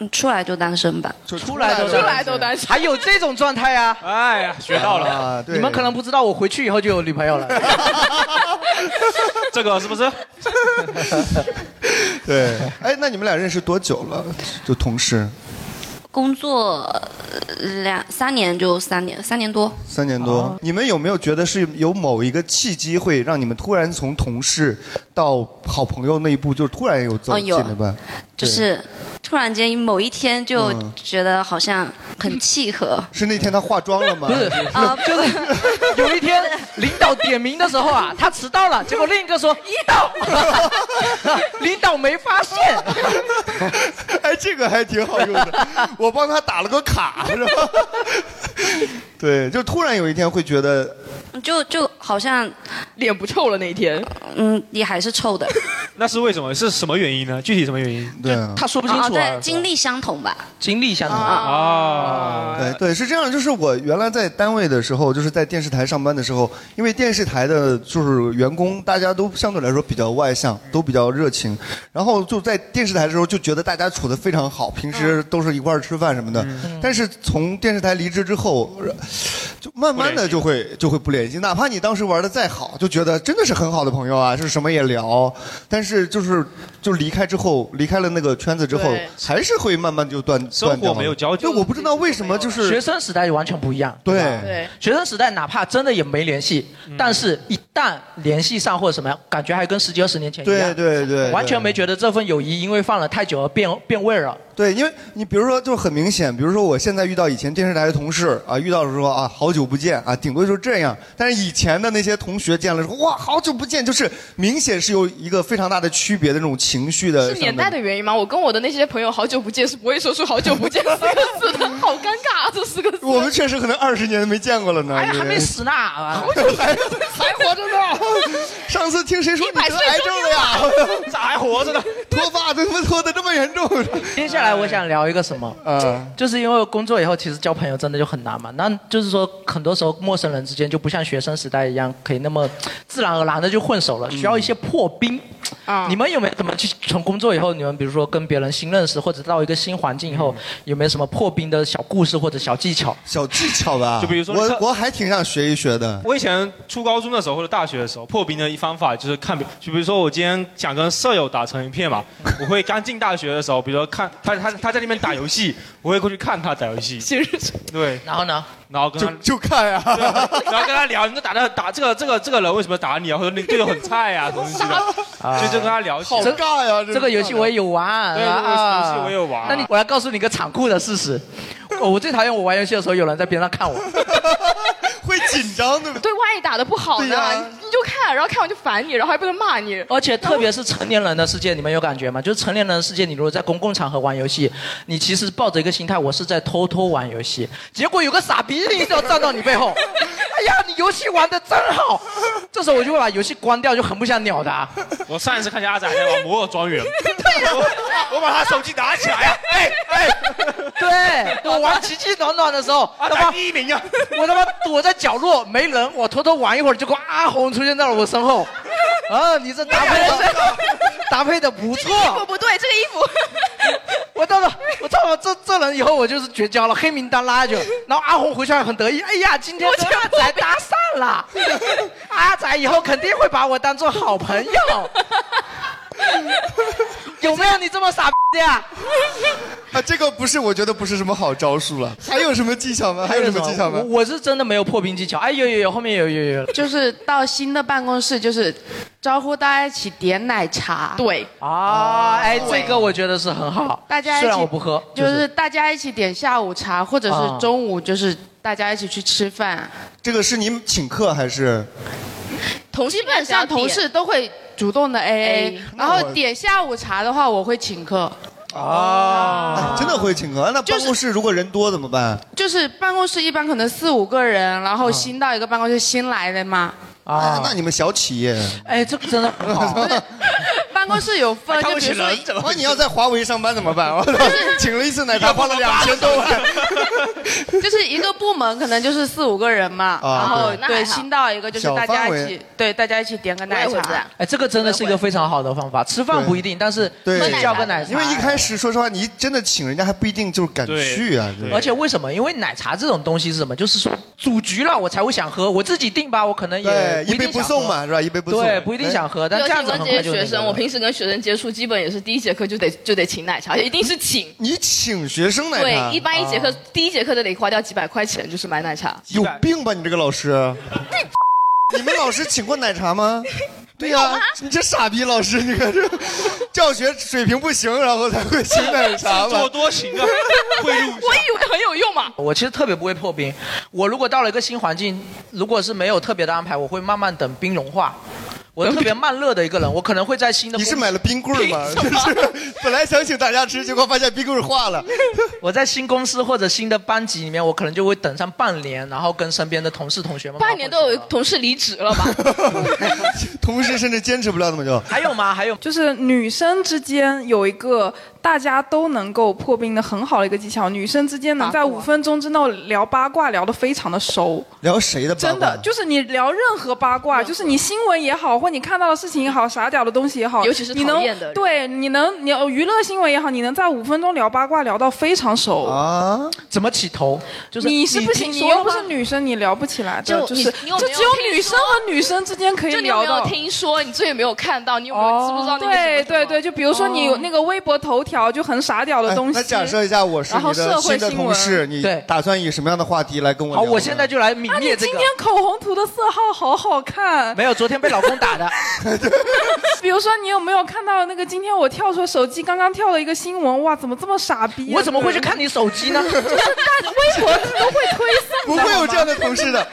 [SPEAKER 12] 嗯出来就单身吧，
[SPEAKER 3] 出来都
[SPEAKER 4] 出来都单身，
[SPEAKER 3] 还有这种状态啊呀、
[SPEAKER 1] 哎呀，学到了
[SPEAKER 2] 啊对
[SPEAKER 3] 你们可能不知道，我回去以后就有女朋友了。
[SPEAKER 1] 这个是不是？
[SPEAKER 2] 对，哎，那你们俩认识多久了？就同事
[SPEAKER 12] 工作呃两三年就三年，三年多。
[SPEAKER 2] 三年多、
[SPEAKER 12] 哦
[SPEAKER 2] 你们有没有觉得是有某一个契机会让你们突然从同事到好朋友那一步，就突然有走
[SPEAKER 12] 哦
[SPEAKER 2] 近
[SPEAKER 12] 有
[SPEAKER 2] 了吧？
[SPEAKER 12] 就
[SPEAKER 2] 对
[SPEAKER 12] 是突然间某一天就
[SPEAKER 2] 嗯
[SPEAKER 12] 觉得好像很契合。呃
[SPEAKER 2] 是那天他化妆了 吗？
[SPEAKER 3] 不是啊，就是 有一天领导点名的时候啊，他迟到了，结果另一个 说一到，领导没发现。
[SPEAKER 2] 哎，这个还挺好用的，我帮他打了个卡，是吧？对，就突然有一天会觉得，
[SPEAKER 12] 就就好像
[SPEAKER 4] 脸不臭了那一天，
[SPEAKER 12] 嗯，也还是臭的。
[SPEAKER 1] 那是为什么？是什么原因呢？具体什么原因？
[SPEAKER 2] 对， 啊
[SPEAKER 3] 他说
[SPEAKER 12] 哦对，经历相同吧。
[SPEAKER 3] 经历相同
[SPEAKER 1] 啊，
[SPEAKER 2] 对对，是这样。就是我原来在单位的时候，就是在电视台上班的时候，因为电视台的就是员工，大家都相对来说比较外向，都比较热情。然后就在电视台的时候，就觉得大家处得非常好，平时都是一块儿吃饭什么的。但是从电视台离职之后，就慢慢的就会就会不联系。哪怕你当时玩的再好，就觉得真的是很好的朋友啊，是什么也聊。但是就是就离开之后，离开了那个圈子之后
[SPEAKER 3] 对，
[SPEAKER 2] 还是会慢慢就断断掉了。
[SPEAKER 1] 交
[SPEAKER 3] 集，
[SPEAKER 2] 我不知道为什么就是
[SPEAKER 3] 学生时代就完全不一样。
[SPEAKER 2] 对
[SPEAKER 3] 吧
[SPEAKER 2] 对，
[SPEAKER 3] 学生时代哪怕真的也没联系，
[SPEAKER 1] 嗯
[SPEAKER 3] 但是一旦联系上或者什么样，感觉还跟十几二十年前一样。
[SPEAKER 2] 对对对
[SPEAKER 3] 完全
[SPEAKER 2] 对
[SPEAKER 3] 没觉得这份友谊因为放了太久而变变味儿了。
[SPEAKER 2] 对，因为你比如说，就是很明显，比如说我现在遇到以前电视台的同事啊，遇到的时候啊，好久不见啊，顶多就是这样。但是以前的那些同学见了说，哇，好久不见，就是明显是有一个非常大的区别的那种情绪的。
[SPEAKER 4] 是年代的原因吗？我跟我的那些朋友好久不见是不会说出“好久不见”四个字的，好尴尬、啊、这四个字。
[SPEAKER 2] 嗯我们确实可能二十年没见过了呢。哎
[SPEAKER 3] 还没死 呢，啊
[SPEAKER 4] 好久不见还活着呢。
[SPEAKER 2] 上次听谁说你得癌症了呀？
[SPEAKER 1] 咋还活着呢？
[SPEAKER 2] 脱发怎么脱的这么严重？
[SPEAKER 3] 接下来哎我想聊一个什么？
[SPEAKER 2] 哎呃，
[SPEAKER 3] 就是因为工作以后，其实交朋友真的就很难嘛。那就是说，很多时候陌生人之间就不像学生时代一样，可以那么自然而然的就混熟
[SPEAKER 2] 嗯
[SPEAKER 3] 了，需要一些破冰。
[SPEAKER 2] 啊
[SPEAKER 3] 你们有没有怎么去从工作以后，你们比如说跟别人新认识，或者到一个新环境以后，有没有什么破冰的小故事或者小技巧？
[SPEAKER 2] 嗯小技巧吧，
[SPEAKER 1] 就比如说你看
[SPEAKER 2] 我我还挺想学一学的。
[SPEAKER 1] 我以前初高中的时候或者大学的时候，破冰的一方法就是看别，就比如说我今天想跟舍友打成一 片嘛，我会刚进大学的时候，比如说看他他他在那边打游戏， 我会过去看他打游 戏。对，
[SPEAKER 3] 然后呢？
[SPEAKER 1] 然后跟他
[SPEAKER 2] 就看啊 呀、
[SPEAKER 1] 然后跟他聊，你这打的打这个这个这个人为什么打你啊？或者你队友很 菜啊，什么之类的，就就跟他聊起来。
[SPEAKER 2] 哎
[SPEAKER 3] 这这个游戏我也有玩，
[SPEAKER 1] 对
[SPEAKER 3] 啊
[SPEAKER 1] 这个游戏我也有玩
[SPEAKER 3] 那你，我来告诉你个残酷的事实，我我最讨厌我玩游戏的时候有人在边上看我。
[SPEAKER 2] 会紧张的。
[SPEAKER 4] 对，万一打的不好
[SPEAKER 3] 对
[SPEAKER 4] 呢？
[SPEAKER 3] 呀
[SPEAKER 4] 你你就看，然后看完就烦你，然后还不能骂你。
[SPEAKER 3] 而且特别是成年人的世界，你们有感觉吗？就是成年人的世界，你如果在公共场合玩游戏，你其实抱着一个心态，我是在偷偷玩游戏。结果有个傻逼硬是要站到你背后， 哎呀，你游戏玩的真好。这时候我就会把游戏关掉，就很不想鸟啊他。
[SPEAKER 1] 我上一次看见阿仔在玩《摩尔 庄园》， 我我把他手机拿起来呀，哎哎，
[SPEAKER 3] 对我玩奇迹暖暖的时候，他妈第
[SPEAKER 1] 一名啊！
[SPEAKER 3] 我他妈躲在角落没人，我偷偷玩一会儿，结果阿红出现在了我身后。啊，你这搭配的搭配的不错。
[SPEAKER 4] 衣服不对，这个衣服。
[SPEAKER 3] 我到了，我操！这这人以后我就是绝交了，黑名单拉下去。然后阿红回去还很得意，哎呀，今天跟阿仔搭讪了， 阿仔以后肯定会把我当做好朋 友。有没有你这么傻逼的呀？
[SPEAKER 2] 啊，这个不是，我觉得不是什么好招数了。还有什么技巧吗？还有什么技巧吗
[SPEAKER 3] 我？我是真的没有破冰技巧。哎，有 有有，后面有有有。
[SPEAKER 13] 就是到新的办公室，就是招呼大家一起点奶茶。
[SPEAKER 4] 对
[SPEAKER 2] 哦
[SPEAKER 3] 啊，哎，这个我觉得是很好。
[SPEAKER 13] 大家一起
[SPEAKER 3] 虽然我不喝，
[SPEAKER 13] 就
[SPEAKER 3] 就是
[SPEAKER 13] 是大家一起点下午茶，或者
[SPEAKER 2] 啊
[SPEAKER 13] 是中午，就是大家一起去吃饭。
[SPEAKER 2] 这个是你请客还是？
[SPEAKER 4] 同
[SPEAKER 13] 基本上同事都会主动的 AA，然
[SPEAKER 2] 那
[SPEAKER 13] 后
[SPEAKER 2] 我
[SPEAKER 13] 点下午茶的话，我会请客。
[SPEAKER 2] 啊，真的会请客？那办公室如果人多怎么办？
[SPEAKER 13] 就是办公室一般可能四五个人，然
[SPEAKER 2] 嗯
[SPEAKER 13] 后新到一个办公室新来的嘛，
[SPEAKER 2] 啊啊，那你们小企业，
[SPEAKER 3] 哎，这个真的很好。
[SPEAKER 13] 办公室有分，就比如说
[SPEAKER 2] 万哦一要在华为上班怎么 办？我操， 请了一次奶茶花了两千多 万。
[SPEAKER 13] 就是一个部门可能就是四五个人嘛，
[SPEAKER 3] 啊
[SPEAKER 13] 然后
[SPEAKER 3] 对
[SPEAKER 13] 对新到一个就是
[SPEAKER 3] 小
[SPEAKER 13] 大家
[SPEAKER 3] 范
[SPEAKER 13] 一
[SPEAKER 3] 围
[SPEAKER 13] 起对大家一起点个奶茶，
[SPEAKER 3] 哎，这个真的是一个非常好的方法。吃饭不一定，但是
[SPEAKER 2] 对
[SPEAKER 3] 去，叫个奶茶，
[SPEAKER 2] 因为一开始说实话，你真的请人家还不一定就是敢去啊。真的
[SPEAKER 3] 而且为什么？因为奶茶这种东西是什么？就是说组局了我才会想喝，我自己订吧，我可能也
[SPEAKER 2] 对
[SPEAKER 3] 不
[SPEAKER 2] 一杯
[SPEAKER 3] 定想
[SPEAKER 2] 不
[SPEAKER 3] 喝
[SPEAKER 2] 送嘛，是吧？一杯不送，
[SPEAKER 3] 对，不一定想喝，但
[SPEAKER 4] 尤
[SPEAKER 3] 这
[SPEAKER 4] 其
[SPEAKER 3] 样子
[SPEAKER 4] 我
[SPEAKER 3] 很
[SPEAKER 4] 这些
[SPEAKER 3] 快就那
[SPEAKER 4] 学
[SPEAKER 3] 个
[SPEAKER 4] 生，
[SPEAKER 3] 了
[SPEAKER 4] 我平时跟学生接触，基本也是第一节课就得就得请奶茶，而且一定是请。
[SPEAKER 2] 你请学生奶茶，
[SPEAKER 4] 对，一般一节课、
[SPEAKER 2] 啊
[SPEAKER 4] 第一节课都得花掉几百块钱，就是买奶茶。
[SPEAKER 2] 有病吧？你这个老 师，你们老师请过奶茶吗？对呀、
[SPEAKER 4] 啊
[SPEAKER 2] 你这傻逼老师，你看这教学水平不行，然后才会请 奶茶吧？
[SPEAKER 3] 自作 多情啊
[SPEAKER 2] 会
[SPEAKER 3] 入
[SPEAKER 4] 我以为很有用嘛。
[SPEAKER 3] 我其实特别不会破冰，我如果到了一个新环境，如果是没有特别的安排，我会慢慢等冰融化。我特别慢热的一个人，我可能会在新的
[SPEAKER 2] 你是买了冰棍儿吗？ 就是本来想请大家吃，结果发现冰棍儿化了。
[SPEAKER 3] 我在新公司或者新的班级里面，我可能就会等上半年，然后跟身边的同事同学们。
[SPEAKER 4] 半年都有同事离职 了吧？
[SPEAKER 2] 同事甚至坚持不了那么久。
[SPEAKER 3] 还有吗？还有
[SPEAKER 5] 就是女生之间有一个大家都能够破冰的很好的一个技巧，女生之间能在五分钟之内聊八卦聊得非常的熟。
[SPEAKER 2] 聊谁的八卦？
[SPEAKER 5] 真的，就是你聊任何八卦，就是你新闻也好，或你看到的事情也好，傻屌的东西也好，
[SPEAKER 4] 尤其是
[SPEAKER 5] 你
[SPEAKER 4] 讨
[SPEAKER 5] 能
[SPEAKER 4] 厌的人
[SPEAKER 5] 对，你能你娱乐新闻也好，你能在五分钟聊八卦聊到非常熟
[SPEAKER 2] 啊！
[SPEAKER 3] 怎么起头？就是
[SPEAKER 5] 你是不行，
[SPEAKER 3] 听
[SPEAKER 5] 你
[SPEAKER 3] 说
[SPEAKER 5] 又
[SPEAKER 3] 了
[SPEAKER 5] 不
[SPEAKER 3] 吗
[SPEAKER 5] 是女生，你聊不起来的，
[SPEAKER 4] 就
[SPEAKER 5] 就是
[SPEAKER 4] 你你有没
[SPEAKER 5] 就
[SPEAKER 4] 有
[SPEAKER 5] 只有
[SPEAKER 4] 听
[SPEAKER 5] 女生和女生之间可以
[SPEAKER 4] 就你有
[SPEAKER 5] 聊
[SPEAKER 4] 没有
[SPEAKER 5] 到。哦
[SPEAKER 4] 听说？你自己有没有看到？你有没有知不知道那个什么
[SPEAKER 5] 对对对，就比如说你有
[SPEAKER 4] 哦
[SPEAKER 5] 那个微博头条就很傻屌的
[SPEAKER 2] 哎
[SPEAKER 5] 东西。
[SPEAKER 2] 那假设一下，我是
[SPEAKER 5] 然后
[SPEAKER 2] 你
[SPEAKER 5] 社
[SPEAKER 2] 的
[SPEAKER 5] 会
[SPEAKER 2] 新的
[SPEAKER 5] 新
[SPEAKER 2] 同
[SPEAKER 5] 闻
[SPEAKER 2] 事，你打算以什么样的话题来跟我聊
[SPEAKER 3] 好，
[SPEAKER 2] 呢？
[SPEAKER 3] 我现在就来泯
[SPEAKER 5] 啊，你
[SPEAKER 3] 灭这
[SPEAKER 5] 今
[SPEAKER 3] 个
[SPEAKER 5] 天。口红涂的色号好好看。
[SPEAKER 3] 没有，昨天被老公打的。
[SPEAKER 5] 比如说，你有没有看到那个今天我跳出手机刚刚跳了一个新闻？哇，怎么这么傻逼、啊
[SPEAKER 3] 我怎么会去看你手 机呢
[SPEAKER 5] 就是大微博都会推
[SPEAKER 2] 不
[SPEAKER 5] 送，
[SPEAKER 2] 会有这样的同事的。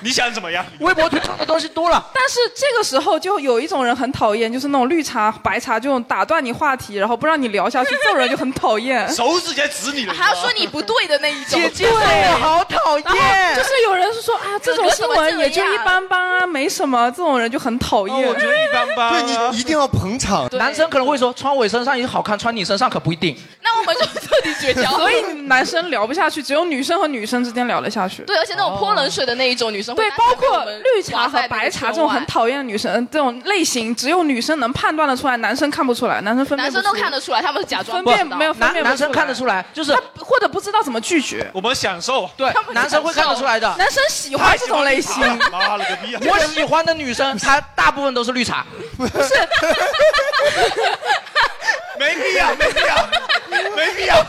[SPEAKER 1] 你想怎么样？
[SPEAKER 3] 微博推送的东西多了。
[SPEAKER 5] 但是这个时候就有一种人很讨厌，就是那种绿茶、白茶这种打断你话题，然后不让你聊下去，这种人就很 讨厌。
[SPEAKER 14] 手指甲指你了，
[SPEAKER 4] 还要说你不对的那一种，
[SPEAKER 5] 姐姐对好讨厌然后就是有人 说啊，这种新闻也就一般般啊，没什么。这种人就很讨
[SPEAKER 2] 哦
[SPEAKER 5] 厌。
[SPEAKER 3] 我觉得一般般
[SPEAKER 2] 对你一定要捧场。
[SPEAKER 3] 男生可能会说，穿我身上也好看，穿你身上可不一 定。
[SPEAKER 4] 那我们就彻底 绝交。
[SPEAKER 5] 所以男生聊不下去，只有女生和女生之间聊得下去。
[SPEAKER 4] 对，而且那种泼冷水的那一种女生会
[SPEAKER 5] 对，
[SPEAKER 4] 拿
[SPEAKER 5] 包
[SPEAKER 4] 出来给我
[SPEAKER 5] 括
[SPEAKER 4] 们
[SPEAKER 5] 绿茶和
[SPEAKER 4] 刮在那个
[SPEAKER 5] 白茶这
[SPEAKER 4] 圈
[SPEAKER 5] 种
[SPEAKER 4] 外
[SPEAKER 5] 很讨厌的女生，这种类型只有女生能判断得出来，男生看不出来，男生分
[SPEAKER 4] 男
[SPEAKER 5] 辨不出
[SPEAKER 4] 生都看得出来，他们是假装
[SPEAKER 5] 分辨
[SPEAKER 4] 不知道
[SPEAKER 5] 没有分辨不
[SPEAKER 3] 出来，就是
[SPEAKER 5] 他或者不知道怎么拒绝。
[SPEAKER 1] 我们享受。
[SPEAKER 3] 对
[SPEAKER 5] 他们
[SPEAKER 3] 男生会看得出来的
[SPEAKER 5] 男生喜欢这种类型。
[SPEAKER 1] 妈了个逼
[SPEAKER 3] 我喜欢的女生，她大部分都是绿 茶。
[SPEAKER 5] 不是，
[SPEAKER 1] 没必要，没必要，没 必要，没必要，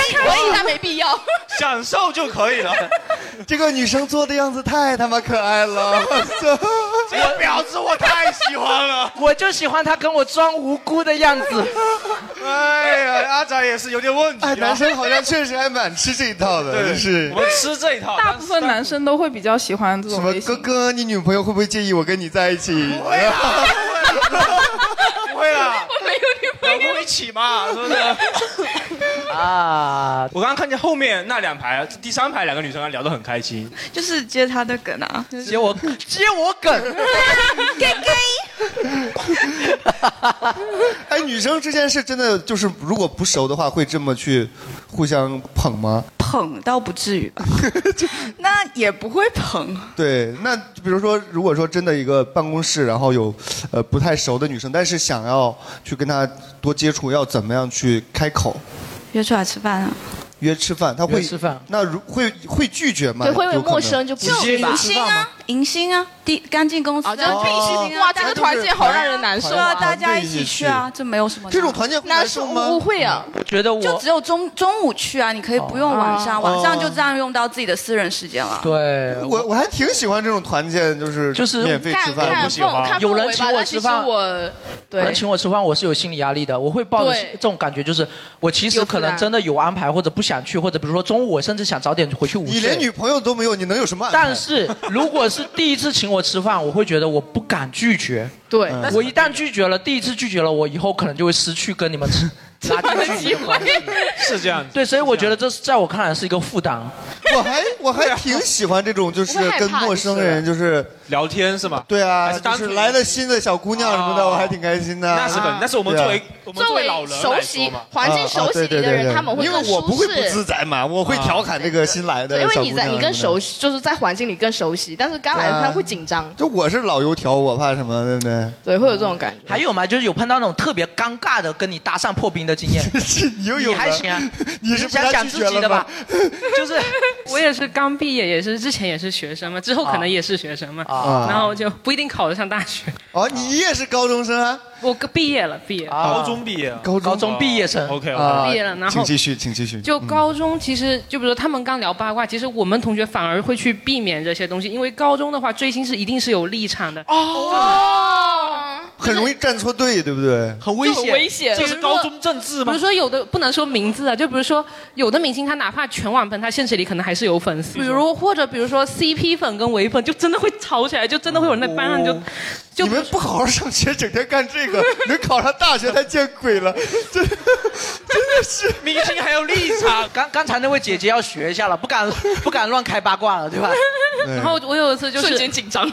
[SPEAKER 4] 可以，但没必要。
[SPEAKER 1] 享受就可以了。
[SPEAKER 2] 这个女生做的样子太他妈可爱了，我操！
[SPEAKER 1] 这个婊子我太喜欢了，
[SPEAKER 3] 我就喜欢她跟我装无辜的样子。
[SPEAKER 1] 哎呀，阿仔也是有点问题啊。
[SPEAKER 2] 哎，男生好像确实还蛮吃这一套的，
[SPEAKER 1] 对
[SPEAKER 2] 是。
[SPEAKER 1] 我们吃这 一套。
[SPEAKER 5] 大部分男生都会比较喜欢这
[SPEAKER 2] 什
[SPEAKER 5] 种
[SPEAKER 2] 么
[SPEAKER 5] 类
[SPEAKER 2] 哥
[SPEAKER 5] 型。
[SPEAKER 2] 哥，你女朋友会不会介意我跟你在一起？
[SPEAKER 1] 不会啦，不会啦，
[SPEAKER 4] 我没有女
[SPEAKER 1] 朋友，老公一起嘛，是不是？
[SPEAKER 3] 啊！
[SPEAKER 1] 我刚刚看见后面那两排，第三排两个女生聊得很开心。
[SPEAKER 14] 就是接他 的梗啊，
[SPEAKER 3] 接 我接我梗，
[SPEAKER 2] 哎，女生之间是真的就是，如果不熟的话，会这么去互相捧吗？
[SPEAKER 14] 捧倒不至于吧，那也不会捧。
[SPEAKER 2] 对，那比如说，如果说真的一个办公室，然后有呃不太熟的女生，但是想要去跟她多接触，要怎么样去开口
[SPEAKER 14] 约出来吃饭啊，
[SPEAKER 2] 约吃饭？她会
[SPEAKER 14] 约吃
[SPEAKER 3] 饭？
[SPEAKER 2] 那如会会拒绝吗？
[SPEAKER 14] 对会不会
[SPEAKER 2] 有可能
[SPEAKER 14] 陌生就不去吧
[SPEAKER 2] 直接约
[SPEAKER 14] 迎
[SPEAKER 2] 吃
[SPEAKER 14] 新
[SPEAKER 2] 饭吗哦
[SPEAKER 14] 啊，迎新啊，第干净公司啊，
[SPEAKER 4] 这样可以去迎新啊哇这个团建好让人难受
[SPEAKER 14] 对啊，
[SPEAKER 4] 啊
[SPEAKER 14] 大家一
[SPEAKER 4] 团队一起
[SPEAKER 14] 起
[SPEAKER 4] 去
[SPEAKER 14] 去啊，这没有什么。
[SPEAKER 2] 这种团建会难受吗
[SPEAKER 14] 那是误会啊，
[SPEAKER 3] 我觉得我
[SPEAKER 14] 就只有中中午去啊，你可以不用晚上，
[SPEAKER 2] 哦
[SPEAKER 14] 晚上就这样用到自己的私人时间了。
[SPEAKER 3] 对
[SPEAKER 2] 我我还挺喜欢这种团建，就是
[SPEAKER 3] 就是
[SPEAKER 2] 免费吃饭，
[SPEAKER 3] 有人请我吃饭，
[SPEAKER 4] 我
[SPEAKER 3] 有人请我吃饭，我是有心理压力的。我会抱着
[SPEAKER 4] 对
[SPEAKER 3] 这种感觉，就是我其实可能真的有安排，或者不想去，或者比如说中午我甚至想早点回去午睡。
[SPEAKER 2] 你连女朋友都没有，你能有什么安排？
[SPEAKER 3] 但是如果是第一次请我吃饭，我会觉得我不敢拒绝。
[SPEAKER 4] 对
[SPEAKER 2] 嗯
[SPEAKER 3] 我一旦拒绝了，第一次拒绝了，我以后可能就会失去跟你们 吃拉近距离的关系。
[SPEAKER 1] 是这样子。
[SPEAKER 3] 对，所以我觉得这是在我看来是一个负担。
[SPEAKER 2] 我还我还挺喜欢这种，就是跟陌生人就是
[SPEAKER 1] 聊天是吗？
[SPEAKER 2] 对啊，
[SPEAKER 1] 还是单
[SPEAKER 2] 就是
[SPEAKER 1] 纯
[SPEAKER 2] 来了新的小姑娘什么的，我还挺开心的。
[SPEAKER 1] 那是很
[SPEAKER 2] 啊
[SPEAKER 1] 那是我们
[SPEAKER 2] 对啊
[SPEAKER 1] 作为我们
[SPEAKER 4] 作为
[SPEAKER 1] 老人来
[SPEAKER 4] 熟
[SPEAKER 1] 说
[SPEAKER 4] 悉
[SPEAKER 1] 嘛
[SPEAKER 4] 环
[SPEAKER 2] 啊
[SPEAKER 4] 境熟悉你的人，他们会
[SPEAKER 2] 因为
[SPEAKER 4] 更
[SPEAKER 2] 我不会
[SPEAKER 4] 舒
[SPEAKER 2] 不自
[SPEAKER 4] 适。
[SPEAKER 2] 在嘛，我会调侃这个新来的
[SPEAKER 4] 对，因为
[SPEAKER 2] 小
[SPEAKER 4] 你
[SPEAKER 2] 姑
[SPEAKER 4] 在
[SPEAKER 2] 娘
[SPEAKER 4] 你更
[SPEAKER 2] 什么
[SPEAKER 4] 熟
[SPEAKER 2] 的。
[SPEAKER 4] 悉，就是在环境里更熟悉，但是刚来的
[SPEAKER 2] 啊
[SPEAKER 4] 他会紧张，
[SPEAKER 2] 就我是老油条，我怕什么，对不对？
[SPEAKER 4] 对，会有这种感觉。
[SPEAKER 3] 还有吗？就是有碰到那种特别尴尬的跟你搭讪破冰的 经验？
[SPEAKER 2] 你又有
[SPEAKER 3] 你还
[SPEAKER 2] 了？
[SPEAKER 3] 行啊
[SPEAKER 2] 你是被
[SPEAKER 3] 想
[SPEAKER 2] 他
[SPEAKER 3] 讲
[SPEAKER 2] 拒
[SPEAKER 3] 自
[SPEAKER 2] 绝
[SPEAKER 3] 己
[SPEAKER 2] 了
[SPEAKER 3] 的吧？
[SPEAKER 6] 就是我也是刚毕业，也是之前也是学生嘛，之后可能也是学生嘛，
[SPEAKER 2] 啊
[SPEAKER 6] 然后就不一定考得上大学。
[SPEAKER 2] 哦，你也是高中生啊？
[SPEAKER 6] 我毕业了，毕业了，
[SPEAKER 1] 高中毕业，
[SPEAKER 2] 高中
[SPEAKER 3] 毕业生
[SPEAKER 1] ，OK，
[SPEAKER 2] 啊
[SPEAKER 6] 毕业了然后
[SPEAKER 2] 请继续，请继续。
[SPEAKER 6] 就
[SPEAKER 2] 嗯
[SPEAKER 6] 高中其实就比如说他们刚聊八卦，其实我们同学反而会去避免这些东西，因为高中的话追星是一定是有立场的。
[SPEAKER 4] 哦，
[SPEAKER 2] 很容易站错队，对不对？
[SPEAKER 3] 很
[SPEAKER 6] 危险，
[SPEAKER 1] 这是高中政治吗
[SPEAKER 6] 比如？说有的不能说名字啊，就比如说有的明星他哪怕全网喷，他现实里可能还是有粉丝。比如或者比如说 CP 粉跟唯粉就真的会吵起来，就真的会有人在班上就就
[SPEAKER 2] 哦你们不好好上学，整天干这 个，能考上大学太见鬼了！真真的 是
[SPEAKER 1] 明星还有立 场。
[SPEAKER 3] 刚刚才那位姐姐要学一下了，不敢 不敢乱开八卦了，对吧？
[SPEAKER 6] 然后我有一次就是
[SPEAKER 3] 瞬
[SPEAKER 4] 间紧张，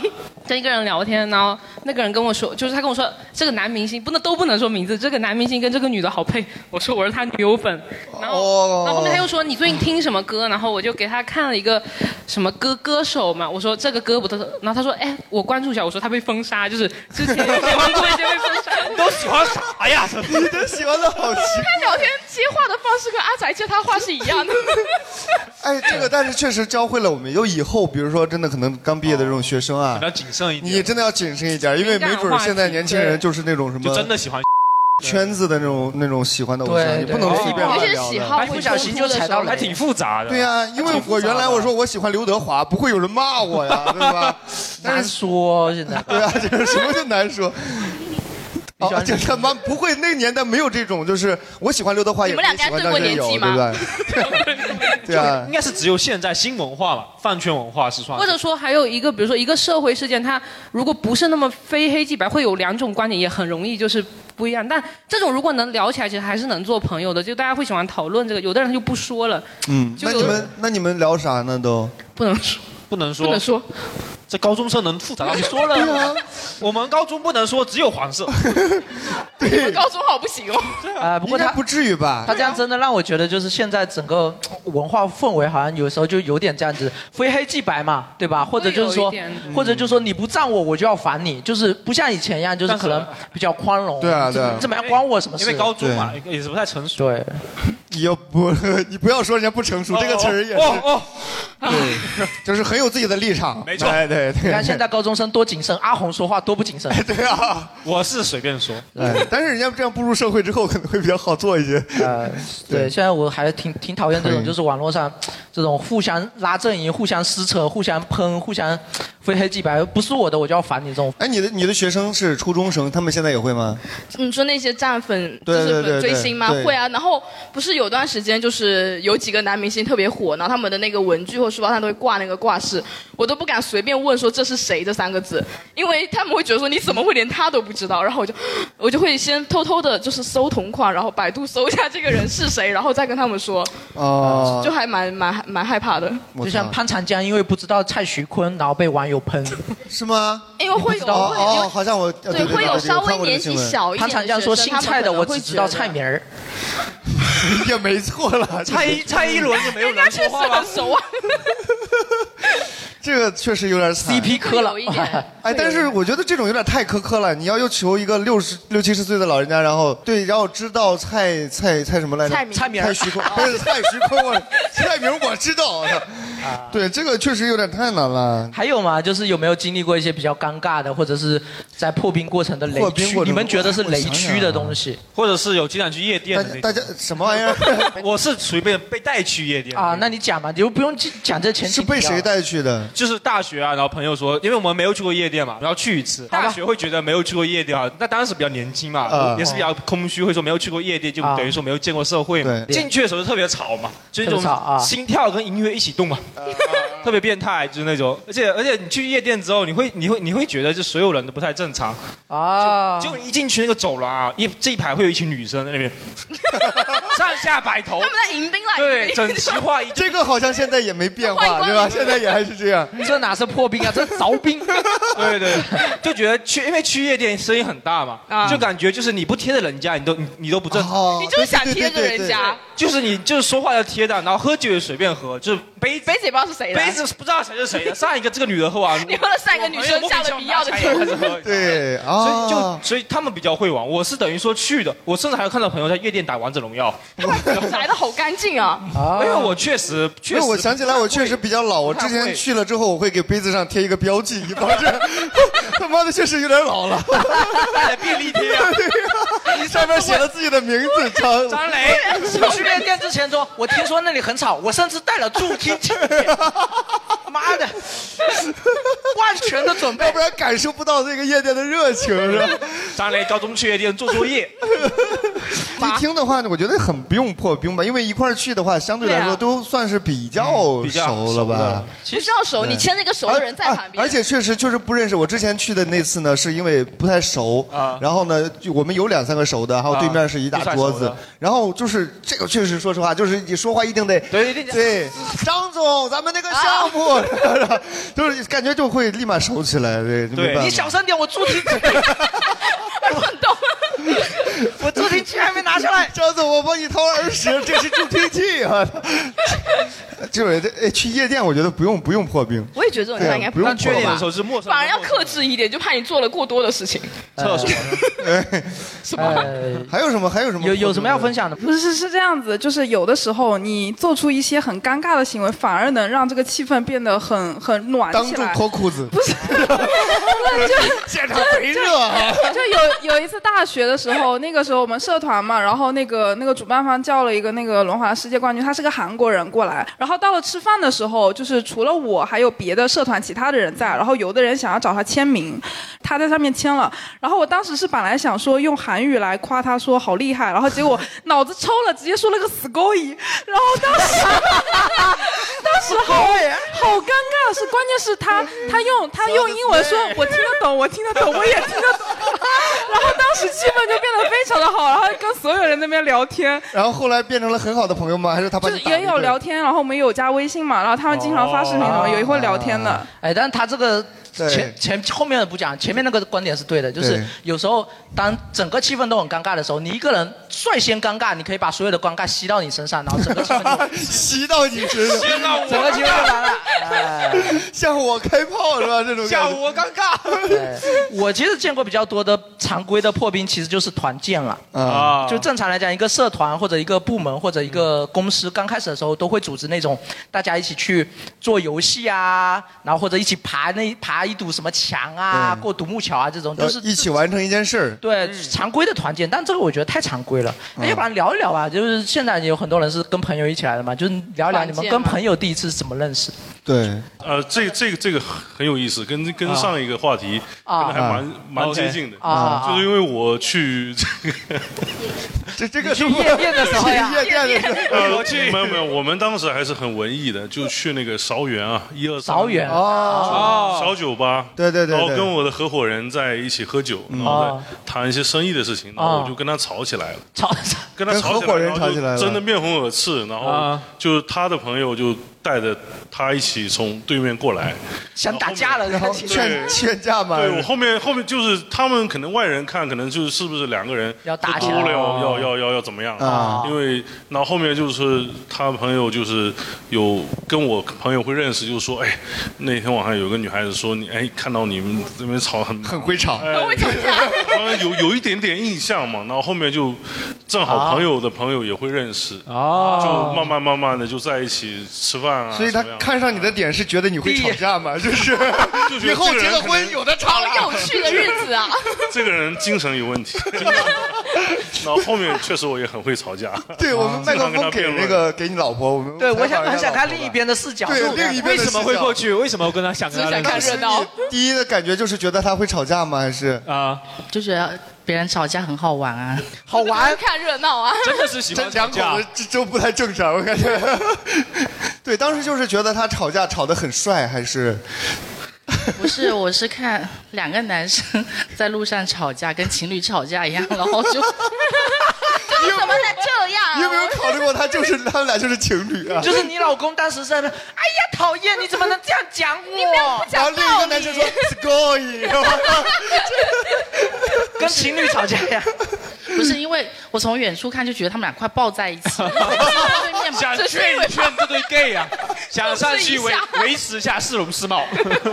[SPEAKER 6] 跟一个人聊天，然后那个人跟我说，就是他跟我说这个男明星不能都不能说名字，这个男明星跟这个女的好配。我说我是他女友粉，然后、
[SPEAKER 2] 哦
[SPEAKER 6] 然后后面他又说你最近听什么歌，然后我就给他看了一个什么歌歌手嘛，我说这个歌不都，然后他说哎我关注一下，我说他被封杀，就是之前有喜欢过一些被封杀，
[SPEAKER 1] 都喜欢啥哎呀？
[SPEAKER 2] 你都喜欢的好奇
[SPEAKER 4] 他聊天接话的方式跟阿宅接他话是一 样的。
[SPEAKER 2] 哎，这个但是确实教会了我们，有以后比如说真的可能刚毕业的这种学生啊，
[SPEAKER 1] 要谨慎一点，
[SPEAKER 2] 你真的要谨慎一点，因为没准儿现在年轻人就是那种什么
[SPEAKER 1] 就真的喜欢。
[SPEAKER 2] 圈子的那种那种喜欢的偶像，
[SPEAKER 1] 对
[SPEAKER 2] 你
[SPEAKER 1] 对哦
[SPEAKER 2] 啊不能随便乱
[SPEAKER 1] 有些
[SPEAKER 2] 聊
[SPEAKER 1] 喜
[SPEAKER 2] 的。
[SPEAKER 1] 好会不小心就踩到雷还挺复杂的
[SPEAKER 2] 对呀、因为我原来我说我喜欢刘德华，不会有人骂我呀，对吧？
[SPEAKER 3] 难说现在。
[SPEAKER 2] 对啊，这个什么就 难说。哦，这他妈不会，那个年代没有这种，就是我喜欢刘德华，
[SPEAKER 4] 你
[SPEAKER 2] 也
[SPEAKER 4] 们
[SPEAKER 2] 可以
[SPEAKER 4] 俩
[SPEAKER 2] 喜欢
[SPEAKER 4] 应该对过
[SPEAKER 2] 张学
[SPEAKER 4] 年
[SPEAKER 2] 友，
[SPEAKER 4] 纪
[SPEAKER 2] 对不
[SPEAKER 4] 吗
[SPEAKER 2] 对？ 对啊
[SPEAKER 1] 应该是只有现在新文化吧，饭圈文化是算。
[SPEAKER 6] 或者说还有一个，比如说一个社会事件，它如果不是那么非黑即白，会有两种观点，也很容易就是不一样。但这种如果能聊起来，其实还是能做朋友的，就大家会喜欢讨论这个。有的人就不说了，
[SPEAKER 2] 嗯，
[SPEAKER 6] 就
[SPEAKER 2] 那
[SPEAKER 6] 有
[SPEAKER 2] 你们那你们聊啥呢？都
[SPEAKER 6] 不能说，
[SPEAKER 1] 不能说，
[SPEAKER 6] 不能说。
[SPEAKER 1] 这高中生能复杂到
[SPEAKER 6] 你
[SPEAKER 1] 说
[SPEAKER 6] 说了对
[SPEAKER 1] 了
[SPEAKER 6] 啊，
[SPEAKER 1] 我们高中不能说只有黄色。
[SPEAKER 4] 你们高中好不行哦。
[SPEAKER 3] 啊，不过他
[SPEAKER 2] 不至于吧
[SPEAKER 3] 他这样真的让我觉得，就是现在整个呃文化氛围好像有时候就有点这样子，非黑即白嘛，对吧？或者就是
[SPEAKER 6] 有一
[SPEAKER 3] 说
[SPEAKER 6] 点，
[SPEAKER 1] 嗯
[SPEAKER 3] 或者就是说你不赞我，我就要烦你，就是不像以前一样，就是
[SPEAKER 1] 但是
[SPEAKER 3] 可能比较宽容。
[SPEAKER 2] 对啊
[SPEAKER 3] 就是
[SPEAKER 2] 对啊
[SPEAKER 3] 你怎么样关我什么事？
[SPEAKER 1] 因为高中嘛，也是不太成熟。
[SPEAKER 3] 对，
[SPEAKER 2] 你要不 你不要说人家不成熟这个词儿也是，
[SPEAKER 1] 哦哦，
[SPEAKER 2] 对， 就是很有自己的立场。
[SPEAKER 1] 没错
[SPEAKER 2] 哎对对。
[SPEAKER 3] 你看现在高中生多谨慎，阿红说话多不谨慎。
[SPEAKER 2] 对啊，
[SPEAKER 1] 我是随便说。
[SPEAKER 2] 哎，但是人家这样步入社会之后，可能会比较好做一些。
[SPEAKER 3] 呃，对，现在我还挺挺讨厌这种，就是网络上这种互相拉阵营、互相撕扯、互相喷、互相非黑即白，不是我的我就要烦你这种。
[SPEAKER 2] 哎，你的你的学生是初中生，他们现在也会吗？
[SPEAKER 4] 你说那些站粉就
[SPEAKER 2] 对
[SPEAKER 4] 是
[SPEAKER 2] 对对
[SPEAKER 4] 粉追
[SPEAKER 2] 对
[SPEAKER 4] 星吗
[SPEAKER 2] 对？
[SPEAKER 4] 会啊，然后不是有段时间就是有几个男明星特别火，然后他们的那个文具或书包上都会挂那个挂饰，我都不敢随便问说这是谁这三个字，因为他们会觉得说你怎么会连他都不知道，然后我就我就会先偷偷的就是搜同款，然后百度搜一下这个人是谁，然后再跟他们说，呃
[SPEAKER 2] 哦
[SPEAKER 4] 就还蛮蛮蛮害怕的，
[SPEAKER 3] 就像潘 长江，因为不知道蔡徐坤，然后被网友喷，
[SPEAKER 2] 是吗？
[SPEAKER 4] 因为哎会有
[SPEAKER 2] 哦
[SPEAKER 4] 会有
[SPEAKER 2] 哦，好像我
[SPEAKER 4] 对会有稍微年纪小一点
[SPEAKER 3] 潘
[SPEAKER 4] 的
[SPEAKER 3] 长江说
[SPEAKER 4] 学
[SPEAKER 3] 姓
[SPEAKER 4] 生他们
[SPEAKER 3] 蔡的，
[SPEAKER 4] 可能
[SPEAKER 3] 我
[SPEAKER 4] 会
[SPEAKER 3] 只知
[SPEAKER 4] 觉
[SPEAKER 3] 道
[SPEAKER 4] 得
[SPEAKER 3] 蔡明儿。
[SPEAKER 2] 也没错了。
[SPEAKER 1] 蔡蔡依伦就 没有人说话
[SPEAKER 4] 人家
[SPEAKER 1] 吗
[SPEAKER 4] 确实很熟 啊。
[SPEAKER 2] 这个确实有点惨
[SPEAKER 3] CP 磕了
[SPEAKER 4] 有一点
[SPEAKER 2] 哎，但是我觉得这种有点太苛刻了。你要又求一个六十六七十岁的老人家，然后对，然后知道蔡蔡蔡什么来着？
[SPEAKER 3] 蔡明蔡明
[SPEAKER 2] 蔡徐坤， 不是蔡徐坤，我蔡明我知道。我操对，这个确实有点太难了。
[SPEAKER 3] 还有吗？就是有没有经历过一些比较尴尬的，或者是在破冰过程的雷
[SPEAKER 2] 破冰
[SPEAKER 3] 区
[SPEAKER 2] 过？程
[SPEAKER 3] 你们觉得是雷
[SPEAKER 2] 我想
[SPEAKER 3] 区
[SPEAKER 2] 想
[SPEAKER 3] 的
[SPEAKER 2] 啊
[SPEAKER 3] 东西
[SPEAKER 1] 或者是有经常去夜店的那种
[SPEAKER 2] 大家什么玩意儿？
[SPEAKER 1] 我是随便被带去夜店的
[SPEAKER 3] 啊？那你讲吧，你就不用记讲这前期。
[SPEAKER 1] 是被谁带
[SPEAKER 2] 去的？
[SPEAKER 1] 就是大学啊，然后朋友说，因为我们没有去过夜店嘛，然后去一次。大学会觉得没有去过夜店啊，那当时比较年轻嘛，
[SPEAKER 2] 嗯
[SPEAKER 1] 也是比较空虚，会说没有去过夜店，就
[SPEAKER 2] 啊
[SPEAKER 1] 等于说没有见过社会嘛。
[SPEAKER 2] 对
[SPEAKER 1] 进去的时候就特别吵嘛，就那
[SPEAKER 2] 特别吵
[SPEAKER 1] 种
[SPEAKER 2] 啊
[SPEAKER 1] 心跳跟音乐一起动嘛，特别变态，就是那种，而且而且你去夜店之后，你会你会你会觉得就所有人都不太正常
[SPEAKER 3] 啊，
[SPEAKER 1] 就一进去那个走廊啊，一这一排会有一群女生在那边上下摆头，
[SPEAKER 4] 他们在迎宾来，
[SPEAKER 1] 对，整齐 划一，
[SPEAKER 2] 这个好像现在也没变化，对吧？现在也还是这样。
[SPEAKER 3] 这哪是破冰啊，这是凿 冰。
[SPEAKER 1] 对对，就觉得去，因为去夜店声音很大嘛，
[SPEAKER 4] 啊
[SPEAKER 1] 就感觉就是你不贴着人家，你都你你都不正常，
[SPEAKER 2] 哦
[SPEAKER 4] 你就是想贴着人家，
[SPEAKER 1] 就是你就是说话要贴的，然后喝酒也随便喝，就是杯
[SPEAKER 4] 杯子也不知道是谁的，
[SPEAKER 1] 杯子不知道谁是谁的，上一个这个女的 喝完，哎
[SPEAKER 4] 你喝了三个女生下了必要的酒，
[SPEAKER 2] 对
[SPEAKER 1] 所
[SPEAKER 2] 哦
[SPEAKER 1] 以就所以他们比较会玩，我是等于说去的，我甚至还有看到朋友在夜店打王者荣耀，
[SPEAKER 4] 来的好干净啊！
[SPEAKER 1] 因为我确实确
[SPEAKER 2] 因为
[SPEAKER 1] 实，
[SPEAKER 2] 哎我想起来，我确实比较老。我之前去了之后，我会给杯子上贴一个标记，以防这 他妈的确实有点老了。
[SPEAKER 1] 便利贴
[SPEAKER 2] 啊，上面写了自己的名字，张
[SPEAKER 3] 张磊， 我去夜店之前说，我听说那里很吵，我甚至带了助听 器，妈的，万全的准备，
[SPEAKER 2] 要不然感受不到这个夜店的热情，是吧？
[SPEAKER 1] 张雷高中去夜店做作 业，
[SPEAKER 2] 一听的话呢，我觉得很不用破冰吧，因为一块儿去的话，相对来
[SPEAKER 4] 对
[SPEAKER 2] 说
[SPEAKER 4] 啊
[SPEAKER 2] 都算是比较
[SPEAKER 1] 比较
[SPEAKER 2] 熟了吧。
[SPEAKER 4] 不需要熟，
[SPEAKER 2] 对啊
[SPEAKER 4] 你牵着一个熟的人在旁边，
[SPEAKER 2] 而且确实就是不认识。我之前去的那次呢，是因为不太熟，然后呢，就我们有两三个熟的，然后对面是一大桌子，
[SPEAKER 1] 啊不太熟的
[SPEAKER 2] 然后就是这个确实，说实话，就是你说话一定得
[SPEAKER 1] 对
[SPEAKER 2] 对，张总，咱们那个项
[SPEAKER 4] 啊
[SPEAKER 2] 目，就是感觉就会立马熟起来，对，就没办法
[SPEAKER 3] 你小声点，我助 听器，我很
[SPEAKER 4] 懂，
[SPEAKER 3] 我助听器还没拿下来，
[SPEAKER 2] 张总，我帮你掏耳屎， 这是助听器啊。 就是这哎去夜店，我觉得不用不用破冰。
[SPEAKER 4] 我也觉得这种地方应该
[SPEAKER 2] 对啊不用
[SPEAKER 4] 缺
[SPEAKER 2] 破
[SPEAKER 4] 点
[SPEAKER 2] 吧
[SPEAKER 1] 是陌
[SPEAKER 4] 反而要克制一点，就怕你做了过多的事情。
[SPEAKER 1] 厕所
[SPEAKER 4] 什
[SPEAKER 5] 么
[SPEAKER 2] 还有什么？还有什么？
[SPEAKER 3] 哎有有什么要分享的？
[SPEAKER 5] 不是是这样子，就是有的时候你做出一些很尴尬的行为，反而能让这个气氛变得很很暖
[SPEAKER 2] 当
[SPEAKER 5] 起
[SPEAKER 2] 众
[SPEAKER 5] 来。
[SPEAKER 2] 脱裤 子，不
[SPEAKER 5] 是，
[SPEAKER 2] 就 现场贼热啊！
[SPEAKER 5] 就有有一次大学的时候，那个时候我们社团嘛，然后那个那个主办方叫了一个那个轮滑世界冠军，他是个韩国人过来，然后到了吃饭的时候，就是除了我还有别的社团其他的人在，然后有的人想要找他签名，他在上面签了，然后我当时是本来想说用韩语来夸他说好厉害，然后结果脑子抽了，直接说了个死勾引，然后当时当时好好尴尬，是关键是他
[SPEAKER 2] 嗯
[SPEAKER 5] 他用他用英文说，我听得懂，我听得懂，我也听 得懂。然后当时气氛就变得非常的好，然后跟所有人那边聊天，
[SPEAKER 2] 然后后来变成了很好的朋友吗？还是他把
[SPEAKER 5] 就
[SPEAKER 2] 你打了
[SPEAKER 5] 也
[SPEAKER 2] 一
[SPEAKER 5] 有
[SPEAKER 2] 顿
[SPEAKER 5] 聊天，然后我们有加微信嘛，然后他们经常发视频什么，有一会儿聊天的。
[SPEAKER 3] 哎，但是他这个
[SPEAKER 5] 对
[SPEAKER 3] 前前后面的不讲，前面那个观点是对的，就是
[SPEAKER 5] 对
[SPEAKER 3] 有时候当整个气氛都很尴尬的时候，你一个人率先尴尬，你可以把所有的尴尬吸到你身上，然后整个气氛
[SPEAKER 2] 吸到你身上，
[SPEAKER 3] 吸到我整个气氛就完了。
[SPEAKER 2] 像 我开炮是吧？这种
[SPEAKER 3] 像
[SPEAKER 1] 我尴尬。
[SPEAKER 3] 我其实见过比较多的常规的破冰，其实就是团建了
[SPEAKER 1] 啊
[SPEAKER 3] 就正常来讲，一个社团或者一个部门或者一个公司，刚开始的时候都会组织那种大家一起去做游戏啊，然后或者一起爬那爬一堵什么墙啊，
[SPEAKER 2] 对
[SPEAKER 3] 过独木桥啊这种，就是
[SPEAKER 2] 一起完成一件事儿。嗯
[SPEAKER 3] 对，常规的团建，但这个我觉得太常规了。哎，要不然聊一聊吧，就是现在有很多人是跟朋友一起来的嘛，就是聊一聊你
[SPEAKER 15] 团
[SPEAKER 3] 们
[SPEAKER 15] 建
[SPEAKER 3] 跟
[SPEAKER 15] 嘛
[SPEAKER 3] 朋友第一次是怎么认识。
[SPEAKER 2] 对，
[SPEAKER 15] 呃，这个这个这个很有意思，跟跟上一个话题
[SPEAKER 3] 啊
[SPEAKER 15] 可能还蛮
[SPEAKER 3] 啊
[SPEAKER 15] 蛮
[SPEAKER 3] OK
[SPEAKER 15] 接近的
[SPEAKER 3] 啊
[SPEAKER 15] 就是因为我 去这个
[SPEAKER 2] 这这
[SPEAKER 3] 个是夜店的时候 呀
[SPEAKER 2] 夜店的时
[SPEAKER 15] 呃，
[SPEAKER 2] 候，
[SPEAKER 15] 没有没有，我们当时还是很文艺的，就去那个韶园啊，一二三
[SPEAKER 3] 韶园
[SPEAKER 2] 哦
[SPEAKER 15] 小酒吧，
[SPEAKER 2] 对对对对嗯哦
[SPEAKER 15] 然后跟我的合伙人在一起喝酒，然后在谈一些生意的事情，然后我就跟他吵起来了，
[SPEAKER 3] 吵
[SPEAKER 15] 跟他
[SPEAKER 2] 啊跟
[SPEAKER 15] 吵
[SPEAKER 2] 合
[SPEAKER 15] 起
[SPEAKER 2] 伙
[SPEAKER 15] 来，
[SPEAKER 2] 人
[SPEAKER 15] 然
[SPEAKER 2] 吵
[SPEAKER 15] 后
[SPEAKER 2] 起来了
[SPEAKER 15] 就真的面红耳赤，然后
[SPEAKER 2] 啊
[SPEAKER 15] 就他的朋友就带着他一起从对面过来，
[SPEAKER 3] 想打架了，然后
[SPEAKER 2] 劝劝架嘛。
[SPEAKER 15] 对我后面后面就是他们可能外人看，可能就是是不是两个人
[SPEAKER 3] 要打起
[SPEAKER 15] 多
[SPEAKER 3] 来
[SPEAKER 15] 了
[SPEAKER 3] 哦
[SPEAKER 15] 要要要要要怎么样
[SPEAKER 2] 啊
[SPEAKER 15] 因为然后后面就是他朋友就是有跟我朋友会认识，就是说哎，那天晚上有个女孩子说你哎看到你们这边吵很
[SPEAKER 2] 很会吵，
[SPEAKER 15] 哎
[SPEAKER 2] 很会吵架
[SPEAKER 15] 好像有有一点点印象嘛。然后后面就正
[SPEAKER 2] 啊
[SPEAKER 15] 好朋友的朋友也会认识，
[SPEAKER 3] 哦
[SPEAKER 15] 就慢慢慢慢的就在一起吃饭啊，
[SPEAKER 2] 所以他
[SPEAKER 15] 怎么样
[SPEAKER 2] 看上你的点是觉得你会吵架嘛，就是
[SPEAKER 15] 就觉得
[SPEAKER 2] 以后
[SPEAKER 15] 这个
[SPEAKER 2] 结
[SPEAKER 15] 人
[SPEAKER 2] 了
[SPEAKER 15] 可
[SPEAKER 2] 婚
[SPEAKER 15] 能
[SPEAKER 2] 有的吵了。
[SPEAKER 4] 有趣的日子 啊！
[SPEAKER 15] 这个人精神有问 题，然后后面确实我也很会吵架。
[SPEAKER 2] 对我 们麦克风给那个给你老婆，我们
[SPEAKER 3] 对，我
[SPEAKER 2] 采
[SPEAKER 3] 想
[SPEAKER 2] 访
[SPEAKER 3] 很
[SPEAKER 2] 一下
[SPEAKER 3] 想
[SPEAKER 2] 老婆
[SPEAKER 3] 看另一边的视角，
[SPEAKER 2] 对
[SPEAKER 3] 就
[SPEAKER 2] 另一边的
[SPEAKER 1] 为什么
[SPEAKER 2] 视
[SPEAKER 1] 会
[SPEAKER 2] 角
[SPEAKER 1] 过 去？为什么我跟他想跟他认识
[SPEAKER 2] 当时你第一的感觉就是觉得他会吵架吗？还是
[SPEAKER 1] 啊？
[SPEAKER 16] 就是别人吵架很好玩啊。
[SPEAKER 2] 好玩，
[SPEAKER 4] 看热闹啊！
[SPEAKER 1] 真的是喜
[SPEAKER 2] 这两口子这就不太正常，我感 觉。对，当时就是觉得他吵架吵得很帅，还是
[SPEAKER 16] 不是，我是看两个男生在路上吵架，跟情侣吵架一样，然后就
[SPEAKER 10] 你怎么能这样、啊
[SPEAKER 2] 你有没有考虑过他就是他们俩就是情侣啊？
[SPEAKER 3] 就是你老公当时在那，哎呀，讨厌，你怎么能这样讲我？你
[SPEAKER 2] 没有不讲道理然后另一个男生说
[SPEAKER 3] “sky”，跟情侣吵架呀？
[SPEAKER 16] 不是因为我从远处看就觉得他们俩快抱在一起了，
[SPEAKER 1] 想劝一劝这对 gay 啊，想上去维维持一下市容市貌。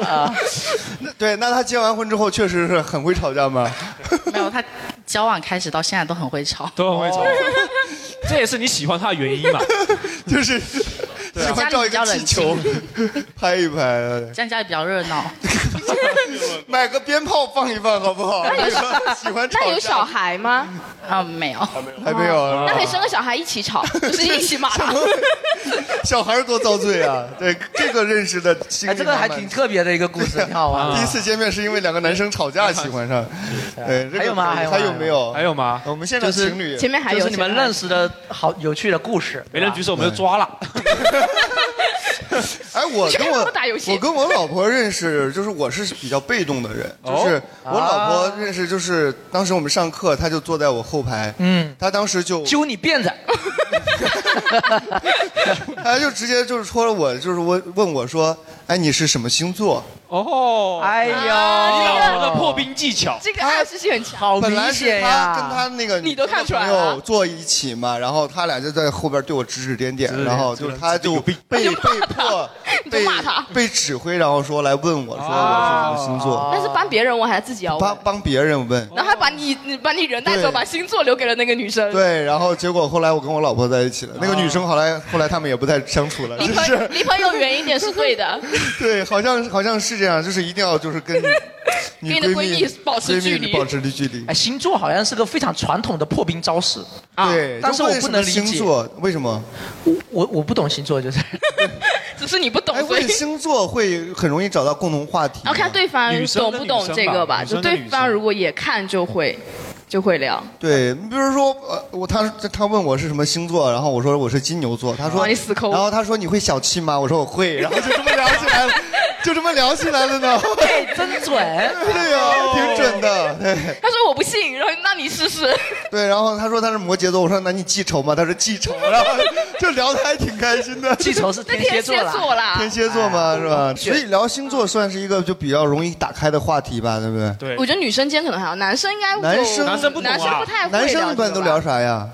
[SPEAKER 3] 啊
[SPEAKER 2] 那对，那他结完婚之后确实是很会吵架吗？
[SPEAKER 16] 没有他 交往开始到现在都很会吵，
[SPEAKER 1] 都很会吵。
[SPEAKER 3] 哦
[SPEAKER 1] 这也是你喜欢他的原因嘛？
[SPEAKER 2] 就是
[SPEAKER 16] 对
[SPEAKER 2] 喜欢照一个气球
[SPEAKER 16] 家里
[SPEAKER 2] 拍一拍，
[SPEAKER 16] 这样家里比较热 闹。
[SPEAKER 2] 买个鞭炮放一放好不好？
[SPEAKER 16] 哎
[SPEAKER 4] 那有
[SPEAKER 2] 喜欢吵架
[SPEAKER 4] 那有小孩吗？
[SPEAKER 16] 啊，没有，
[SPEAKER 2] 还没有啊？
[SPEAKER 4] 那可以生个小孩一起吵，就是一起骂他。
[SPEAKER 2] 小孩儿多遭罪啊！对，这个认识的心
[SPEAKER 3] 哎，这 个还挺特别的一个故事，挺好啊玩的。
[SPEAKER 2] 第一次见面是因为两个男生吵架喜欢上，对，这个
[SPEAKER 3] 还有吗？
[SPEAKER 2] 可以还
[SPEAKER 3] 还
[SPEAKER 2] 有没有？
[SPEAKER 1] 啊还有吗？
[SPEAKER 2] 我们现场
[SPEAKER 3] 就是
[SPEAKER 2] 情侣
[SPEAKER 4] 前面还有
[SPEAKER 3] 就是你们
[SPEAKER 4] 前面还有
[SPEAKER 3] 认识的好有趣的故事，
[SPEAKER 1] 没人举手，我们就抓了。
[SPEAKER 2] 哎，我跟
[SPEAKER 4] 全
[SPEAKER 2] 我
[SPEAKER 4] 部打游戏
[SPEAKER 2] 我跟我老婆认识，就是我是比较被动的人，
[SPEAKER 1] 哦
[SPEAKER 2] 就是
[SPEAKER 1] 啊
[SPEAKER 2] 我老婆认识，就是当时我们上课，她就坐在我后排，
[SPEAKER 3] 嗯，
[SPEAKER 2] 她当时就
[SPEAKER 3] 揪你辫子，
[SPEAKER 2] 她就直接就是戳了我，就是我问我说，哎，你是什么星座？
[SPEAKER 1] 哦，
[SPEAKER 3] 哎呦，你老
[SPEAKER 1] 婆的
[SPEAKER 4] 哦
[SPEAKER 1] 破冰技巧，
[SPEAKER 4] 这个暗示性很强，
[SPEAKER 3] 好
[SPEAKER 2] 本来是她跟她那个
[SPEAKER 4] 你都看出来
[SPEAKER 2] 朋友
[SPEAKER 4] 了。
[SPEAKER 2] 坐一起嘛，然后他俩就在后边对我指指点点，
[SPEAKER 1] 指点
[SPEAKER 2] 然后就是他就被被 迫被啊被指挥，然后说来问我说
[SPEAKER 1] 啊
[SPEAKER 2] 我是什么星座，
[SPEAKER 4] 但是帮别人问还是自己要
[SPEAKER 2] 帮
[SPEAKER 4] 问？
[SPEAKER 2] 帮别人问。
[SPEAKER 4] 然后还把你你把你人带走，
[SPEAKER 2] 对
[SPEAKER 4] 把星座留给了那个女 生。
[SPEAKER 2] 对，然后结果后来我跟我老婆在一起了，
[SPEAKER 4] 啊
[SPEAKER 2] 那个女生后来后来他们也不再 相处了，
[SPEAKER 4] 离
[SPEAKER 2] 就
[SPEAKER 4] 朋
[SPEAKER 2] 是
[SPEAKER 4] 离朋友远一点是对的，
[SPEAKER 2] 对，好像好像是这样，啊就是一定要就是跟女
[SPEAKER 4] 跟你的
[SPEAKER 2] 闺
[SPEAKER 4] 闺
[SPEAKER 2] 蜜
[SPEAKER 4] 蜜保持距
[SPEAKER 2] 闺蜜
[SPEAKER 4] 离
[SPEAKER 2] 保持距离。
[SPEAKER 3] 哎，星座好像是个非常传统的破冰招式。
[SPEAKER 4] 啊
[SPEAKER 2] 对，
[SPEAKER 3] 但是我
[SPEAKER 2] 就问
[SPEAKER 3] 不能
[SPEAKER 2] 什
[SPEAKER 3] 理
[SPEAKER 2] 么
[SPEAKER 3] 解
[SPEAKER 2] 星座为什么？
[SPEAKER 3] 我我 不懂星座，就是
[SPEAKER 4] 只是你不懂
[SPEAKER 2] 哎，，
[SPEAKER 4] 所以
[SPEAKER 2] 问星座会很容易找到共同话题。
[SPEAKER 4] 然后看对方
[SPEAKER 2] 女生
[SPEAKER 4] 懂
[SPEAKER 2] 跟
[SPEAKER 4] 不
[SPEAKER 2] 女
[SPEAKER 4] 懂
[SPEAKER 2] 生
[SPEAKER 4] 这
[SPEAKER 2] 吧
[SPEAKER 4] 个吧，
[SPEAKER 2] 女
[SPEAKER 4] 就
[SPEAKER 2] 生跟
[SPEAKER 4] 对
[SPEAKER 2] 女
[SPEAKER 4] 方如果也看就会就会聊。
[SPEAKER 2] 对，你比如说，呃，我他他问我是什么星座，然后我说我是金牛座，他说
[SPEAKER 4] 哇哦你死抠
[SPEAKER 2] 然后他说你会小气吗？我说我会， 然后就这么聊起来了，就这 么聊起来 了呢。
[SPEAKER 3] 对，真准。
[SPEAKER 2] 对呀、哎挺准的。对
[SPEAKER 4] 他说我不信，然后那你试试。
[SPEAKER 2] 对，然后他说他是摩羯座，我说那你记仇吗？他说记仇，然后就聊得还挺开心的。
[SPEAKER 3] 啊记仇是
[SPEAKER 4] 天蝎座啦天蝎座啦
[SPEAKER 2] 天蝎座
[SPEAKER 1] 哎
[SPEAKER 2] 嘛，是
[SPEAKER 3] 啊
[SPEAKER 2] 吧？所 以聊星座算是一个就比较容易打开的话题吧，对不对？
[SPEAKER 1] 对
[SPEAKER 4] 我觉得女生间可能还好，男生应该
[SPEAKER 2] 男
[SPEAKER 4] 就
[SPEAKER 2] 生啊
[SPEAKER 4] 男生不啊
[SPEAKER 1] 啊
[SPEAKER 4] 太会
[SPEAKER 2] 男生
[SPEAKER 4] 聊
[SPEAKER 2] 一般
[SPEAKER 4] 这
[SPEAKER 2] 都
[SPEAKER 4] 个吧
[SPEAKER 2] 聊啥呀？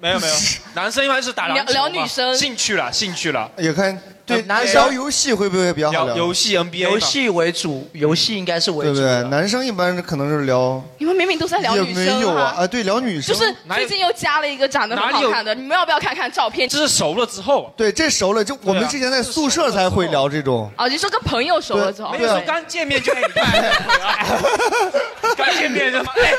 [SPEAKER 1] 没有没有，男生一般是打篮球
[SPEAKER 4] 聊
[SPEAKER 1] 嘛
[SPEAKER 4] 聊女生
[SPEAKER 1] 兴趣了，兴趣了。
[SPEAKER 2] 也看对
[SPEAKER 1] 男生
[SPEAKER 2] 聊游戏会不会比较好聊？
[SPEAKER 1] 聊游戏 NBA 嘛
[SPEAKER 3] 游戏为主，游戏应该是为
[SPEAKER 2] 对
[SPEAKER 3] 主。
[SPEAKER 2] 不对？男生一般可能是聊，
[SPEAKER 4] 你们明明都在聊
[SPEAKER 2] 也
[SPEAKER 4] 女
[SPEAKER 2] 没
[SPEAKER 4] 生
[SPEAKER 2] 有啊
[SPEAKER 4] 哈，
[SPEAKER 2] 啊，对，聊女
[SPEAKER 4] 就
[SPEAKER 2] 生
[SPEAKER 4] 是最近又加了一个长得很
[SPEAKER 2] 哪里
[SPEAKER 4] 好
[SPEAKER 2] 有
[SPEAKER 4] 看的，你们要不要看看照片？
[SPEAKER 1] 这是熟了之后，啊
[SPEAKER 2] 对，这熟了，就我们之前在宿舍才会聊 这种。
[SPEAKER 4] 哦，你说跟朋友熟了之后，
[SPEAKER 1] 没有说刚见面就爱你看，刚见面就哎，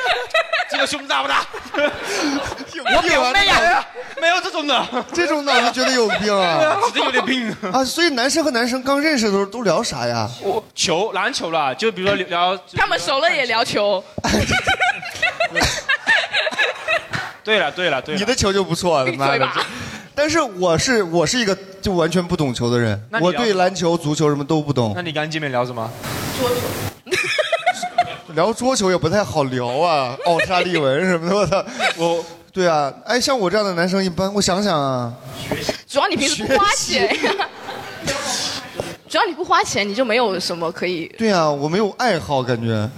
[SPEAKER 1] 这个胸大不 大？我表妹呀，没有这种的，，
[SPEAKER 2] 啊这种的我就觉 得有病啊
[SPEAKER 1] 真有 点病。
[SPEAKER 2] 啊！所以男生和男生刚认识的时候都聊啥呀？
[SPEAKER 1] 我球篮球啦，就比如说聊
[SPEAKER 4] 他们熟了也聊球，
[SPEAKER 1] 对了，对了，对了，
[SPEAKER 2] 你的球就不错了，妈
[SPEAKER 1] 闭嘴
[SPEAKER 2] 的
[SPEAKER 1] 吧！
[SPEAKER 2] 这但是我是我是一个就完全不懂球的人
[SPEAKER 1] 那，你
[SPEAKER 2] 我
[SPEAKER 1] 聊
[SPEAKER 2] 对
[SPEAKER 1] 什么
[SPEAKER 2] 篮球、足球什么都不懂
[SPEAKER 1] 那，你刚见面聊什么？
[SPEAKER 2] 聊桌球也不太好聊 啊，奥沙利文什么的，我操！
[SPEAKER 1] 我
[SPEAKER 2] 对啊，哎，像我这样的男生一般，我想想啊，
[SPEAKER 4] 主要你平时不花钱呀。 主要你不花钱，你就没有什么可以。
[SPEAKER 2] 对啊，我没有爱好，感觉。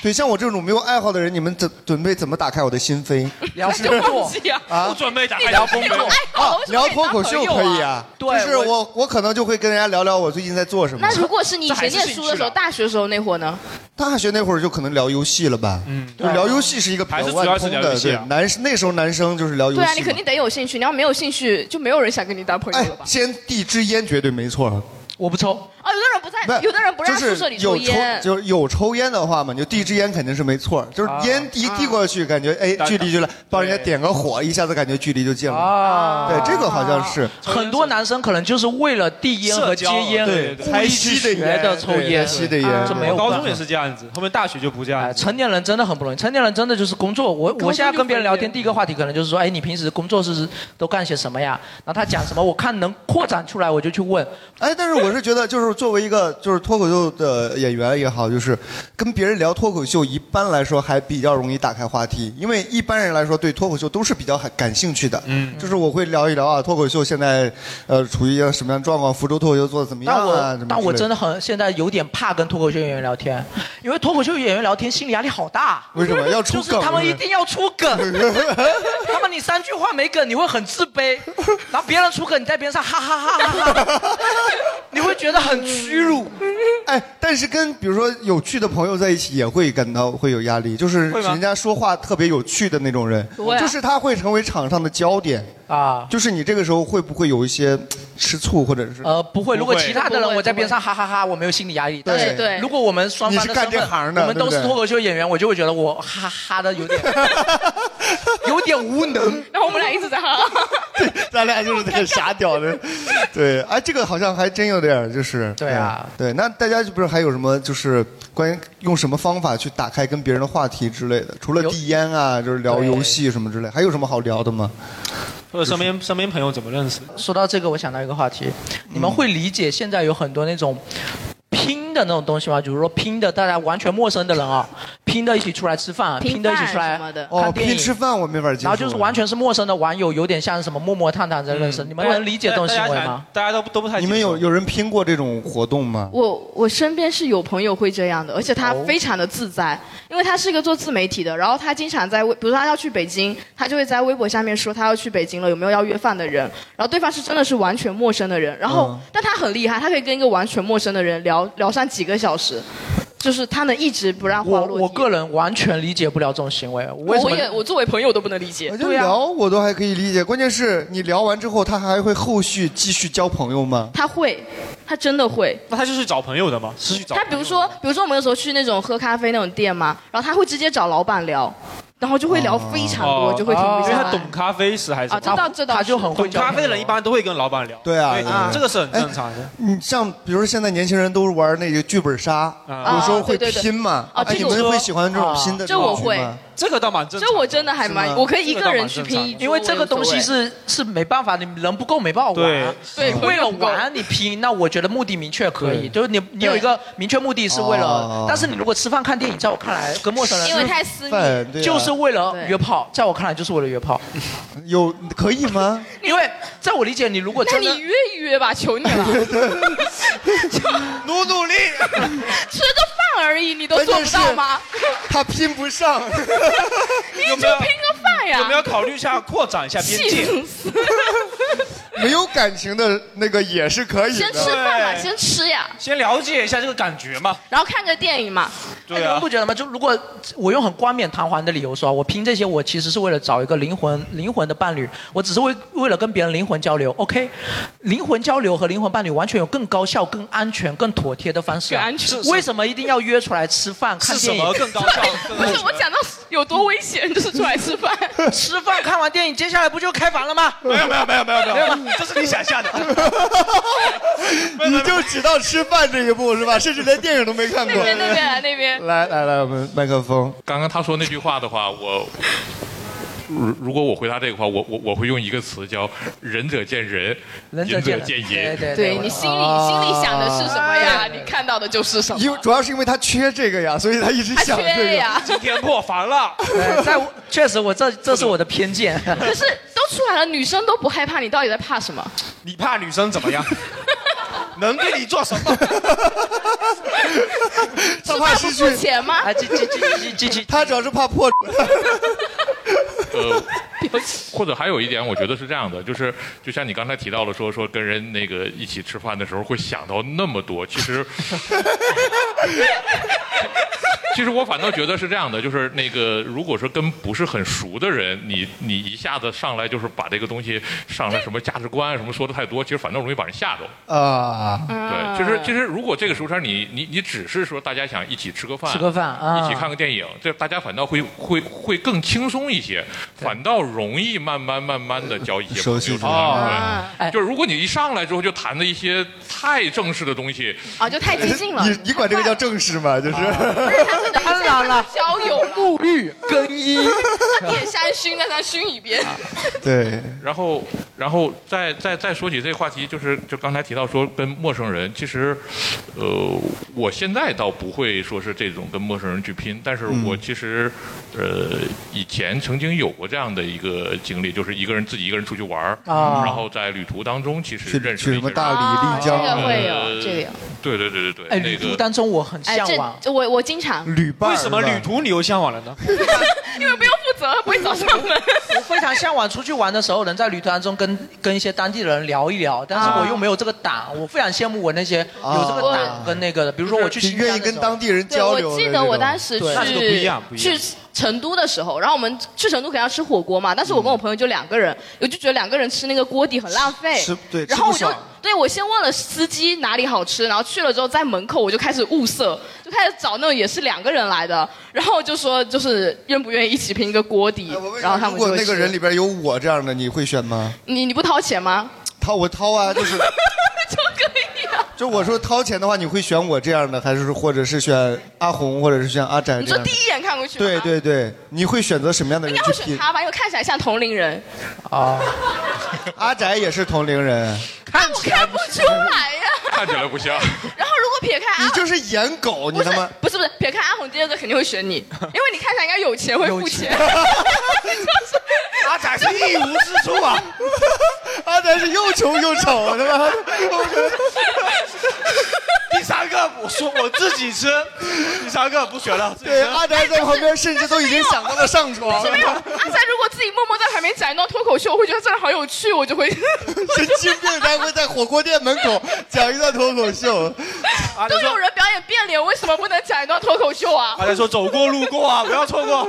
[SPEAKER 2] 对，像我这种没有爱好的人，你们怎准备怎么打开我的心扉？
[SPEAKER 3] 聊
[SPEAKER 4] 就忘记啊
[SPEAKER 2] 啊
[SPEAKER 1] 不准备打开
[SPEAKER 4] 聊哎
[SPEAKER 1] 崩
[SPEAKER 4] 溃
[SPEAKER 2] 啊，聊脱口秀可以啊，
[SPEAKER 3] 对
[SPEAKER 2] 就是我我可能就会跟人家聊聊我最近在做什么。
[SPEAKER 4] 那如果是你以前念书的时候，大学时候那会儿呢？
[SPEAKER 2] 大学那会儿就可能聊游戏了吧？嗯，就聊游戏是一个比较
[SPEAKER 1] 啊还是主要
[SPEAKER 2] 万
[SPEAKER 1] 是
[SPEAKER 2] 通
[SPEAKER 1] 聊
[SPEAKER 2] 的，
[SPEAKER 1] 游戏
[SPEAKER 2] 对
[SPEAKER 1] 啊，
[SPEAKER 2] 男生那时候男生就是聊游戏
[SPEAKER 4] 对
[SPEAKER 2] 嘛。
[SPEAKER 4] 啊，你肯定得有
[SPEAKER 2] 哎
[SPEAKER 4] 兴趣。你要没有兴趣，就没有人想跟你当朋友了吧？
[SPEAKER 2] 先递支烟绝对没错。
[SPEAKER 3] 我不抽，
[SPEAKER 4] 哦，有的人不在
[SPEAKER 2] 不是，
[SPEAKER 4] 有的人不让
[SPEAKER 2] 就是
[SPEAKER 4] 宿舍里
[SPEAKER 2] 有
[SPEAKER 4] 烟，
[SPEAKER 2] 就是有抽烟的话嘛，你就递支烟肯定是没错，就是
[SPEAKER 4] 啊
[SPEAKER 2] 烟递递过去，感觉
[SPEAKER 3] 啊
[SPEAKER 2] 哎距离就来，帮人家点个火，一下子感觉距离就近
[SPEAKER 3] 啊
[SPEAKER 2] 了。对，这个好像是
[SPEAKER 3] 很多男生可能就是为了递烟和接烟，
[SPEAKER 1] 对，
[SPEAKER 3] 故意去学的抽烟，啊这没有办法哎
[SPEAKER 1] 高中也是这样子，后面大学就不这样子。
[SPEAKER 3] 成年人真的很不容易，成年人真的就是工作。我
[SPEAKER 1] 中
[SPEAKER 3] 我现在跟别人聊天，第一个话题可能就是说，哎，你平时工作是都干些什么呀？然后他讲什么，我看能扩展出来，我就去问。
[SPEAKER 2] 哎，但是我是觉得，就是作为一个 就是脱口秀的演员也好，就是跟别人聊脱口秀，一般来说还比较容易打开话题，因为一般人来说对脱口秀都是比较感兴趣的。嗯，就是我会聊一聊啊，脱口秀现在呃处于一个什么样的状况，福州脱口秀做的怎么样
[SPEAKER 3] 但
[SPEAKER 2] 啊？
[SPEAKER 3] 我
[SPEAKER 2] 什么
[SPEAKER 3] 但我
[SPEAKER 2] 之类
[SPEAKER 3] 真的很现在有点怕跟脱口秀演员聊天，因为脱口秀演员聊天心理压力好大。
[SPEAKER 2] 为什么要出
[SPEAKER 3] 就是
[SPEAKER 2] 梗
[SPEAKER 3] 他们
[SPEAKER 2] 是
[SPEAKER 3] 一
[SPEAKER 2] 不是
[SPEAKER 3] 定要出 梗，他们你三句话没梗，你会很自卑。然后别人出梗，你在边上哈哈哈哈哈哈，你会觉得很屈辱。
[SPEAKER 2] 哎，但是跟比如说有趣的朋友在一起，也会感到会有压力，就是
[SPEAKER 3] 会吗
[SPEAKER 2] 人家说话特别有趣的那种人，
[SPEAKER 3] 对啊
[SPEAKER 2] 就是他会成为场上的焦点
[SPEAKER 3] 啊。
[SPEAKER 2] 就是你这个时候会不会有一些吃醋，或者是
[SPEAKER 3] 呃，不会，如果其他的
[SPEAKER 2] 不
[SPEAKER 3] 人
[SPEAKER 2] 会
[SPEAKER 3] 我在边上哈哈哈，我没有心理压力。
[SPEAKER 2] 对
[SPEAKER 3] 但是
[SPEAKER 2] 对
[SPEAKER 3] 如果我们双方的
[SPEAKER 2] 你是干
[SPEAKER 3] 身份
[SPEAKER 2] 这行的
[SPEAKER 3] 我们都
[SPEAKER 2] 对
[SPEAKER 3] 是
[SPEAKER 2] 不对
[SPEAKER 3] 脱口秀演员，我就会觉得我哈哈的 有点有点无能。
[SPEAKER 4] 然后我们俩一直在 哈哈哈。
[SPEAKER 2] 咱俩就是在 傻屌 的，对，哎，这个好像还真有点儿就是，对
[SPEAKER 3] 啊，
[SPEAKER 2] 对，那大家就不是还有什么就是关于用什么方法去打开跟别人的话题之类的？除了递烟啊，就是聊游戏什么之类，还有什么好聊的吗？
[SPEAKER 1] 或者身边身边朋友怎么认识？
[SPEAKER 3] 说到这个，我想到一个话题，你们会理解现在有很多那种拼的那种东西吗？比如说拼的，大家完全陌生的人啊，拼的一起出来吃饭，啊
[SPEAKER 4] 拼
[SPEAKER 3] 拼的一起
[SPEAKER 4] 饭
[SPEAKER 3] 出来
[SPEAKER 4] 什么的
[SPEAKER 2] 哦，
[SPEAKER 3] 看电
[SPEAKER 2] 拼
[SPEAKER 3] 影。
[SPEAKER 2] 吃饭我没法接受。
[SPEAKER 3] 然后就是完全是陌生的网友，有点像什么陌陌探探在认识，你们能理解这种行为吗？？
[SPEAKER 1] 大家都都不太。
[SPEAKER 2] 你们有有人拼过这种活动吗？
[SPEAKER 4] 我我身边是有朋友会这样的，而且他
[SPEAKER 2] 哦
[SPEAKER 4] 非常的自在，因为他是一个做自媒体的，然后他经常在微，比如说他要去北京，他就会在微博下面说他要去北京了，有没有要约饭的人，然后对方是真的是完全陌生的人，然后、
[SPEAKER 2] 嗯
[SPEAKER 4] 但他很厉害，他可以跟一个完全陌生的人聊聊上几个小时，就是他能一直不让话
[SPEAKER 3] 我
[SPEAKER 4] 落
[SPEAKER 3] 我个人完全理解不了这种行为，为什
[SPEAKER 4] 我
[SPEAKER 3] 么？
[SPEAKER 4] 也我作为朋友都不能理解，啊
[SPEAKER 2] 就聊我都还可以理解，关键是你聊完之后，他还会后续继续交朋友吗？
[SPEAKER 4] 他会，他真的会。
[SPEAKER 1] 那他就是找朋友的嘛，是去找。啊
[SPEAKER 4] 他比如说，比如说我们有时候去那种喝咖啡那种店嘛，然后他会直接找老板聊，然后就会聊非常多，
[SPEAKER 1] 哦
[SPEAKER 4] 就会停不
[SPEAKER 1] 因为
[SPEAKER 4] 下
[SPEAKER 1] 他
[SPEAKER 4] 来。
[SPEAKER 1] 懂咖啡是还是什么？
[SPEAKER 4] 啊这倒这倒是他就很会
[SPEAKER 1] 懂
[SPEAKER 4] 交
[SPEAKER 1] 咖啡的
[SPEAKER 4] 朋
[SPEAKER 1] 人
[SPEAKER 4] 友
[SPEAKER 1] 一般都会跟老板聊。
[SPEAKER 2] 对啊，
[SPEAKER 1] 对
[SPEAKER 2] 对啊
[SPEAKER 1] 这个是很正常的。
[SPEAKER 2] 你像比如说现在年轻人都玩那个剧本杀，
[SPEAKER 1] 啊
[SPEAKER 2] 有时候会
[SPEAKER 4] 对对对
[SPEAKER 2] 拼嘛。
[SPEAKER 4] 啊
[SPEAKER 2] 哎，
[SPEAKER 4] 这
[SPEAKER 2] 你
[SPEAKER 4] 个我
[SPEAKER 2] 们会喜欢这种新的
[SPEAKER 4] 啊
[SPEAKER 2] 这种
[SPEAKER 4] 这我
[SPEAKER 2] 局
[SPEAKER 4] 会
[SPEAKER 2] 吗
[SPEAKER 1] 这个倒蛮正常的。
[SPEAKER 4] 这我真的还蛮，我可以一个人去拼一桌，
[SPEAKER 3] 因为这个东西
[SPEAKER 4] 我也无所谓
[SPEAKER 3] 是是没办法，你人不够没办法玩。啊
[SPEAKER 4] 对对
[SPEAKER 3] 你为了
[SPEAKER 4] 朋友不够
[SPEAKER 3] 玩你拼，那我觉得目的明确可以，
[SPEAKER 1] 对
[SPEAKER 3] 就是你你有一个明确目的是为了，
[SPEAKER 1] 哦
[SPEAKER 3] 但是你如果吃饭看电影，在我看来跟陌生人
[SPEAKER 4] 因为太私密
[SPEAKER 2] 饭对啊
[SPEAKER 3] 就是为了约炮，在我看来就是为了约炮。
[SPEAKER 2] 有可以吗？
[SPEAKER 3] 因为在我理解，你如果
[SPEAKER 4] 那
[SPEAKER 3] 真的
[SPEAKER 4] 你约一约吧，求你 了，
[SPEAKER 2] 努努力，
[SPEAKER 4] 吃个饭而已，你都做不到吗？
[SPEAKER 2] 他拼不上，
[SPEAKER 4] 你就拼个饭呀
[SPEAKER 1] 有没？有考虑一下扩展一下边界？
[SPEAKER 2] 没有感情的那个也是可以的。
[SPEAKER 4] 先吃饭嘛，
[SPEAKER 1] 对
[SPEAKER 4] 先吃呀，
[SPEAKER 1] 先了解一下这个感觉嘛。
[SPEAKER 4] 然后看个电影嘛。
[SPEAKER 1] 对
[SPEAKER 3] 哎你
[SPEAKER 1] 啊
[SPEAKER 3] 们不觉得吗？就如果我用很冠冕堂皇的理由说，我拼这些，我其实是为了找一个灵魂灵魂的伴侣，我只是为为了跟别人灵魂交流。OK，灵魂交流和灵魂伴侣完全有更高效、更安全、更妥帖的方式、啊。
[SPEAKER 4] 更安全
[SPEAKER 3] 为什么一定要约出来吃饭、看电影？
[SPEAKER 4] 不是我讲到有多危险，就是出来吃饭。
[SPEAKER 3] 吃饭看完电影，接下来不就开房了吗？
[SPEAKER 1] 没有没有没有没有没有，这是你想象的。
[SPEAKER 2] 你就只到吃饭这一步是吧？甚至连电影都没看过。
[SPEAKER 4] 那边那边来那边，
[SPEAKER 2] 来来来，我们麦克风。
[SPEAKER 8] 刚刚他说那句话的话，我如如果我回答这个话，我我我会用一个词叫“仁者见仁，仁
[SPEAKER 2] 者见
[SPEAKER 8] 者
[SPEAKER 2] 仁
[SPEAKER 8] 见
[SPEAKER 2] 对
[SPEAKER 8] 仁”。
[SPEAKER 2] 对
[SPEAKER 4] 对你心里心里想的是什么呀？你看到的就是什
[SPEAKER 2] 因
[SPEAKER 4] 么
[SPEAKER 2] 为。主要是因为他缺这个呀，所以他一直
[SPEAKER 4] 他
[SPEAKER 2] 想这
[SPEAKER 4] 缺
[SPEAKER 2] 个
[SPEAKER 4] 呀。
[SPEAKER 1] 今天破防了。
[SPEAKER 3] 对在我确实，我这这是我的偏见。
[SPEAKER 4] 可 是都出来了，女生都不害怕，你到底在怕什么？
[SPEAKER 1] 你怕女生怎么样？能对你做什么？
[SPEAKER 4] 吃饭不付钱吗？
[SPEAKER 2] 他主要是怕破。
[SPEAKER 8] 呃，或者还有一点，我觉得是这样的，就是就像你刚才提到了说说跟人那个一起吃饭的时候会想到那么多，其实 其实我反倒觉得是这样的，就是那个，如果是跟不是很熟的人，你你一下子上来就是把这个东西上来什么价值观啊什么说的太多，其实反倒容易把人吓着。
[SPEAKER 2] 啊，
[SPEAKER 3] 嗯
[SPEAKER 17] 嗯
[SPEAKER 8] 对，其实其实如果这个时候你你你只是说大家想一起吃个饭，
[SPEAKER 3] 吃个饭啊
[SPEAKER 8] 一起看个电影，这大家反倒会会会更轻松一些，反倒容易慢慢慢慢的交一些
[SPEAKER 2] 熟悉
[SPEAKER 8] 朋友出来
[SPEAKER 3] 啊哎
[SPEAKER 8] 对就是如果你一上来之后就谈的一些太正式的东西，
[SPEAKER 4] 啊，就太激进了。 啊
[SPEAKER 2] 你你管这个叫正式吗？就是。
[SPEAKER 4] 当然了，交友
[SPEAKER 3] 沐浴更衣，
[SPEAKER 4] 遍山熏在那熏一遍。
[SPEAKER 2] 对，
[SPEAKER 8] 然后，然后再再再说起这个话题，就是就刚才提到说跟陌生人，其实，呃，我现在倒不会说是这种跟陌生人去拼，但是
[SPEAKER 15] 嗯
[SPEAKER 8] 我其实，呃，以前曾经有过这样的一个经历，就是一个人自己一个人出去玩儿，
[SPEAKER 2] 啊
[SPEAKER 8] 然后在旅途当中其实
[SPEAKER 2] 去
[SPEAKER 8] 认识
[SPEAKER 2] 去
[SPEAKER 8] 了
[SPEAKER 2] 什
[SPEAKER 8] 一
[SPEAKER 2] 么
[SPEAKER 8] 些
[SPEAKER 2] 大理、丽江，
[SPEAKER 8] 人
[SPEAKER 4] 这个会有
[SPEAKER 8] 呃
[SPEAKER 4] 这个有
[SPEAKER 8] 对对对对对，
[SPEAKER 1] 哎
[SPEAKER 8] 那
[SPEAKER 1] 旅
[SPEAKER 8] 个
[SPEAKER 1] 途当中我很
[SPEAKER 4] 哎，
[SPEAKER 1] 向往。
[SPEAKER 4] 这我我经常
[SPEAKER 2] 哎旅
[SPEAKER 1] 伴为什么
[SPEAKER 2] 是吧
[SPEAKER 1] 旅途你又向往了呢？
[SPEAKER 4] 因为不用负 责，不会 找上门。
[SPEAKER 3] 我非常向往出去玩的时候，能在旅途当中跟跟一些当地人聊一聊，但是
[SPEAKER 4] 啊
[SPEAKER 3] 我又没有这个胆，我非常羡慕我那些有这个胆跟那个的，比如说我去新啊愿意跟当
[SPEAKER 2] 地人
[SPEAKER 4] 对，我记得我当时
[SPEAKER 3] 那这个
[SPEAKER 4] 去去成都的时候，然后我们去成都肯定要吃火锅嘛，但是我跟我朋友就两个人，我就觉得两个人吃那个锅底很浪费。
[SPEAKER 2] 吃对
[SPEAKER 4] 然后我
[SPEAKER 2] 吃
[SPEAKER 4] 就
[SPEAKER 2] 不爽
[SPEAKER 4] 对我先问了司机哪里好吃，然后去了之后在门口我就开始物色，就开始找那种也是两个人来的，然后我就说就是愿不愿意一起拼一个锅底，
[SPEAKER 2] 哎
[SPEAKER 4] 然后他
[SPEAKER 2] 如
[SPEAKER 4] 们就会
[SPEAKER 2] 果那个
[SPEAKER 4] 吃
[SPEAKER 2] 人里边有我这样的，你会 选吗？
[SPEAKER 4] 你你不掏钱吗？
[SPEAKER 2] 掏我掏啊，就是
[SPEAKER 4] 就可以啊。
[SPEAKER 2] 就我说掏钱的话，你会选我这样的，还是或者是选阿红，或者是选阿展
[SPEAKER 4] 你
[SPEAKER 2] 这
[SPEAKER 4] 说
[SPEAKER 2] 样
[SPEAKER 4] 第
[SPEAKER 2] 的？
[SPEAKER 4] 一眼看过去吗
[SPEAKER 2] 对对对，你会选择什么样的
[SPEAKER 4] 应
[SPEAKER 2] 人
[SPEAKER 4] 该会
[SPEAKER 2] 去
[SPEAKER 4] 选
[SPEAKER 2] 拼
[SPEAKER 4] 他吧，因为看起来像同龄人。
[SPEAKER 2] 啊？阿宅也是同龄人，
[SPEAKER 4] 看我看不出来呀、
[SPEAKER 8] 看起来不像。
[SPEAKER 4] 然后如果撇开阿，
[SPEAKER 2] 你就是颜狗，你他妈
[SPEAKER 4] 不是不是，撇开阿红，第二个肯定会选你，因
[SPEAKER 2] 嗯
[SPEAKER 4] 为你看起来应该有钱会付钱。
[SPEAKER 2] 阿展是一无是处 啊！阿宅啊是又穷又丑，我他妈！
[SPEAKER 1] 第三个我说我自己吃，第三个不选了。自己吃
[SPEAKER 2] 对，阿宅在旁边甚至都已经想到了上
[SPEAKER 4] 但
[SPEAKER 2] 床
[SPEAKER 4] 是。没有，阿三如果自己默默在旁边讲一段脱口秀，我会觉得真的好有趣，我就会。
[SPEAKER 2] 神经病才会在 火锅店门口讲一段脱口秀。
[SPEAKER 1] 啊
[SPEAKER 4] 都有人表演变脸，为什么不能讲一段脱口秀啊？
[SPEAKER 1] 阿宅说走过路过啊，不要 错过。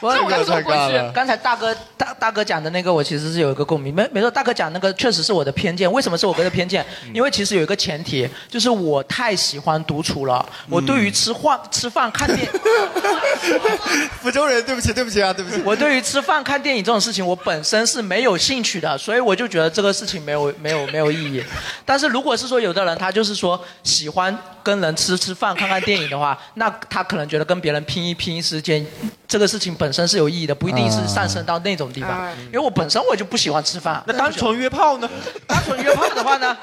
[SPEAKER 4] 这我就说不去。
[SPEAKER 3] 刚才大哥大大哥讲的那个，我其实是有一个共鸣。没没错，大哥讲那个确实是我的偏见。为什么是我哥的偏见？
[SPEAKER 2] 嗯
[SPEAKER 3] 因为其实有一个前提，就是我太喜欢独处了。
[SPEAKER 2] 嗯
[SPEAKER 3] 我对于吃饭、吃饭、看电，
[SPEAKER 2] 福州人，对不起，对不起啊，对不起。
[SPEAKER 3] 我对于吃饭、看电影这种事情，我本身是没有兴趣的，所以我就觉得这个事情没有没有没有意义。但是如果是说有的人他就是说喜欢跟人吃吃饭、看看电影的话，那他可能觉得跟别人拼一拼时间，这个事情本身是有意义的，不一定
[SPEAKER 2] 嗯
[SPEAKER 3] 是上升到那种地方。
[SPEAKER 4] 嗯
[SPEAKER 3] 因为我本身我就不喜欢吃饭。那
[SPEAKER 1] 单纯约炮呢？
[SPEAKER 3] 单纯约炮的话呢？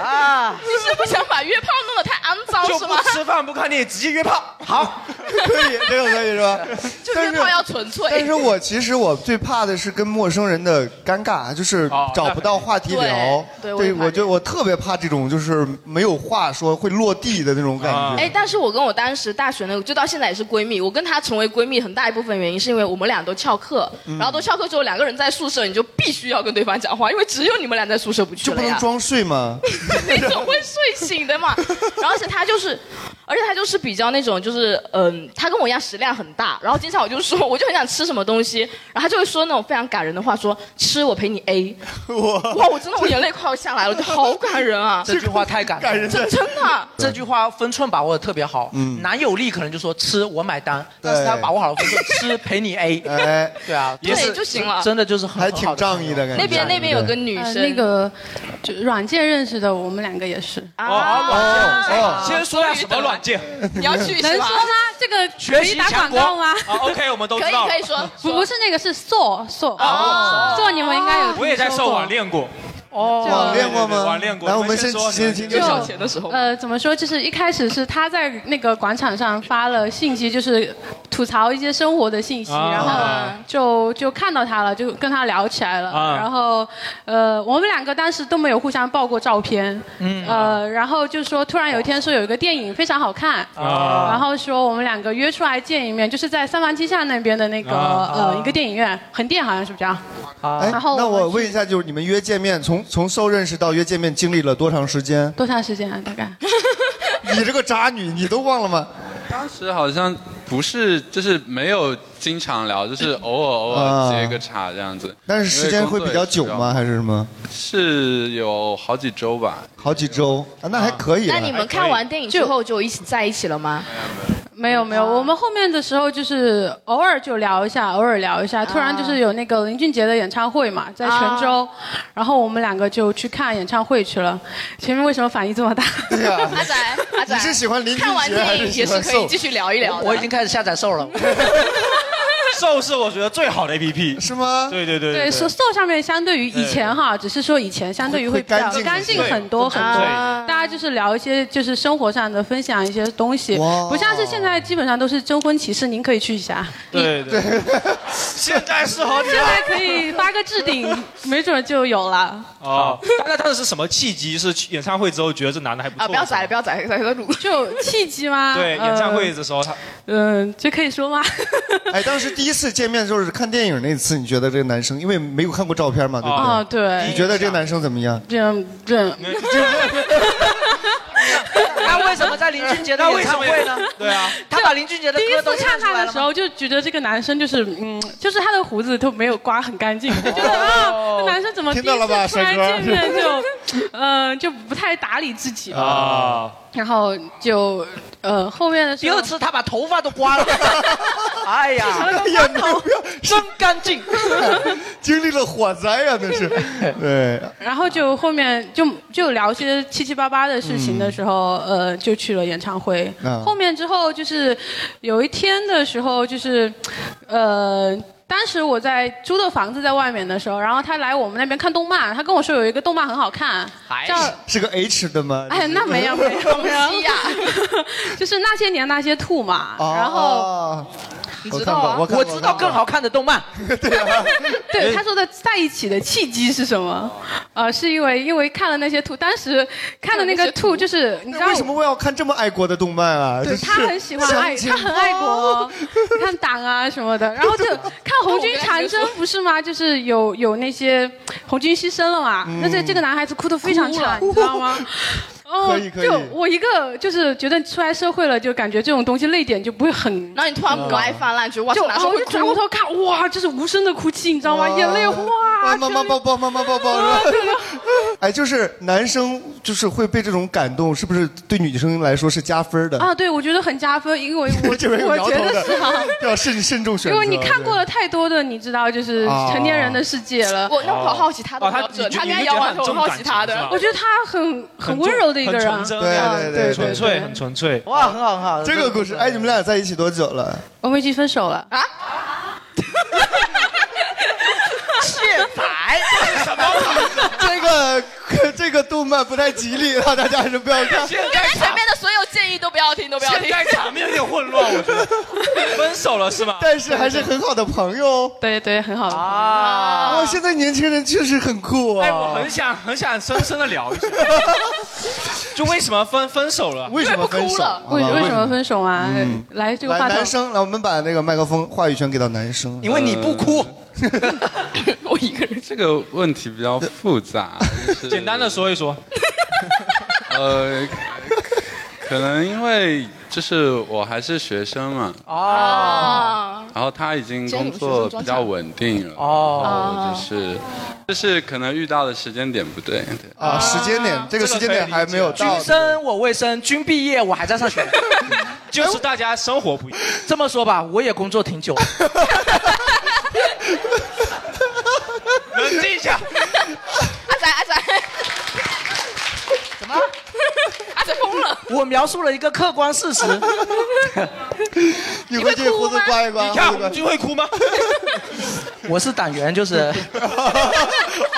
[SPEAKER 3] 啊，
[SPEAKER 4] 你是不想把约炮弄得太肮脏
[SPEAKER 1] 就是不
[SPEAKER 4] 吗？
[SPEAKER 1] 吃饭不看电影，直接约炮。
[SPEAKER 4] 啊
[SPEAKER 3] 好，
[SPEAKER 2] 可以，这个可以是吧？
[SPEAKER 4] 就约炮要纯粹。
[SPEAKER 2] 但是我其实我最怕的是跟陌生人的尴尬，就是
[SPEAKER 8] 哦
[SPEAKER 2] 找不到话题聊。
[SPEAKER 4] 对对我也
[SPEAKER 2] 对，
[SPEAKER 4] 怕
[SPEAKER 2] 我就我特别怕这种就是没有话说会落地的那种感觉。
[SPEAKER 8] 啊
[SPEAKER 4] 哎，但是我跟我当时大学那个，就到现在也是闺蜜。我跟她成为闺蜜，很大一部分原因是因为我们俩都翘课，
[SPEAKER 2] 嗯
[SPEAKER 4] 然后都翘课之后，两个人在宿舍，你就必须要跟对方讲话，因为只有你们俩在宿舍不去
[SPEAKER 2] 就不
[SPEAKER 4] 了
[SPEAKER 2] 能
[SPEAKER 4] 呀。
[SPEAKER 2] 装睡吗？
[SPEAKER 4] 你总会睡醒的嘛。然后而且他就是，而且他就是比较那种，就是嗯，他跟我一样食量很大。然后经常我就说，我就很想吃什么东西，然后他就会说那种非常感人的话，说吃我陪你 A。
[SPEAKER 2] 哇
[SPEAKER 4] 哇，我真的我眼泪快要下来了，我觉得好感人啊。
[SPEAKER 3] 这句话太感
[SPEAKER 4] 感 人这真的
[SPEAKER 3] 这句话分寸把握的特别好。
[SPEAKER 2] 嗯
[SPEAKER 3] 男友力可能就说吃我买单，但是他把握好了分寸，吃陪你 A。
[SPEAKER 2] 哎，
[SPEAKER 3] 对啊，
[SPEAKER 4] 对就行了
[SPEAKER 3] 真的就是很
[SPEAKER 2] 还挺仗义的感 觉。
[SPEAKER 4] 那 边那边有个女
[SPEAKER 18] 呃
[SPEAKER 4] 生，
[SPEAKER 18] 那个就软件认识的，我们两个也是。
[SPEAKER 1] 哦，先说下什么软件？
[SPEAKER 4] 啊你要去
[SPEAKER 18] 能
[SPEAKER 4] 是
[SPEAKER 18] 说
[SPEAKER 4] 吧
[SPEAKER 18] 吗？这个
[SPEAKER 1] 学
[SPEAKER 18] 可以
[SPEAKER 1] 习
[SPEAKER 18] 打
[SPEAKER 1] 强
[SPEAKER 18] 广
[SPEAKER 1] 国
[SPEAKER 18] 告吗？
[SPEAKER 1] 啊，OK，我们都知 道。
[SPEAKER 18] 不不是那个是 so so
[SPEAKER 1] 哦
[SPEAKER 18] so，你们应该有听说过。
[SPEAKER 1] 我也在受网恋过。
[SPEAKER 18] 哦
[SPEAKER 2] 网恋过吗
[SPEAKER 1] 对对对网恋过。
[SPEAKER 2] 来我们先
[SPEAKER 1] 说
[SPEAKER 2] 先
[SPEAKER 1] 你们
[SPEAKER 2] 听听
[SPEAKER 1] 说
[SPEAKER 2] 小钱的时候
[SPEAKER 18] 呃，怎么说？就是一开始是他在那个广场上发了信息，就是吐槽一些生活的信息，
[SPEAKER 1] 啊
[SPEAKER 18] 然后就就看到他了，就跟他聊起来了。
[SPEAKER 1] 啊
[SPEAKER 18] 然后呃，我们两个当时都没有互相报过照片。
[SPEAKER 1] 嗯
[SPEAKER 18] 呃，然后就说突然有一天说有一个电影非常好看，
[SPEAKER 1] 啊
[SPEAKER 18] 然后说我们两个约出来见一面，就是在三坊七巷那边的那个、
[SPEAKER 2] 啊
[SPEAKER 18] 呃一个电影院，横店好像是不是啊？
[SPEAKER 2] 哎，
[SPEAKER 18] 然后
[SPEAKER 2] 那我问一下，就是你们约见面，从从受认识到约见面，经历了多长时间？
[SPEAKER 18] 多长时间啊？大概？
[SPEAKER 2] 你这个渣女，你都忘了吗？
[SPEAKER 19] 当时好像不是，就是没有经常聊，就是偶尔偶尔接个茶这样子。
[SPEAKER 2] 啊但是时间会比较久吗？还是什么？
[SPEAKER 19] 是有好几周吧。
[SPEAKER 2] 好几周，啊那还可以了。
[SPEAKER 4] 那你们看完电影之后就一起在一起了吗？啊
[SPEAKER 18] 没有没有，我们后面的时候就是偶尔就聊一下，偶尔聊一下。
[SPEAKER 4] 啊
[SPEAKER 18] 突然就是有那个林俊杰的演唱会嘛，在泉州，然后我们两个就去看演唱会去了。前面为什么反应这么大？
[SPEAKER 2] 对呀，
[SPEAKER 4] 阿仔，阿仔，
[SPEAKER 2] 你是喜欢林俊杰
[SPEAKER 4] 看完电影也是可以继续聊一聊的。
[SPEAKER 3] 我已经开始下载瘦了。
[SPEAKER 1] 瘦是我觉得最好的 APP，
[SPEAKER 2] 是吗？
[SPEAKER 1] 对对对
[SPEAKER 18] 对，瘦瘦上面相对于以前哈，只是说以前相对于会比较
[SPEAKER 1] 会干
[SPEAKER 18] 干
[SPEAKER 1] 净
[SPEAKER 18] 净
[SPEAKER 1] 很多
[SPEAKER 18] 很多
[SPEAKER 1] 对
[SPEAKER 18] 很多
[SPEAKER 1] 对。
[SPEAKER 18] 大家就是聊一些就是生活上的，分享一些东西，不像是现在基本上都是征婚启事，您可以去一下。
[SPEAKER 1] 对对， 现在是好你 啊
[SPEAKER 18] 现在可以发个置顶，没准就有了。
[SPEAKER 1] 哦，那当时是什么契机？是去演唱会之后觉得这男的还不
[SPEAKER 4] 啊，
[SPEAKER 1] 错
[SPEAKER 4] 不。要宰了，不要宰了，宰了鲁。
[SPEAKER 18] 就契机吗
[SPEAKER 1] 对，演唱会的时候他
[SPEAKER 18] 嗯，这可以说吗？
[SPEAKER 2] 哎，当时第一次见面就是看电影那次，你觉得这个男生，因为没有看过照片嘛，对不对？
[SPEAKER 18] 哦对
[SPEAKER 2] 你觉得这个男生怎么样？
[SPEAKER 18] 这样这样。
[SPEAKER 3] 那为什么在林俊杰的演唱会呢？
[SPEAKER 1] 对啊，
[SPEAKER 3] 他把林俊杰的
[SPEAKER 18] 第一
[SPEAKER 3] 歌都
[SPEAKER 18] 次看
[SPEAKER 3] 出
[SPEAKER 18] 他
[SPEAKER 3] 来
[SPEAKER 18] 的
[SPEAKER 3] 了
[SPEAKER 18] 时
[SPEAKER 3] 吗？
[SPEAKER 18] 候就觉得这个男生就是，嗯，就是他的胡子都没有刮很干 净，就觉得啊，这男生怎么第一
[SPEAKER 2] 哦听到了吧
[SPEAKER 18] 次突然
[SPEAKER 2] 帅哥
[SPEAKER 18] 见面就， 嗯、就不太打理自己
[SPEAKER 1] 啊，
[SPEAKER 18] 然后就，呃，后面的时
[SPEAKER 3] 第
[SPEAKER 18] 候
[SPEAKER 3] 二次他把头发都刮了， 哎呀，光头真干净。
[SPEAKER 2] 经历了火灾呀、啊那是。 对，
[SPEAKER 18] 然后就后面就就聊些七七八八的事情的时候，呃，就去了演唱会。
[SPEAKER 2] 嗯
[SPEAKER 18] 后面之后就是有一天的时候，就是呃。当时我在租的房子在外面的时候，然后他来我们那边看动漫，他跟我说有一个动漫很好看，叫
[SPEAKER 2] 是个 H 的吗？
[SPEAKER 18] 哎，那没有没有没 有，就是那些年那些兔嘛，然后
[SPEAKER 2] 哦你知道啊我看过我看过啊哎
[SPEAKER 3] 知道更好看的动 漫。
[SPEAKER 18] 对他说的在一起的契机是什么？呃，是因为因为看了那些兔，当时看的那个兔就是你知道
[SPEAKER 2] 为什么我要看这么爱国的动漫啊？
[SPEAKER 18] 对
[SPEAKER 2] 真
[SPEAKER 18] 他
[SPEAKER 2] 是
[SPEAKER 18] 很喜欢爱，他很爱国哦，看党啊什么的。然 后就看红军长征不是吗？就是有有那些红军牺牲了嘛，
[SPEAKER 4] 嗯
[SPEAKER 18] 但是这个男孩子哭得非常惨，你知 道吗？哦
[SPEAKER 4] 可以，可以
[SPEAKER 18] 就我一个就是觉得出来社会了，就感觉这种东西泪点就不会很。
[SPEAKER 4] 然后你突然母爱泛滥，哦觉得哇，
[SPEAKER 18] 就
[SPEAKER 4] 这男
[SPEAKER 18] 然
[SPEAKER 4] 生
[SPEAKER 18] 后我
[SPEAKER 4] 会
[SPEAKER 18] 就转
[SPEAKER 4] 哭
[SPEAKER 18] 过。 头看，哇，就是无声的哭泣，你知道吗？
[SPEAKER 2] 哇
[SPEAKER 18] 眼泪哇，
[SPEAKER 2] 妈妈抱抱，妈妈抱抱，是吧？哎，就是男生就是会被这种感动，是不是对女生来说是加分的？
[SPEAKER 18] 啊，对，我觉得很加分，因为我
[SPEAKER 2] 这边有
[SPEAKER 18] 我
[SPEAKER 2] 摇头
[SPEAKER 18] 觉得
[SPEAKER 2] 的
[SPEAKER 18] 是啊。，
[SPEAKER 2] 要慎慎重选
[SPEAKER 18] 因
[SPEAKER 2] 择。
[SPEAKER 18] 为你看过了太多的，你知道，就是
[SPEAKER 2] 啊
[SPEAKER 18] 成年人的世界了。
[SPEAKER 4] 我那我好好奇他的
[SPEAKER 18] 哦
[SPEAKER 4] 标准，他跟杨婉彤，我好奇他的。
[SPEAKER 18] 我觉得他很很温柔的一个人啊。
[SPEAKER 1] 纯真
[SPEAKER 2] 对对对，
[SPEAKER 1] 纯粹很纯粹。
[SPEAKER 3] 哇，很好很好。
[SPEAKER 2] 这个故事，哎，你们俩在一起多久了？
[SPEAKER 18] 我们已经分手了啊！
[SPEAKER 3] 骗
[SPEAKER 1] 哎
[SPEAKER 3] 财，
[SPEAKER 2] 这个这个动漫不太吉利，啊，大家还是不要看。
[SPEAKER 4] 前面的所有建议都不要听，都不要听。
[SPEAKER 1] 现在场面有点混乱，我觉得分手了是吗？
[SPEAKER 2] 但是还是很好的朋友。
[SPEAKER 18] 对对，很好
[SPEAKER 2] 啊！哇，现在年轻人确实很酷啊！
[SPEAKER 1] 哎，我很想很想深深的聊一下，就为什么 分分手了？
[SPEAKER 2] 为什么分手？好吧
[SPEAKER 18] 为为什么？分手啊？
[SPEAKER 2] 嗯
[SPEAKER 18] 来这个
[SPEAKER 2] 来，
[SPEAKER 18] 话
[SPEAKER 2] 男
[SPEAKER 18] 筒，
[SPEAKER 2] 生，来，我们把那个麦克风话语权给到男生。
[SPEAKER 19] 因为你不
[SPEAKER 2] 哭，
[SPEAKER 19] 呃这个问题比较复杂，就是
[SPEAKER 1] 简单的说一说。
[SPEAKER 19] 呃，可能因为就是我还是学生嘛，
[SPEAKER 4] 啊，
[SPEAKER 19] 然后他已经工作比较稳定了，
[SPEAKER 4] 哦
[SPEAKER 19] 然后就是就是可能遇到的时间点不对，对
[SPEAKER 2] 啊，时间点，这个时间点还没有到
[SPEAKER 3] 军。生我未生，军毕业我还在 上学。
[SPEAKER 1] 就是大家生活不一样。
[SPEAKER 3] 这么说吧，我也工作挺久了。
[SPEAKER 1] 冷静一下，
[SPEAKER 4] 阿仔阿仔，
[SPEAKER 3] 怎么？
[SPEAKER 4] 阿仔疯了。
[SPEAKER 3] 我描述了一个客观事实。
[SPEAKER 2] 你会这胡子刮一刮？
[SPEAKER 3] 你看
[SPEAKER 2] 胡子刮一刮
[SPEAKER 3] 你
[SPEAKER 1] 会哭吗？
[SPEAKER 3] 我是党员， 就是。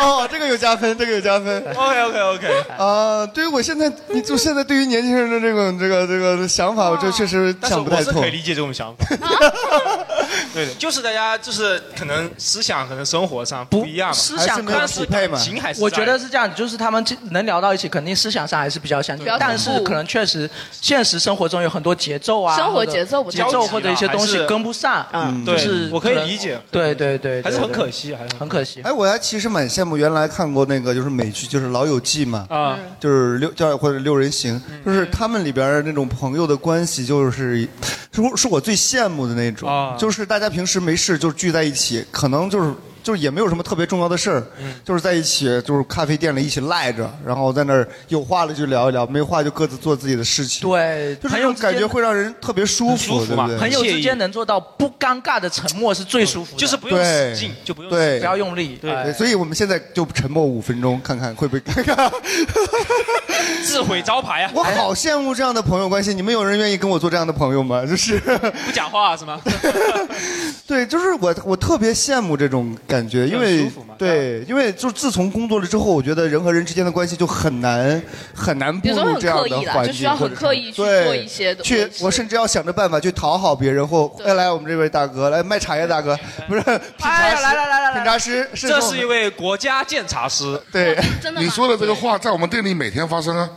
[SPEAKER 2] 哦，这个有加分，这个有加分。
[SPEAKER 1] OK OK OK。
[SPEAKER 2] 啊，对于我现在，你就现在对于年轻人的这种这个这个想法，我就确实
[SPEAKER 1] 但是
[SPEAKER 2] 想不太
[SPEAKER 1] 我是
[SPEAKER 2] 透
[SPEAKER 1] 可以。理解这种想法。 对的，就是大家就是可能思想可能生活上不一样嘛，
[SPEAKER 3] 思想
[SPEAKER 1] 但是感情还是在
[SPEAKER 3] 我觉得是这样，就是他们能聊到一起，肯定思想上还是比较相近
[SPEAKER 1] 比较，
[SPEAKER 3] 但是
[SPEAKER 1] 啊同步
[SPEAKER 3] 可能确实现实生活中有很多节奏啊，
[SPEAKER 4] 生活
[SPEAKER 3] 或者
[SPEAKER 4] 节奏不
[SPEAKER 3] 节
[SPEAKER 4] 太一
[SPEAKER 3] 奏
[SPEAKER 4] 样
[SPEAKER 3] 或者一些东
[SPEAKER 1] 还
[SPEAKER 3] 西
[SPEAKER 1] 是
[SPEAKER 3] 跟不上，
[SPEAKER 1] 嗯
[SPEAKER 3] 就
[SPEAKER 1] 对
[SPEAKER 3] 是
[SPEAKER 1] 我可以
[SPEAKER 3] 能
[SPEAKER 1] 理解
[SPEAKER 3] 对对对，
[SPEAKER 1] 还是
[SPEAKER 3] 对
[SPEAKER 1] 很可惜，还是
[SPEAKER 3] 很可惜。
[SPEAKER 2] 哎，我还其实蛮羡们原来看过那个就是美剧，就是《老友记》嘛，
[SPEAKER 1] 啊
[SPEAKER 2] 啊，就是六叫或者六人行，就是他们里边儿那种朋友的关系，就是是我是我最羡慕的那种，
[SPEAKER 1] 啊
[SPEAKER 2] 就是大家平时没事就聚在一起，可能就是。就是也没有什么特别重要的事儿，就是在一起，就是咖啡店里一起赖着，然后在那儿有话了就聊一聊，没话就各自做自己的事情。
[SPEAKER 3] 对，
[SPEAKER 2] 就是那种感觉会让人特别舒服，对不对？
[SPEAKER 3] 朋友之间能做到不尴尬的沉默是最舒服的，就是不
[SPEAKER 2] 对，对，
[SPEAKER 3] 不要用力，
[SPEAKER 2] 对，
[SPEAKER 3] 哎
[SPEAKER 2] 对所以我们现在就沉默五分钟，看看会不会尴尬。
[SPEAKER 1] 自毁招牌啊！
[SPEAKER 2] 我好羡慕这样的朋友关系，你们有人愿意跟我做这样的朋友吗？ 就是，
[SPEAKER 1] 不讲话是吗？
[SPEAKER 2] 对，就是我我特别羡慕这种感觉，因为
[SPEAKER 1] 很舒服嘛
[SPEAKER 2] 对，因为就自从工作了之后，我觉得人和人之间的关系就很难很难步
[SPEAKER 4] 有时候
[SPEAKER 2] 入
[SPEAKER 4] 很
[SPEAKER 2] 这样
[SPEAKER 4] 刻
[SPEAKER 2] 的
[SPEAKER 4] 意的，
[SPEAKER 2] 环
[SPEAKER 4] 就
[SPEAKER 2] 境，
[SPEAKER 4] 需要很刻意去做一些的。
[SPEAKER 2] 去，我甚至要想着办法去讨好别人，或哎来我们这位大哥，来卖茶叶大哥，不是品茶师，
[SPEAKER 1] 来来来
[SPEAKER 2] 来，品茶师， 是
[SPEAKER 1] 这是一位国家鉴茶师。
[SPEAKER 2] 对，
[SPEAKER 20] 你说的这个话在我们店里每天发生啊，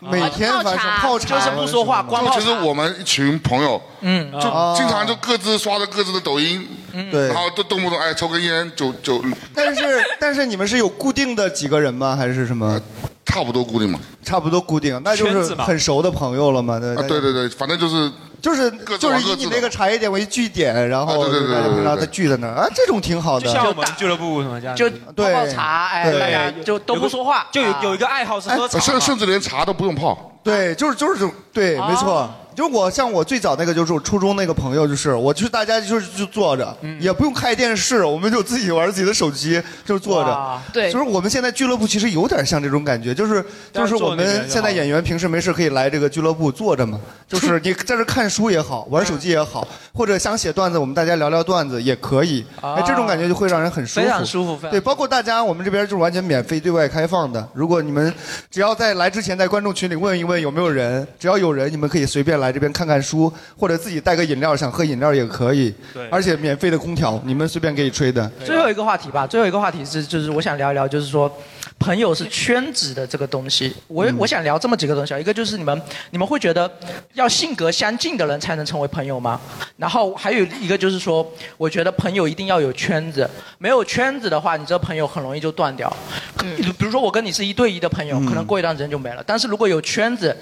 [SPEAKER 2] 每天发生泡茶，
[SPEAKER 20] 就就是我们一群朋友，
[SPEAKER 2] 嗯
[SPEAKER 20] 就经
[SPEAKER 1] 哦
[SPEAKER 20] 常就各自刷着各自的抖音，
[SPEAKER 1] 嗯
[SPEAKER 2] 对
[SPEAKER 20] 然后都动不动哎抽根烟就就
[SPEAKER 2] 但是但是你们是有固定的几个人吗？还是什么？
[SPEAKER 20] 差不多固定嘛。
[SPEAKER 2] 差不多固定，那就
[SPEAKER 20] 圈
[SPEAKER 2] 是
[SPEAKER 20] 子嘛
[SPEAKER 2] 很熟的朋友了嘛？对
[SPEAKER 20] 啊对对对，反正就是
[SPEAKER 2] 就是
[SPEAKER 20] 各自
[SPEAKER 2] 就
[SPEAKER 20] 玩
[SPEAKER 1] 啊
[SPEAKER 2] 是以
[SPEAKER 20] 各
[SPEAKER 2] 你
[SPEAKER 20] 自
[SPEAKER 2] 那个茶叶店为据点，然后
[SPEAKER 20] 啊对对对
[SPEAKER 2] 大家
[SPEAKER 20] 对对
[SPEAKER 2] 平常
[SPEAKER 20] 对
[SPEAKER 2] 他聚在那儿啊，这种挺好的。
[SPEAKER 1] 就像我们俱乐部什么这样子，
[SPEAKER 2] 对泡泡茶哎
[SPEAKER 1] 对
[SPEAKER 2] 大家
[SPEAKER 1] 有
[SPEAKER 2] 就都不说话
[SPEAKER 1] 就有
[SPEAKER 2] 啊
[SPEAKER 1] 有一个爱好是喝茶嘛，
[SPEAKER 20] 哎甚甚至连茶都不用泡。
[SPEAKER 2] 对，就是就是就对，没错。
[SPEAKER 3] 哦
[SPEAKER 2] 就是我像我最早那个就是我初中那个朋友，就是我就是大家就是就坐着，
[SPEAKER 3] 嗯
[SPEAKER 2] 也不用开电视，我们就自己玩自己的手机，就是坐着
[SPEAKER 3] 哇。对
[SPEAKER 2] 就是我们现在俱乐部其实有点像这种感觉，就是
[SPEAKER 3] 但
[SPEAKER 2] 就是是我
[SPEAKER 3] 坐那边就
[SPEAKER 2] 们
[SPEAKER 3] 好
[SPEAKER 2] 现在演员平时没事可以来这个俱乐部 坐着嘛，就是你在这看书也好，玩手机也
[SPEAKER 3] 嗯
[SPEAKER 2] 好，或者想写段子，我们大家聊聊段子也可以。哎，这种感觉就会让人很舒服，
[SPEAKER 3] 啊非常舒服非常
[SPEAKER 2] 对，包括大家我们这边就是完全免费对外开放的，如果你们只要在来之前在观众群里问一问有没有人，只要有人，你们可以随便来这边看看书，或者自己带个饮料，想喝饮料也可以。
[SPEAKER 3] 对
[SPEAKER 2] 而且免费的空调，你们随便可以吹的。
[SPEAKER 3] 最后一个话题吧，最后一个话题是，就是我想聊一聊，就是说，朋友是圈子的这个东西。我、
[SPEAKER 2] 嗯
[SPEAKER 3] 我想聊这么几个东西啊，一个就是你们你们会觉得要性格相近的人才能成为朋友吗？然后还有一个就是说，我觉得朋友一定要有圈子，没有圈子的话，你这朋友很容易就断掉。
[SPEAKER 2] 嗯
[SPEAKER 3] 比如说我跟你是一对一的朋友，可能过一段时间就没了。但是如果有圈子，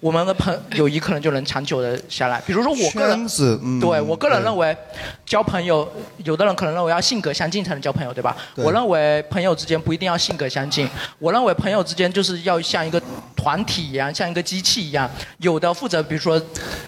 [SPEAKER 3] 我们的朋友谊可能就能长久的下来。比如说我个人，
[SPEAKER 2] 圈子嗯
[SPEAKER 3] 对我个人
[SPEAKER 2] 对
[SPEAKER 3] 认为。认为交朋友，有的人可能认为要性格相近才能交朋友，对吧？
[SPEAKER 2] 对
[SPEAKER 3] 我认为朋友之间不一定要性格相近，我认为朋友之间就是要像一个团体一样，像一个机器一样，有的负责比如说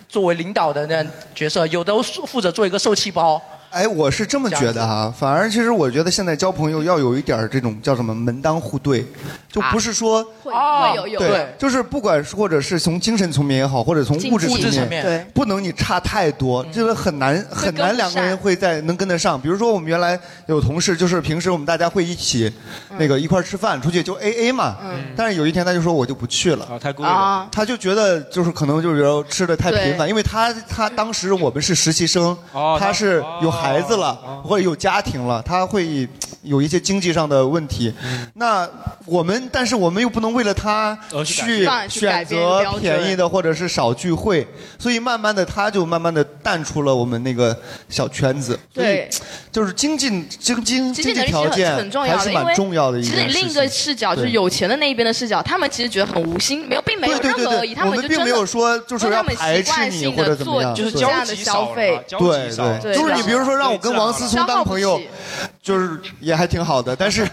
[SPEAKER 3] 作为领导的那样角色，有的负责做一个受气包。
[SPEAKER 2] 哎，我是这么觉得哈、反而其实我觉得现在交朋友要有一点儿这种叫什么门当户对，就不是说、
[SPEAKER 4] 会
[SPEAKER 3] 啊
[SPEAKER 4] 会有有
[SPEAKER 2] 哦对，就是不管是或者是从精神层面也好，或者从物质
[SPEAKER 3] 物质层面对
[SPEAKER 2] 不能你差太多，这个很难很难两个人会在能跟得上。比如说我们原来有同事，就是平时我们大家会一起那个一块儿吃饭，出去就 A A 嘛。但是有一天他就说我就不去了，
[SPEAKER 1] 太
[SPEAKER 4] 贵了啊
[SPEAKER 2] 他就觉得就是可能就是说吃的太频
[SPEAKER 4] 对
[SPEAKER 2] 繁，因为他他当时我们是实习生，
[SPEAKER 1] 哦
[SPEAKER 2] 他是有孩子了或者有家庭了，他会有一些经济上的问题。
[SPEAKER 1] 嗯
[SPEAKER 2] 那我们但是我们又不能为了他
[SPEAKER 1] 呃去改变
[SPEAKER 2] 去
[SPEAKER 1] 去改
[SPEAKER 2] 选
[SPEAKER 1] 变标准
[SPEAKER 2] 择便宜的或者是少聚会，所以慢慢的他就慢慢的淡出了我们那个小圈子。所以
[SPEAKER 4] 对，
[SPEAKER 2] 就是经济经
[SPEAKER 4] 经
[SPEAKER 2] 经
[SPEAKER 4] 济能
[SPEAKER 2] 经
[SPEAKER 4] 力
[SPEAKER 2] 济
[SPEAKER 4] 是
[SPEAKER 2] 条件
[SPEAKER 4] 很很重
[SPEAKER 2] 还
[SPEAKER 4] 要
[SPEAKER 2] 是
[SPEAKER 4] 的，因
[SPEAKER 2] 蛮
[SPEAKER 4] 为
[SPEAKER 2] 重要的一
[SPEAKER 4] 其
[SPEAKER 2] 件
[SPEAKER 4] 实
[SPEAKER 2] 事情。
[SPEAKER 4] 另一个视角就是有钱的那一边的视角，他们其实觉得很无心，没有，并没有
[SPEAKER 2] 对
[SPEAKER 4] 任
[SPEAKER 2] 对
[SPEAKER 4] 何
[SPEAKER 2] 对
[SPEAKER 4] 恶意，
[SPEAKER 2] 对
[SPEAKER 4] 他
[SPEAKER 2] 我
[SPEAKER 4] 们
[SPEAKER 2] 们
[SPEAKER 4] 就
[SPEAKER 2] 并
[SPEAKER 4] 真
[SPEAKER 2] 没
[SPEAKER 4] 的
[SPEAKER 2] 有说就是
[SPEAKER 4] 因为
[SPEAKER 2] 要
[SPEAKER 4] 他们
[SPEAKER 2] 排
[SPEAKER 4] 习
[SPEAKER 2] 斥
[SPEAKER 4] 惯
[SPEAKER 2] 你
[SPEAKER 4] 性
[SPEAKER 2] 或者
[SPEAKER 4] 地
[SPEAKER 2] 怎么
[SPEAKER 4] 做
[SPEAKER 2] 样
[SPEAKER 4] 就是
[SPEAKER 2] 对
[SPEAKER 4] 这样的消费，
[SPEAKER 2] 对对，就是你比如说让我跟王思聪当朋友，就是也还挺好的，但是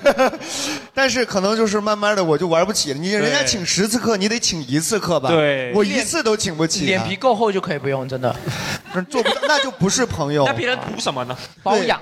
[SPEAKER 2] 但是可能就是慢慢的我就玩不起了。你人家
[SPEAKER 3] 对
[SPEAKER 2] 请十次课，你得请一次课吧？
[SPEAKER 3] 对
[SPEAKER 2] 我一次都请不起啊，
[SPEAKER 3] 脸皮够厚就可以不用，真的。
[SPEAKER 2] 做不到，那就不是 朋友。
[SPEAKER 1] 那别人图什么呢？
[SPEAKER 2] 对。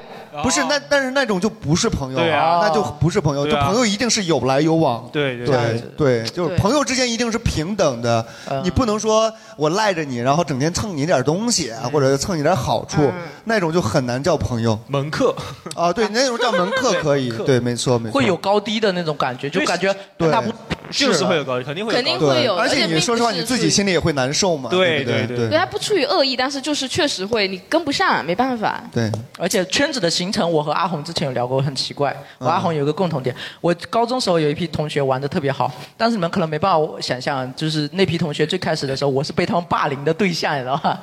[SPEAKER 2] 不是那，但是那种就不是朋友
[SPEAKER 1] 哦对啊
[SPEAKER 2] 那就不是朋友，
[SPEAKER 1] 对
[SPEAKER 2] 就
[SPEAKER 1] 啊
[SPEAKER 2] 朋友一定是有来有往，
[SPEAKER 1] 对对
[SPEAKER 2] 对对，就是
[SPEAKER 1] 对
[SPEAKER 2] 朋友之间一定是平等的，
[SPEAKER 4] 嗯
[SPEAKER 2] 你不能说我赖着你，然后整天蹭你点东西
[SPEAKER 4] 嗯
[SPEAKER 2] 啊，或者蹭你点好处，那种就很难叫朋友。
[SPEAKER 1] 门客
[SPEAKER 2] 啊，对，那种叫门客可以，对，没错没错。
[SPEAKER 3] 会有高低的那种感觉，就感觉
[SPEAKER 2] 对
[SPEAKER 3] 跟他不
[SPEAKER 1] 就是会有高低，肯定会有高低，
[SPEAKER 4] 肯定会有
[SPEAKER 2] 而
[SPEAKER 4] 而且
[SPEAKER 2] 且
[SPEAKER 4] 并
[SPEAKER 2] 你
[SPEAKER 4] 不
[SPEAKER 2] 说实话，
[SPEAKER 4] 是
[SPEAKER 2] 你自己心里也会难受嘛。对
[SPEAKER 1] 对
[SPEAKER 2] 不
[SPEAKER 4] 对，他不出于恶意，但是就是确实会，你跟不上，没办法。
[SPEAKER 2] 对，
[SPEAKER 3] 而且圈子的形成，我和阿红之前有聊过，很奇怪。
[SPEAKER 2] 嗯
[SPEAKER 3] 我阿红有一个共同点，我高中时候有一批同学玩的特别好，但是你们可能没办法想象，就是那批同学最开始的时候，我是被他们霸凌的对象，你知道 吗？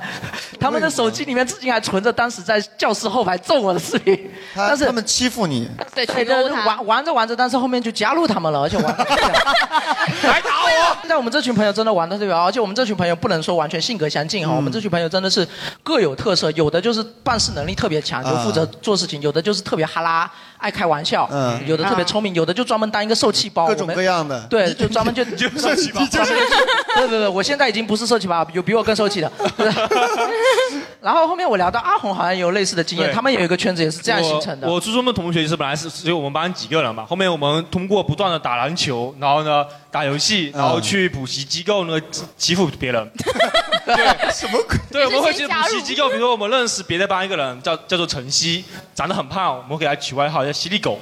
[SPEAKER 3] 他们的手机里面至今还存着当时在教室后排揍我的视频，但是他
[SPEAKER 2] 们欺负你，
[SPEAKER 3] 对，对玩玩着玩着，但是后面就加入他们了，而且玩着来打我！ 但我们这群朋友真的玩的特别好，而且我们这群朋友不能说完全性格相
[SPEAKER 2] 嗯
[SPEAKER 3] 近哈，我们这群朋友真的是各有特色，有的就是办事能力特别强，就
[SPEAKER 2] 啊
[SPEAKER 3] 负责做事情；有的就是特别哈拉，爱开玩笑；
[SPEAKER 2] 嗯
[SPEAKER 3] 有的特别聪明，有的就专门当一个受气包，
[SPEAKER 2] 各种
[SPEAKER 3] 我们
[SPEAKER 2] 各样的
[SPEAKER 3] 对，就 专门就
[SPEAKER 2] 就受气包
[SPEAKER 3] 专门就 对对对，我现在已经不是受气包，有比我更受气 的。 然后后面我聊到阿红好像有类似的经验，
[SPEAKER 1] 对
[SPEAKER 3] 他们有一个圈子也是这样形成的。
[SPEAKER 1] 我。我初中的同学就是本来是只有我们班几个人嘛，后面我们通过不断的打篮球，然后呢打游戏，然后去补习机构呢 欺欺负别人。对，
[SPEAKER 2] 什么鬼？
[SPEAKER 1] 对，我们会去补习机构，比如说我们认识别的班一个人叫叫做晨曦，长得很胖，我们给他取外号叫犀利狗。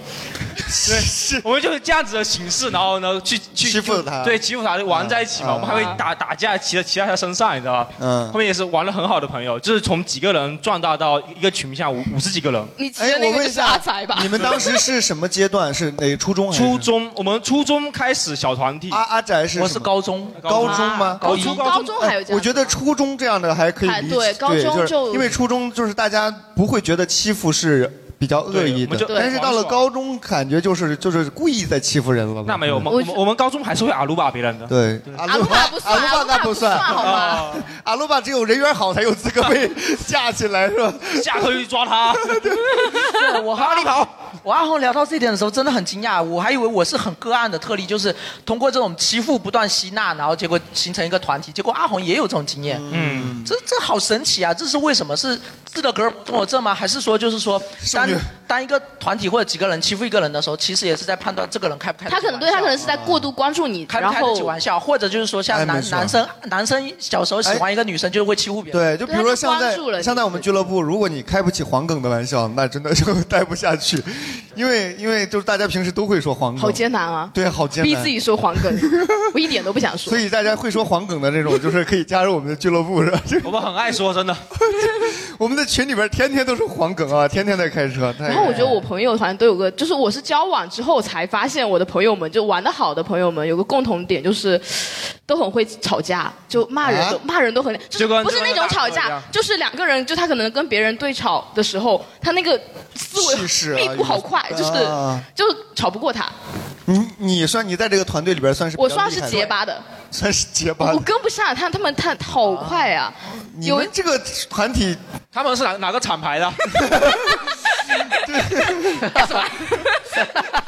[SPEAKER 1] 对，我们就是这样子的形式，然后呢去去欺负
[SPEAKER 2] 他
[SPEAKER 1] 对，欺负他就玩在一起嘛，
[SPEAKER 2] 嗯
[SPEAKER 1] 我们还会打打架骑在骑在他身上，你知道吧？
[SPEAKER 2] 嗯
[SPEAKER 1] 后面也是玩的很好的朋友，就是从几个人壮大到一个群下五五十几个人。
[SPEAKER 4] 你骑
[SPEAKER 2] 哎
[SPEAKER 4] 的
[SPEAKER 2] 我
[SPEAKER 4] 那
[SPEAKER 2] 问
[SPEAKER 4] 个
[SPEAKER 2] 一
[SPEAKER 4] 就是
[SPEAKER 2] 下
[SPEAKER 4] 阿才吧？
[SPEAKER 2] 你们当时 是什么阶段？是哪初中还是？
[SPEAKER 1] 初中，我们初中开始小团体。
[SPEAKER 2] 阿阿宅是
[SPEAKER 1] 我
[SPEAKER 2] 什
[SPEAKER 1] 是
[SPEAKER 2] 么
[SPEAKER 1] 高中，
[SPEAKER 2] 高中吗？哎
[SPEAKER 1] 高中，
[SPEAKER 4] 啊高中还有这样
[SPEAKER 2] 我觉得初中这样的还可以
[SPEAKER 4] 哎
[SPEAKER 2] 理解，
[SPEAKER 4] 对高中
[SPEAKER 2] 是
[SPEAKER 4] 就
[SPEAKER 2] 因为初中就是大家不会觉得欺负是比较恶
[SPEAKER 1] 对
[SPEAKER 2] 意
[SPEAKER 1] 我们
[SPEAKER 2] 的
[SPEAKER 1] 就，
[SPEAKER 2] 但是到了高中感觉就是就是故意在欺负人了吧。
[SPEAKER 1] 那没有，我们我们我们高中还是会阿鲁巴别人的。
[SPEAKER 2] 对，阿鲁巴不算，阿鲁巴那不算，好吧？阿鲁巴只有人缘好才有资格被 架起来，是吧？
[SPEAKER 1] 下课就去抓他。
[SPEAKER 3] 对，我和阿红，我阿红聊到这一点的时候，真的很惊讶，我还以为我是很个案的特例，就是通过这种欺负不断吸纳，然后结果形成一个团体，结果阿红也有这种经验，嗯，这这好神奇啊！这是为什么？是自的格尔综合症吗？还是说就是说当当一个团体或者几个人欺负一个人的时候，其实也是在判断这个人开不开得
[SPEAKER 4] 他
[SPEAKER 3] 起玩笑？
[SPEAKER 4] 可能对他可能是在过度关注你，
[SPEAKER 3] 开不
[SPEAKER 4] 然
[SPEAKER 3] 开得
[SPEAKER 4] 后
[SPEAKER 3] 起玩笑，或者就是说像
[SPEAKER 2] 哎
[SPEAKER 3] 男、
[SPEAKER 2] 没错
[SPEAKER 3] 男生男生小时候喜欢一个女生，就会欺负别人。
[SPEAKER 2] 对，就比如说像在像在我们俱乐部，如果你开不起黄梗的玩笑，那真的就 待不下去，因为因为就是大家平时都会说黄梗，
[SPEAKER 4] 好艰难啊！
[SPEAKER 2] 对，好艰难，
[SPEAKER 4] 逼自己说黄梗，我一点都不想说。
[SPEAKER 2] 所以大家会说黄梗的这种，就是可以加入我们的俱乐部，是吧？
[SPEAKER 1] 我们很爱说，真的。
[SPEAKER 2] 我们的群里边天天都是黄梗啊，天天在开车。太
[SPEAKER 4] 然后我觉得我朋友反正都有个，就是我是交往之后才发现我的朋友们，就玩得好的朋友们有个共同点，就是都很会吵架，就骂人都、
[SPEAKER 1] 啊
[SPEAKER 4] 骂人都很，就是
[SPEAKER 1] 就跟
[SPEAKER 4] 不是那种吵
[SPEAKER 1] 就跟大哥一
[SPEAKER 4] 架
[SPEAKER 2] 啊
[SPEAKER 1] 样，
[SPEAKER 4] 就是两个人，就他可能跟别人对吵的时候，他那个思
[SPEAKER 2] 气势
[SPEAKER 4] 维
[SPEAKER 2] 啊
[SPEAKER 4] 密度好快，
[SPEAKER 2] 有
[SPEAKER 4] 就是、
[SPEAKER 2] 啊
[SPEAKER 4] 就吵不过他，
[SPEAKER 2] 你你算你在这个团队里边算是比较
[SPEAKER 4] 我算是
[SPEAKER 2] 厉害的
[SPEAKER 4] 结，巴的，
[SPEAKER 2] 算是结巴
[SPEAKER 4] 我
[SPEAKER 2] 的。
[SPEAKER 4] 跟不上他，他们他好快啊，
[SPEAKER 2] 你
[SPEAKER 4] 有
[SPEAKER 2] 们这个团体，
[SPEAKER 1] 他们是哪哪个厂牌的？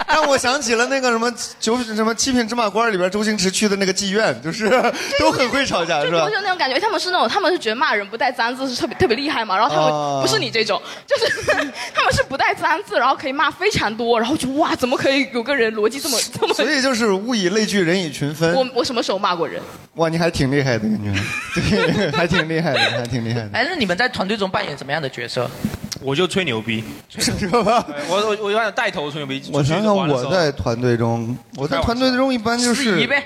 [SPEAKER 2] 让我想起了那个什么九品什么七品芝麻官里边周星驰去的那个妓院，就是 都很会吵架，是吧
[SPEAKER 4] 我？就那种感觉，他们是那种，他们是觉得骂人不带脏字是特别特别厉害嘛，然后他们、
[SPEAKER 2] 啊
[SPEAKER 4] 不是你这种，就是 他们是不带脏字，然后可以骂非常多，然后就哇，怎么可以有个人逻辑这么这 么？
[SPEAKER 2] 所以就是物以类聚，人以群分。
[SPEAKER 4] 我我什么时候骂过人？
[SPEAKER 2] 哇，你还挺厉害的 感觉，对，还挺厉害的，还挺厉害的。
[SPEAKER 3] 哎，那你们在团队中扮演什么样的角色？
[SPEAKER 1] 我就吹牛逼，
[SPEAKER 2] 是吧？
[SPEAKER 1] 我我我有点带头吹牛逼。
[SPEAKER 2] 我想想，我
[SPEAKER 1] 在
[SPEAKER 2] 在团队中，我在团队中一般就
[SPEAKER 1] 司
[SPEAKER 2] 是
[SPEAKER 1] 仪呗，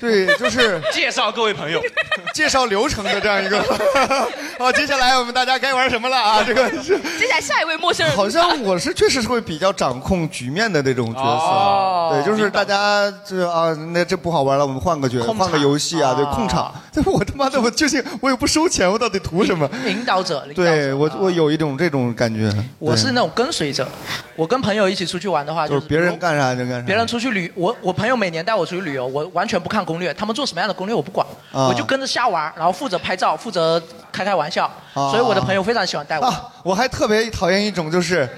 [SPEAKER 2] 对， 就是
[SPEAKER 1] 介绍各位朋友，
[SPEAKER 2] 介绍流程的这样一个。 好，接下来我们大家该玩什么 了啊？这个是。
[SPEAKER 4] 接下来下一位陌生 人，
[SPEAKER 2] 好像我是确实是会比较掌控局面的那种角色，
[SPEAKER 3] 哦
[SPEAKER 2] 对，就是大家这啊，那这不好玩了，我们换个角，
[SPEAKER 3] 控场
[SPEAKER 2] 换个游戏啊，对，
[SPEAKER 3] 啊
[SPEAKER 2] 控场。 对，我他妈的，我究竟我也不收钱，我到底图什么？
[SPEAKER 3] 领导者， 领导者。
[SPEAKER 2] 对我，我有一种这种感觉。
[SPEAKER 3] 我
[SPEAKER 2] 对
[SPEAKER 3] 是那种跟随者，我跟朋友一起出去玩的话，就
[SPEAKER 2] 就
[SPEAKER 3] 是是
[SPEAKER 2] 别人干啥就干啥。
[SPEAKER 3] 别人出去旅，我我朋友每年带我出去旅游，我完全不看攻略，他们做什么样的攻略我不管，
[SPEAKER 2] 啊
[SPEAKER 3] 我就跟着瞎玩，然后负责拍照，负责开开玩笑，
[SPEAKER 2] 啊
[SPEAKER 3] 所以我的朋友非常喜欢带我。
[SPEAKER 2] 啊，我还特别讨厌一种就是，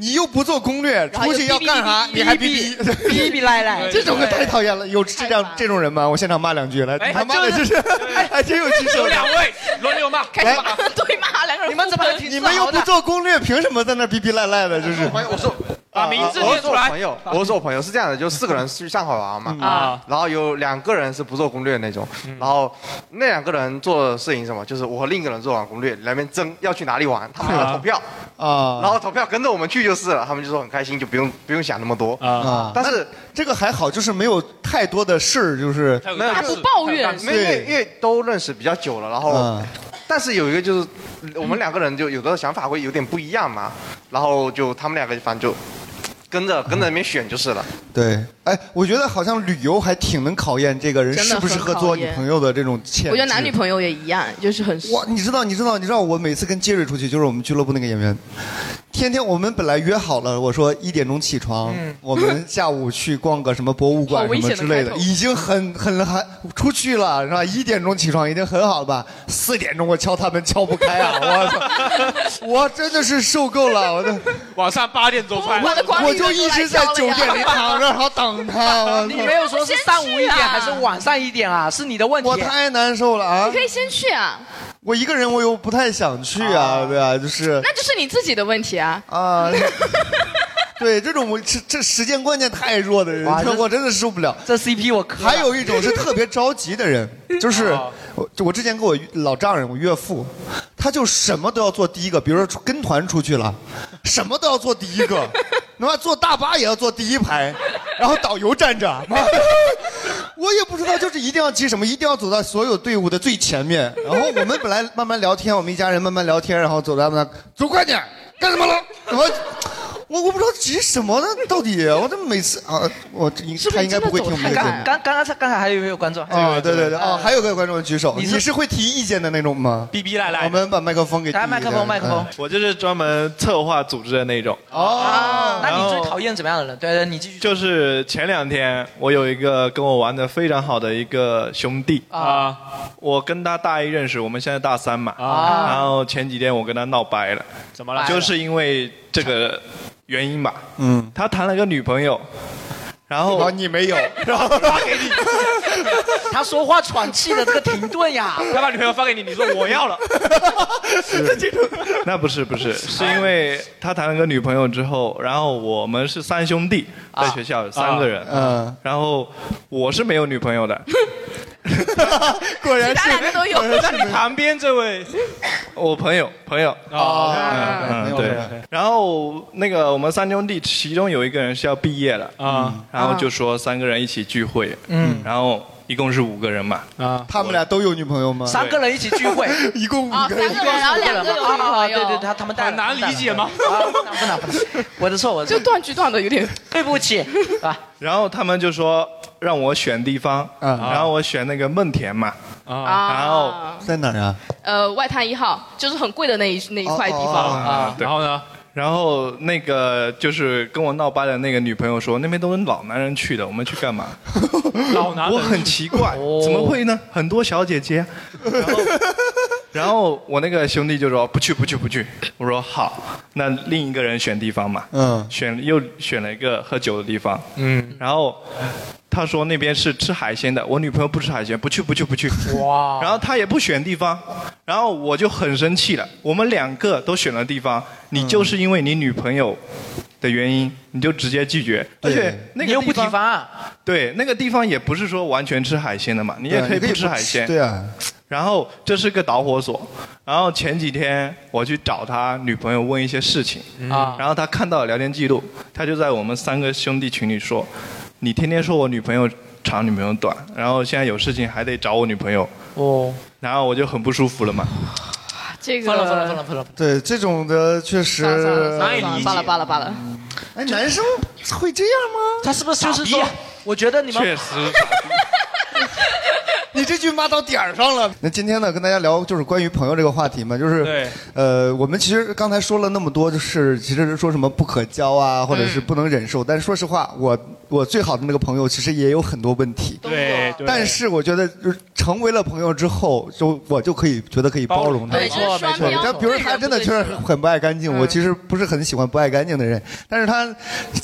[SPEAKER 2] 你又不做攻略，
[SPEAKER 3] 然后
[SPEAKER 2] 出
[SPEAKER 3] 又
[SPEAKER 2] 去要干啥，
[SPEAKER 3] 哔哔哔哔
[SPEAKER 2] 你还哔
[SPEAKER 3] 哔哔哔哔赖 赖
[SPEAKER 2] 这种
[SPEAKER 3] 对
[SPEAKER 2] 太讨厌了。有这样这种人吗？我现场骂两句来，
[SPEAKER 1] 哎
[SPEAKER 2] 你他妈的这是 还真有技术。啊
[SPEAKER 1] 有两位轮流骂，
[SPEAKER 4] 开始骂，
[SPEAKER 2] 哎
[SPEAKER 4] 对骂两个人，
[SPEAKER 3] 你们怎么
[SPEAKER 2] 你们又不做攻略，凭什么在那儿逼逼赖赖的？就是
[SPEAKER 1] 哎我说把名
[SPEAKER 2] 啊
[SPEAKER 1] 字
[SPEAKER 11] 我
[SPEAKER 1] 列
[SPEAKER 11] 是
[SPEAKER 1] 出
[SPEAKER 11] 我
[SPEAKER 1] 来
[SPEAKER 11] 朋友，我是我朋友，是这样的，就四个人去上海玩嘛，
[SPEAKER 1] 嗯啊
[SPEAKER 11] 然后有两个人是不做攻略那种，然后那两个人做的事情是什么，就是我和另一个人做完攻略，两边争要去哪里玩，他们两个投票，
[SPEAKER 2] 啊，
[SPEAKER 11] 然后投票跟着我们去就是了，他们就说很开心，就不用不用想那么多
[SPEAKER 2] 啊
[SPEAKER 11] 但是
[SPEAKER 2] 这个还好，就是没有太多的事儿，就是
[SPEAKER 11] 没有就是没有因为因为都认识比较久了，然后、
[SPEAKER 2] 嗯
[SPEAKER 11] 但是有一个就是我们两个人就有的想法会有点不一样嘛，然后就他们两个反正就跟着跟着那边选就是了。
[SPEAKER 2] 对，哎，我觉得好像旅游还挺能考验这个人
[SPEAKER 4] 真的
[SPEAKER 2] 适不适合
[SPEAKER 4] 很
[SPEAKER 2] 做
[SPEAKER 4] 考
[SPEAKER 2] 女
[SPEAKER 4] 验
[SPEAKER 2] 朋友的这种潜质。
[SPEAKER 4] 我觉得男女朋友也一样，就是很
[SPEAKER 2] 哇，你知道，你知道，你知道，我每次跟杰瑞出去，就是我们俱乐部那个演员，天天我们本来约好了，我说一点钟起床，
[SPEAKER 11] 嗯
[SPEAKER 2] 我们下午去逛个什么博物馆
[SPEAKER 11] 好危
[SPEAKER 2] 什么
[SPEAKER 11] 险的
[SPEAKER 2] 之类的，
[SPEAKER 11] 开头
[SPEAKER 2] 已经很很很出去了，是吧？一点钟起床已经很好了吧？四点钟我敲他们敲不开啊！我操，我真的是受够了，我的
[SPEAKER 1] 晚上八点做饭，
[SPEAKER 2] 我就一直在酒店里躺着， 然后等他。我操
[SPEAKER 3] 你没有说是上午一点
[SPEAKER 4] 先去啊
[SPEAKER 3] 还是晚上一点啊？是你的问题。
[SPEAKER 2] 我太难受了啊
[SPEAKER 4] 你可！以先去啊，
[SPEAKER 2] 我一个人我又不太想去啊，对啊，就是
[SPEAKER 4] 那就是你自己的问题啊。
[SPEAKER 2] 啊。 对，这种我这这时间观念太弱的人，
[SPEAKER 3] 这
[SPEAKER 2] 我真的受不了。
[SPEAKER 3] 这 CP 我磕了啊
[SPEAKER 2] 还有一种是特别着急 的人，就是我就我之前跟我老丈人，我岳父，他就什么都要做第一个，比如说出跟团出去了，什么都要做第一个， 他妈坐大巴也要坐第一排，然后导游站着，妈的我也不知道，就是一定要急什么，一定要走到所有队伍的最前面。然后我们本来慢慢聊天，我们一家人慢慢聊天，然后走到那，走快点，干什么了？然后我我不知道急什么呢，到底我这每次啊，我这应他应该不会听我们的节目
[SPEAKER 3] 刚刚刚才刚才还有没有观众？呃
[SPEAKER 2] 啊，对对对，哦，还有个观众举手，
[SPEAKER 3] 你
[SPEAKER 2] 你
[SPEAKER 3] 是
[SPEAKER 2] 是会提意见的那种吗？
[SPEAKER 17] 逼逼赖赖。
[SPEAKER 2] 我们把麦克风给递一下嗯
[SPEAKER 17] 我就是专门策划组织的那种。
[SPEAKER 9] 啊
[SPEAKER 2] 啊
[SPEAKER 3] 哦，那
[SPEAKER 17] 然
[SPEAKER 3] 你
[SPEAKER 17] 后
[SPEAKER 3] 最讨厌怎么样的人？对对，你继续。
[SPEAKER 17] 就是前两天，我有一个跟我玩的非常好的一个兄弟
[SPEAKER 3] 啊，
[SPEAKER 17] 我跟他大一认识，我们现在大三嘛。
[SPEAKER 3] 啊
[SPEAKER 17] 然后前几天我跟他闹掰了，怎么
[SPEAKER 3] 了
[SPEAKER 17] 就是因为这个原因吧。
[SPEAKER 2] 嗯，
[SPEAKER 17] 他谈了个女朋友，然后
[SPEAKER 2] 你没有，
[SPEAKER 17] 然后发给你，
[SPEAKER 3] 他说话喘气的这个停顿呀，
[SPEAKER 17] 他把女朋友发给你，你说我要 了。 那不是不是，是因为他谈了个女朋友之后，然后我们是三兄弟，
[SPEAKER 2] 啊
[SPEAKER 17] 在学校有三个人，
[SPEAKER 2] 嗯、
[SPEAKER 17] 然后我是没有女朋友 的，
[SPEAKER 2] 果然
[SPEAKER 17] 是
[SPEAKER 4] 两个都有。
[SPEAKER 17] 那你旁边这位，我朋友朋友
[SPEAKER 2] 哦
[SPEAKER 17] 嗯嗯
[SPEAKER 2] 朋友
[SPEAKER 17] 对
[SPEAKER 2] 朋友，
[SPEAKER 17] 然后那个我们三兄弟其中有一个人是要毕业了啊，然后就说三个人一起聚会，
[SPEAKER 2] 嗯
[SPEAKER 17] 然后一共是五个人嘛，
[SPEAKER 2] 啊，他们俩都有女朋友吗？
[SPEAKER 3] 三个人一起聚会，
[SPEAKER 2] 一共
[SPEAKER 3] 五
[SPEAKER 4] 个人三个人然后两个有女朋友
[SPEAKER 3] 对对，他他们带很难理解吗？啊不能不能不能，我的错我的
[SPEAKER 4] 就断句断的有点。
[SPEAKER 3] 对不起啊，
[SPEAKER 17] 然后他们就说让我选地方，
[SPEAKER 2] 啊
[SPEAKER 17] 然后我选那个梦田嘛，
[SPEAKER 4] 啊
[SPEAKER 17] 然后
[SPEAKER 2] 在哪儿啊？
[SPEAKER 4] 呃，外滩一号就是很贵的那一
[SPEAKER 2] 哦
[SPEAKER 4] 那一块地方。
[SPEAKER 17] 啊，然后呢？然后那个就是跟我闹掰的那个女朋友说，那边都是老男人去的，我们去干嘛？ 老男人，哦我很奇怪，怎么会呢？很多小姐姐。然后，然后我那个兄弟就说不去不去不去。我说好，那另一个人选地方嘛。
[SPEAKER 2] 嗯
[SPEAKER 17] 选又选了一个喝酒的地方。
[SPEAKER 1] 嗯，
[SPEAKER 17] 然后他说那边是吃海鲜的，我女朋友不吃海鲜，不去不去不去。
[SPEAKER 3] 哇！
[SPEAKER 17] 然后他也不选地方，然后我就很生气了。我们两个都选了地方，你就是因为你女朋友的原因，你就直接拒绝，而且那个
[SPEAKER 3] 你又不提
[SPEAKER 17] 地方
[SPEAKER 3] 方
[SPEAKER 17] 啊
[SPEAKER 3] 案，
[SPEAKER 17] 对那个地方也不是说完全吃海鲜的嘛，你也
[SPEAKER 2] 对啊
[SPEAKER 17] 可以
[SPEAKER 2] 你可以
[SPEAKER 17] 不吃
[SPEAKER 2] 不
[SPEAKER 17] 海
[SPEAKER 2] 吃
[SPEAKER 17] 鲜。
[SPEAKER 2] 对啊。
[SPEAKER 17] 然后这是个导火索，然后前几天我去找他女朋友问一些事情
[SPEAKER 2] 嗯
[SPEAKER 3] 啊
[SPEAKER 17] 然后他看到聊天记录，他就在我们三个兄弟群里说：“你天天说我女朋友长，女朋友短，然后现在有事情还得找我女朋友。”
[SPEAKER 3] 哦，
[SPEAKER 17] 然后我就很不舒服了嘛。
[SPEAKER 4] 这个
[SPEAKER 3] 分了分了分了分了。
[SPEAKER 2] 对，这种的确实
[SPEAKER 3] 呃
[SPEAKER 4] 罢了罢了罢了。
[SPEAKER 2] 哎，男生会这样吗？
[SPEAKER 3] 他是不是就是说？我觉得你们
[SPEAKER 2] 确
[SPEAKER 17] 实，
[SPEAKER 2] 你这句骂到点儿上了。那今天呢，跟大家聊就是关于朋友这个话题嘛，就是
[SPEAKER 1] 对，
[SPEAKER 2] 呃，我们其实刚才说了那么多，就是其实是说什么不可交啊，或者
[SPEAKER 1] 嗯
[SPEAKER 2] 是不能忍受。但是说实话，我我最好的那个朋友其实也有很多问题。
[SPEAKER 1] 对，对
[SPEAKER 2] 但是我觉得，就是成为了朋友之后，就我就可以觉得可以包容他。
[SPEAKER 1] 对这是双
[SPEAKER 2] 对
[SPEAKER 1] 标
[SPEAKER 2] 但比如他真的确实 很不爱干净，我其实不是很喜欢不爱干净的人，但是他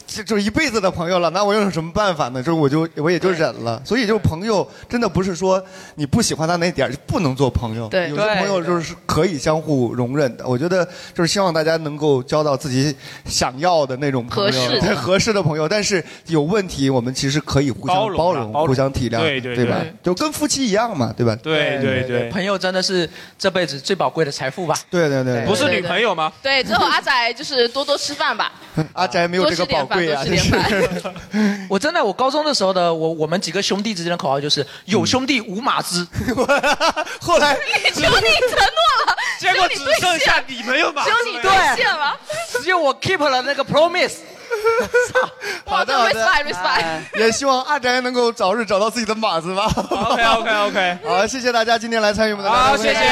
[SPEAKER 2] 就就是一辈子的朋友了，那我又有什么办法呢？就是我就我也就忍了。所以就是朋友真的不是说你不喜欢他那点儿就不能做朋友。
[SPEAKER 16] 对
[SPEAKER 2] 有些朋友就是可以相互容忍的。我觉得就是希望大家能够交到自己想要的那种朋友，
[SPEAKER 1] 合适的
[SPEAKER 2] 对合适的朋友。但是有问题，我们其实可以互相
[SPEAKER 1] 包
[SPEAKER 2] 包
[SPEAKER 1] 容
[SPEAKER 2] 容、
[SPEAKER 1] 啊包容
[SPEAKER 2] 互相体谅，
[SPEAKER 1] 对对
[SPEAKER 2] 吧
[SPEAKER 1] 对？
[SPEAKER 2] 就跟夫妻一样嘛，对吧？
[SPEAKER 1] 对对对
[SPEAKER 3] 朋友真的是这辈子最宝贵的财富吧？
[SPEAKER 2] 对对对，
[SPEAKER 1] 不是女朋友吗？
[SPEAKER 4] 对，之后阿仔就是多多吃饭吧，
[SPEAKER 2] 阿宅没有这个宝贵啊，
[SPEAKER 4] 多吃 点饭多吃
[SPEAKER 2] 就是
[SPEAKER 3] 我真的，我高中的时候的我，我们几个兄弟之间的口号就是“有兄弟无马之”，
[SPEAKER 2] 后来
[SPEAKER 4] 只有你承诺了，
[SPEAKER 1] 结
[SPEAKER 4] 只有
[SPEAKER 3] 果
[SPEAKER 4] 你兑现只剩下
[SPEAKER 1] 你没有
[SPEAKER 4] 马只有你兑现了，
[SPEAKER 3] 只有我 keep 了那个 promise。
[SPEAKER 2] 好的好的
[SPEAKER 4] respect respect
[SPEAKER 3] 哎
[SPEAKER 2] 也希望阿宅能够早日找到自己的码子吧。OK
[SPEAKER 1] OK OK，
[SPEAKER 2] 好，谢谢大家今天来参与我们的。好，谢谢。